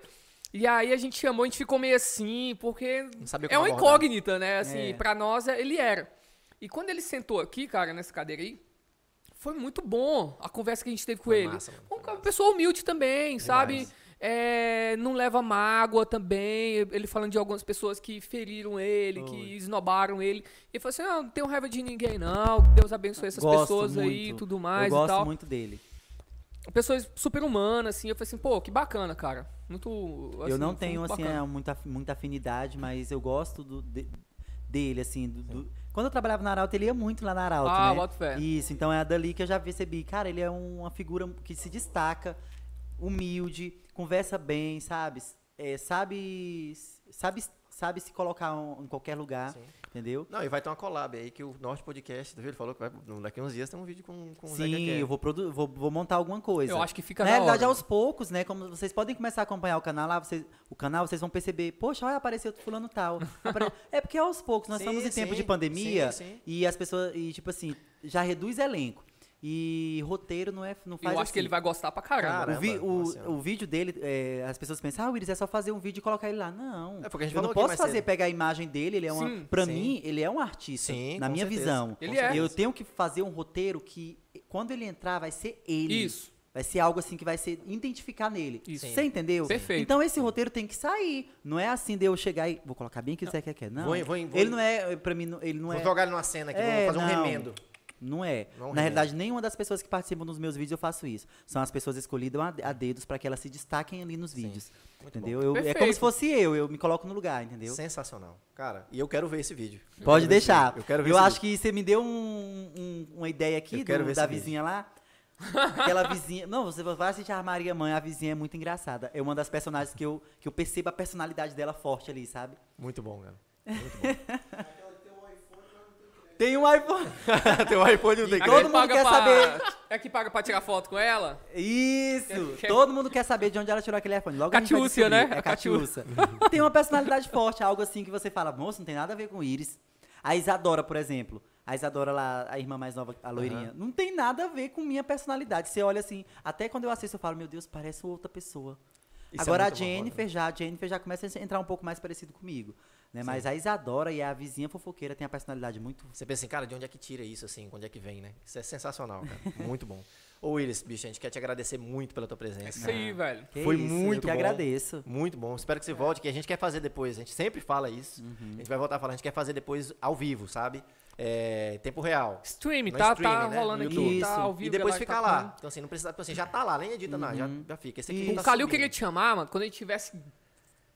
Speaker 1: E aí a gente chamou, a gente ficou meio assim, porque
Speaker 2: sabia
Speaker 1: é
Speaker 2: como
Speaker 1: uma
Speaker 2: abordar.
Speaker 1: incógnita, né? Assim,
Speaker 3: É.
Speaker 1: pra nós é- ele era. E quando ele sentou aqui, cara, nessa cadeira aí, foi muito bom a conversa que a gente teve com
Speaker 2: Foi
Speaker 1: ele.
Speaker 2: massa, mano, foi
Speaker 1: uma pessoa humilde também, sabe? É, não leva mágoa também. Ele falando de algumas pessoas que feriram ele, que esnobaram ele. Ele falou assim: não, não tenho raiva de ninguém, não. Que Deus abençoe essas
Speaker 3: Gosto
Speaker 1: pessoas aí e
Speaker 3: muito.
Speaker 1: tudo mais
Speaker 3: Eu
Speaker 1: e
Speaker 3: gosto
Speaker 1: tal
Speaker 3: muito dele.
Speaker 1: pessoas super humanas, assim. Eu falei assim, pô, que bacana, cara. Muito.
Speaker 3: eu
Speaker 1: assim,
Speaker 3: não
Speaker 1: foi
Speaker 3: tenho,
Speaker 1: muito
Speaker 3: assim,
Speaker 1: bacana.
Speaker 3: é, muita, muita afinidade, mas eu gosto do, de- dele, assim. do- do- Quando eu trabalhava na Arauto, ele ia muito lá na Arauto,
Speaker 1: Ah,
Speaker 3: né?
Speaker 1: boto fé.
Speaker 3: Isso, então é dali que eu já percebi. Cara, ele é uma figura que se destaca, humilde, conversa bem, sabe? É, sabe, sabe, sabe se colocar um- em qualquer lugar, entendeu?
Speaker 2: Não, e vai ter uma collab aí que o Norte Podcast, tu viu? Ele falou que vai, daqui a uns dias tem um vídeo com, com o Zé
Speaker 3: Sim,
Speaker 2: Keké.
Speaker 3: eu vou, produ- vou, vou montar alguma coisa.
Speaker 1: Eu acho que fica
Speaker 3: Na
Speaker 1: da
Speaker 3: realidade,
Speaker 1: hora.
Speaker 2: é
Speaker 3: aos poucos, né? Como vocês podem começar a acompanhar o canal lá, vocês, o canal, vocês vão perceber, poxa, olha, apareceu
Speaker 1: (laughs)
Speaker 3: fulano tal. Apare- é porque aos poucos, nós
Speaker 2: Sim,
Speaker 3: estamos em tempo
Speaker 2: sim,
Speaker 3: de pandemia
Speaker 2: sim, sim.
Speaker 3: e as pessoas. E tipo assim, já reduz elenco. E roteiro não é. Não
Speaker 1: Eu
Speaker 3: faz
Speaker 1: acho
Speaker 3: assim.
Speaker 1: que ele vai gostar pra caramba.
Speaker 2: Cara,
Speaker 3: O, vi-
Speaker 2: Caramba,
Speaker 3: o-
Speaker 2: nossa.
Speaker 3: o vídeo dele, é, as pessoas pensam, ah, Willis, é só fazer um vídeo e colocar ele lá. Não.
Speaker 2: É, porque a gente falou
Speaker 3: eu não
Speaker 2: aqui
Speaker 3: posso
Speaker 2: mais
Speaker 3: fazer,
Speaker 2: cedo.
Speaker 3: pegar a imagem dele, ele é uma.
Speaker 1: Sim,
Speaker 3: pra
Speaker 2: sim.
Speaker 3: mim, ele é um artista.
Speaker 2: Sim,
Speaker 3: na
Speaker 2: com
Speaker 3: minha
Speaker 2: certeza,
Speaker 3: visão.
Speaker 1: com Ele certeza. é.
Speaker 3: Eu tenho que fazer um roteiro que, quando ele entrar, vai ser ele.
Speaker 1: Isso.
Speaker 3: Vai ser algo assim que vai ser identificar nele.
Speaker 1: Isso.
Speaker 3: Você entendeu?
Speaker 1: Perfeito.
Speaker 3: Então esse roteiro tem que sair. Não é assim de eu chegar e. Vou colocar bem o que o Zé quer. quer. Não.
Speaker 2: Vou- vou- vou-
Speaker 3: Ele não é. Pra mim, não- ele não
Speaker 2: Vou
Speaker 3: é.
Speaker 2: jogar ele numa cena aqui,
Speaker 3: É,
Speaker 2: vou fazer um
Speaker 3: não.
Speaker 2: remendo.
Speaker 3: Não é.
Speaker 2: Não
Speaker 3: Na
Speaker 2: é.
Speaker 3: realidade, nenhuma das pessoas que participam dos meus vídeos eu faço isso. São as pessoas escolhidas a- a dedos para que elas se destaquem ali nos vídeos. Entendeu? Eu- é
Speaker 1: Perfeito.
Speaker 3: como se fosse eu, eu me coloco no lugar, entendeu?
Speaker 2: Sensacional. Cara, e eu quero ver esse vídeo. Eu quero ver
Speaker 3: Pode
Speaker 2: esse
Speaker 3: deixar.
Speaker 2: vídeo. Eu quero ver
Speaker 3: eu
Speaker 2: esse
Speaker 3: acho que você me deu um- um- uma ideia aqui
Speaker 2: Eu quero
Speaker 3: do-
Speaker 2: ver
Speaker 3: da
Speaker 2: esse vídeo.
Speaker 3: vizinha lá. Aquela vizinha. Não, você vai assistir a Maria Mãe, a vizinha é muito engraçada. É uma das personagens que eu, que eu percebo a personalidade dela forte ali, sabe? (laughs)
Speaker 2: Muito bom, cara.
Speaker 4: Aquela que tem um iPhone, mas não tem crédito.
Speaker 3: Tem um iPhone.
Speaker 2: Tem um iPhone não tem
Speaker 3: Todo
Speaker 2: crédito.
Speaker 3: mundo quer saber.
Speaker 1: (laughs) É que paga pra tirar foto com ela?
Speaker 3: Isso!
Speaker 1: Quer-
Speaker 3: Todo mundo quer saber de onde ela tirou aquele iPhone. Logo a gente vai
Speaker 1: Catiúcia,
Speaker 3: descobrir.
Speaker 1: né?
Speaker 3: É
Speaker 1: A catiúcia.
Speaker 3: Catiúcia. tem uma personalidade forte, algo assim que você fala, moço, não tem nada a ver com Iris. A Isadora, por exemplo. A Isadora lá, a irmã mais nova, a loirinha. Não tem nada a ver com minha personalidade. Você olha assim, até quando eu assisto, eu falo, meu Deus, parece outra pessoa.
Speaker 2: Isso é
Speaker 3: Agora a
Speaker 2: muito bom,
Speaker 3: Jennifer já, a Jennifer já começa a entrar um pouco mais parecido comigo. Né? Mas a Isadora e a vizinha fofoqueira tem a personalidade muito.
Speaker 2: Você pensa assim, cara, de onde é que tira isso, assim? Onde é que vem, né? Isso é sensacional, cara.
Speaker 3: (laughs)
Speaker 2: Muito bom. Ô, Iris, bicho, a gente quer te agradecer muito pela tua
Speaker 1: É
Speaker 2: presença.
Speaker 1: isso aí, velho.
Speaker 3: Que
Speaker 2: Foi
Speaker 3: isso,
Speaker 2: muito
Speaker 3: eu que
Speaker 2: bom.
Speaker 3: agradeço.
Speaker 2: Muito bom. Espero que você volte, que a gente quer fazer depois. A gente sempre fala isso.
Speaker 3: Uhum.
Speaker 2: A gente vai voltar a falar. A gente quer fazer depois ao vivo, sabe? É, tempo real.
Speaker 1: Stream,
Speaker 2: No
Speaker 1: tá, tá
Speaker 2: streaming, né?
Speaker 1: rolando
Speaker 2: No
Speaker 1: aqui,
Speaker 3: YouTube.
Speaker 1: tá ao
Speaker 2: E
Speaker 1: vivo.
Speaker 2: depois
Speaker 1: galera,
Speaker 2: fica
Speaker 1: tá
Speaker 2: lá.
Speaker 1: falando.
Speaker 2: Então, assim, não precisa. tipo Assim, já tá lá, nem edita, não.
Speaker 3: Uhum.
Speaker 2: Já, já fica. Esse aqui
Speaker 1: O
Speaker 2: tá
Speaker 1: Calil
Speaker 2: subindo.
Speaker 1: queria te chamar, mano, quando ele tivesse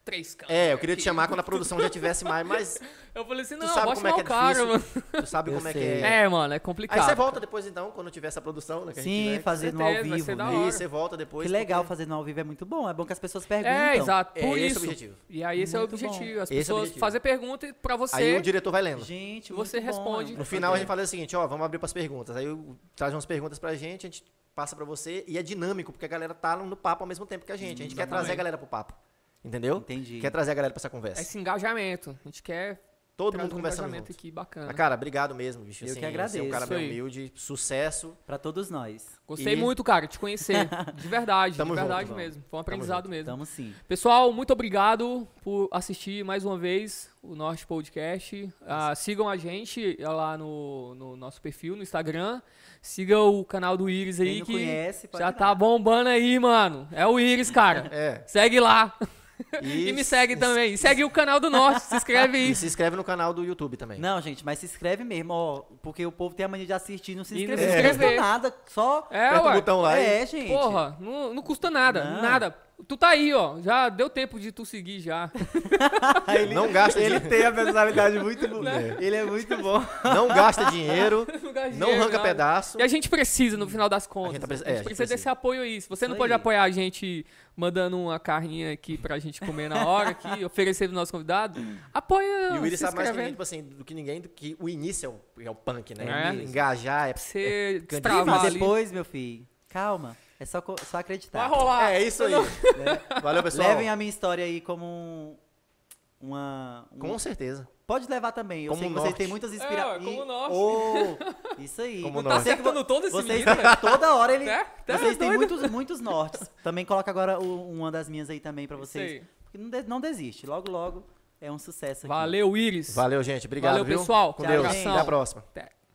Speaker 1: três câmeras.
Speaker 2: É, eu queria te
Speaker 1: aqui.
Speaker 2: chamar quando a produção já tivesse mais, mas
Speaker 1: Eu falei assim,
Speaker 2: tu
Speaker 1: não,
Speaker 2: sabe
Speaker 1: pode
Speaker 2: como é
Speaker 1: chamar
Speaker 2: que é
Speaker 1: o cara, mano.
Speaker 2: difícil. Tu sabe
Speaker 3: Eu
Speaker 2: como é que
Speaker 3: sei.
Speaker 2: é.
Speaker 1: É, mano, é
Speaker 2: Aí
Speaker 1: complicado.
Speaker 2: você volta depois, então, quando tiver essa produção, né? que a gente
Speaker 3: Sim,
Speaker 2: tiver.
Speaker 3: fazer no
Speaker 1: certeza,
Speaker 3: ao
Speaker 1: vai
Speaker 3: vivo.
Speaker 1: ser da
Speaker 3: né?
Speaker 1: hora.
Speaker 2: Isso, você volta depois.
Speaker 3: Que legal
Speaker 2: porque-
Speaker 3: fazer no ao vivo é muito bom. É bom que as pessoas perguntam.
Speaker 1: É, exato.
Speaker 2: É,
Speaker 1: Por
Speaker 2: esse é o
Speaker 1: isso.
Speaker 2: objetivo.
Speaker 1: E aí esse é o
Speaker 3: Muito bom.
Speaker 1: objetivo. As
Speaker 2: Esse é o
Speaker 1: pessoas
Speaker 2: objetivo.
Speaker 1: fazer pergunta pra você.
Speaker 2: Aí o diretor vai lendo.
Speaker 3: Gente,
Speaker 1: Você
Speaker 3: muito bom,
Speaker 1: responde.
Speaker 3: é muito
Speaker 2: No final a gente
Speaker 3: bom.
Speaker 2: fala o seguinte, ó, vamos abrir para as perguntas. Aí eu- traz umas perguntas pra gente, a gente passa pra você e é dinâmico, porque a galera tá no papo ao mesmo tempo que a gente. A gente quer trazer a galera pro papo. Entendeu?
Speaker 3: Entendi.
Speaker 2: Quer trazer a galera pra essa conversa.
Speaker 1: É Esse engajamento. A gente quer
Speaker 2: Todo
Speaker 1: trazer
Speaker 2: mundo
Speaker 1: um
Speaker 2: conversando
Speaker 1: engajamento
Speaker 2: junto.
Speaker 1: aqui bacana.
Speaker 2: Mas, cara, obrigado mesmo, bicho.
Speaker 3: Eu que
Speaker 2: assim, Você é um
Speaker 3: agradeço.
Speaker 2: cara bem
Speaker 1: Isso aí.
Speaker 2: humilde, sucesso.
Speaker 3: Pra todos nós.
Speaker 1: Gostei
Speaker 2: E-
Speaker 1: muito, cara, de te
Speaker 2: (laughs)
Speaker 1: conhecer. De verdade,
Speaker 2: Tamo
Speaker 1: de
Speaker 2: junto,
Speaker 1: verdade
Speaker 2: vamos.
Speaker 1: mesmo. Foi um aprendizado mesmo.
Speaker 3: Tamo sim.
Speaker 1: Pessoal, muito obrigado por assistir mais uma vez o Norte Podcast. Ah, sigam a gente é lá no, no nosso perfil, no Instagram. Siga o canal do Iris
Speaker 3: Quem
Speaker 1: aí
Speaker 3: não
Speaker 1: que
Speaker 3: conhece, pode
Speaker 1: já
Speaker 3: ir
Speaker 1: tá
Speaker 3: lá.
Speaker 1: bombando aí, mano. É o Iris, cara.
Speaker 3: (laughs)
Speaker 2: É.
Speaker 1: Segue lá. (laughs)
Speaker 2: E,
Speaker 1: E, me segue também. E segue o canal do Norte, se inscreve aí.
Speaker 2: E se inscreve no canal do YouTube
Speaker 1: É.
Speaker 2: também.
Speaker 3: Não, gente, mas se inscreve mesmo, ó. Porque o povo tem a mania de assistir e não se
Speaker 1: E não
Speaker 3: inscrever.
Speaker 1: se
Speaker 3: Não
Speaker 1: inscrever.
Speaker 3: custa nada. Só.
Speaker 1: É,
Speaker 2: Aperta o
Speaker 1: ué.
Speaker 2: botão lá. e-
Speaker 3: É, gente.
Speaker 1: Porra, não, não custa nada,
Speaker 3: Não.
Speaker 1: nada. Tu tá aí, ó. Já deu tempo de tu seguir já.
Speaker 2: (laughs)
Speaker 3: (laughs)
Speaker 2: não gasta
Speaker 3: Ele
Speaker 2: dinheiro.
Speaker 3: tem a personalidade muito boa.
Speaker 1: né?
Speaker 3: Ele é muito bom.
Speaker 1: (laughs)
Speaker 2: Não gasta dinheiro.
Speaker 1: Não gasta
Speaker 2: não
Speaker 1: dinheiro,
Speaker 2: arranca
Speaker 1: nada.
Speaker 2: pedaço.
Speaker 1: E a gente precisa, no final das contas.
Speaker 2: A
Speaker 1: A
Speaker 2: gente
Speaker 1: gente,
Speaker 2: tá preci- é, a gente
Speaker 1: precisa desse
Speaker 2: precisa.
Speaker 1: apoio aí. Se você não
Speaker 3: Isso
Speaker 1: pode
Speaker 3: aí.
Speaker 1: apoiar a gente mandando uma carninha aqui pra gente comer na hora
Speaker 2: (laughs)
Speaker 1: aqui, oferecer pro nosso convidado, apoia
Speaker 2: E o Willis
Speaker 1: se
Speaker 2: sabe mais que
Speaker 1: inscrevendo.
Speaker 2: ninguém, tipo assim, do que ninguém, do que o início é o, é o punk, né?
Speaker 1: É.
Speaker 2: Engajar é
Speaker 1: Pra você
Speaker 3: Mas
Speaker 1: destravar ali.
Speaker 3: depois, meu filho, calma. É só, co- só acreditar.
Speaker 1: Vai rolar.
Speaker 2: É isso aí. Valeu, pessoal.
Speaker 3: Levem a minha história aí como um- uma. um-
Speaker 2: Com certeza.
Speaker 3: Pode levar também. Eu
Speaker 2: Como
Speaker 3: sei que
Speaker 2: norte.
Speaker 3: vocês têm muitas
Speaker 1: É,
Speaker 3: inspirações.
Speaker 1: ué, como norte.
Speaker 3: isso aí.
Speaker 2: Como
Speaker 3: Eu
Speaker 1: Tá
Speaker 2: norte.
Speaker 3: sei que
Speaker 1: acertando todo esse
Speaker 3: Vocês
Speaker 1: menino, velho.
Speaker 3: (laughs) toda hora ele.
Speaker 1: Né? Tá
Speaker 3: vocês têm
Speaker 1: doido?
Speaker 3: muitos, muitos nortes. Também coloca agora o- uma das minhas aí também pra vocês.
Speaker 1: aí.
Speaker 3: Porque não, de- não desiste. Logo, logo é um sucesso aqui.
Speaker 1: Valeu, Iris.
Speaker 2: Valeu, gente. Obrigado.
Speaker 1: Valeu,
Speaker 2: viu?
Speaker 1: pessoal.
Speaker 2: Com
Speaker 3: Tchau,
Speaker 2: Deus.
Speaker 3: gente.
Speaker 2: Até a próxima.
Speaker 1: Até.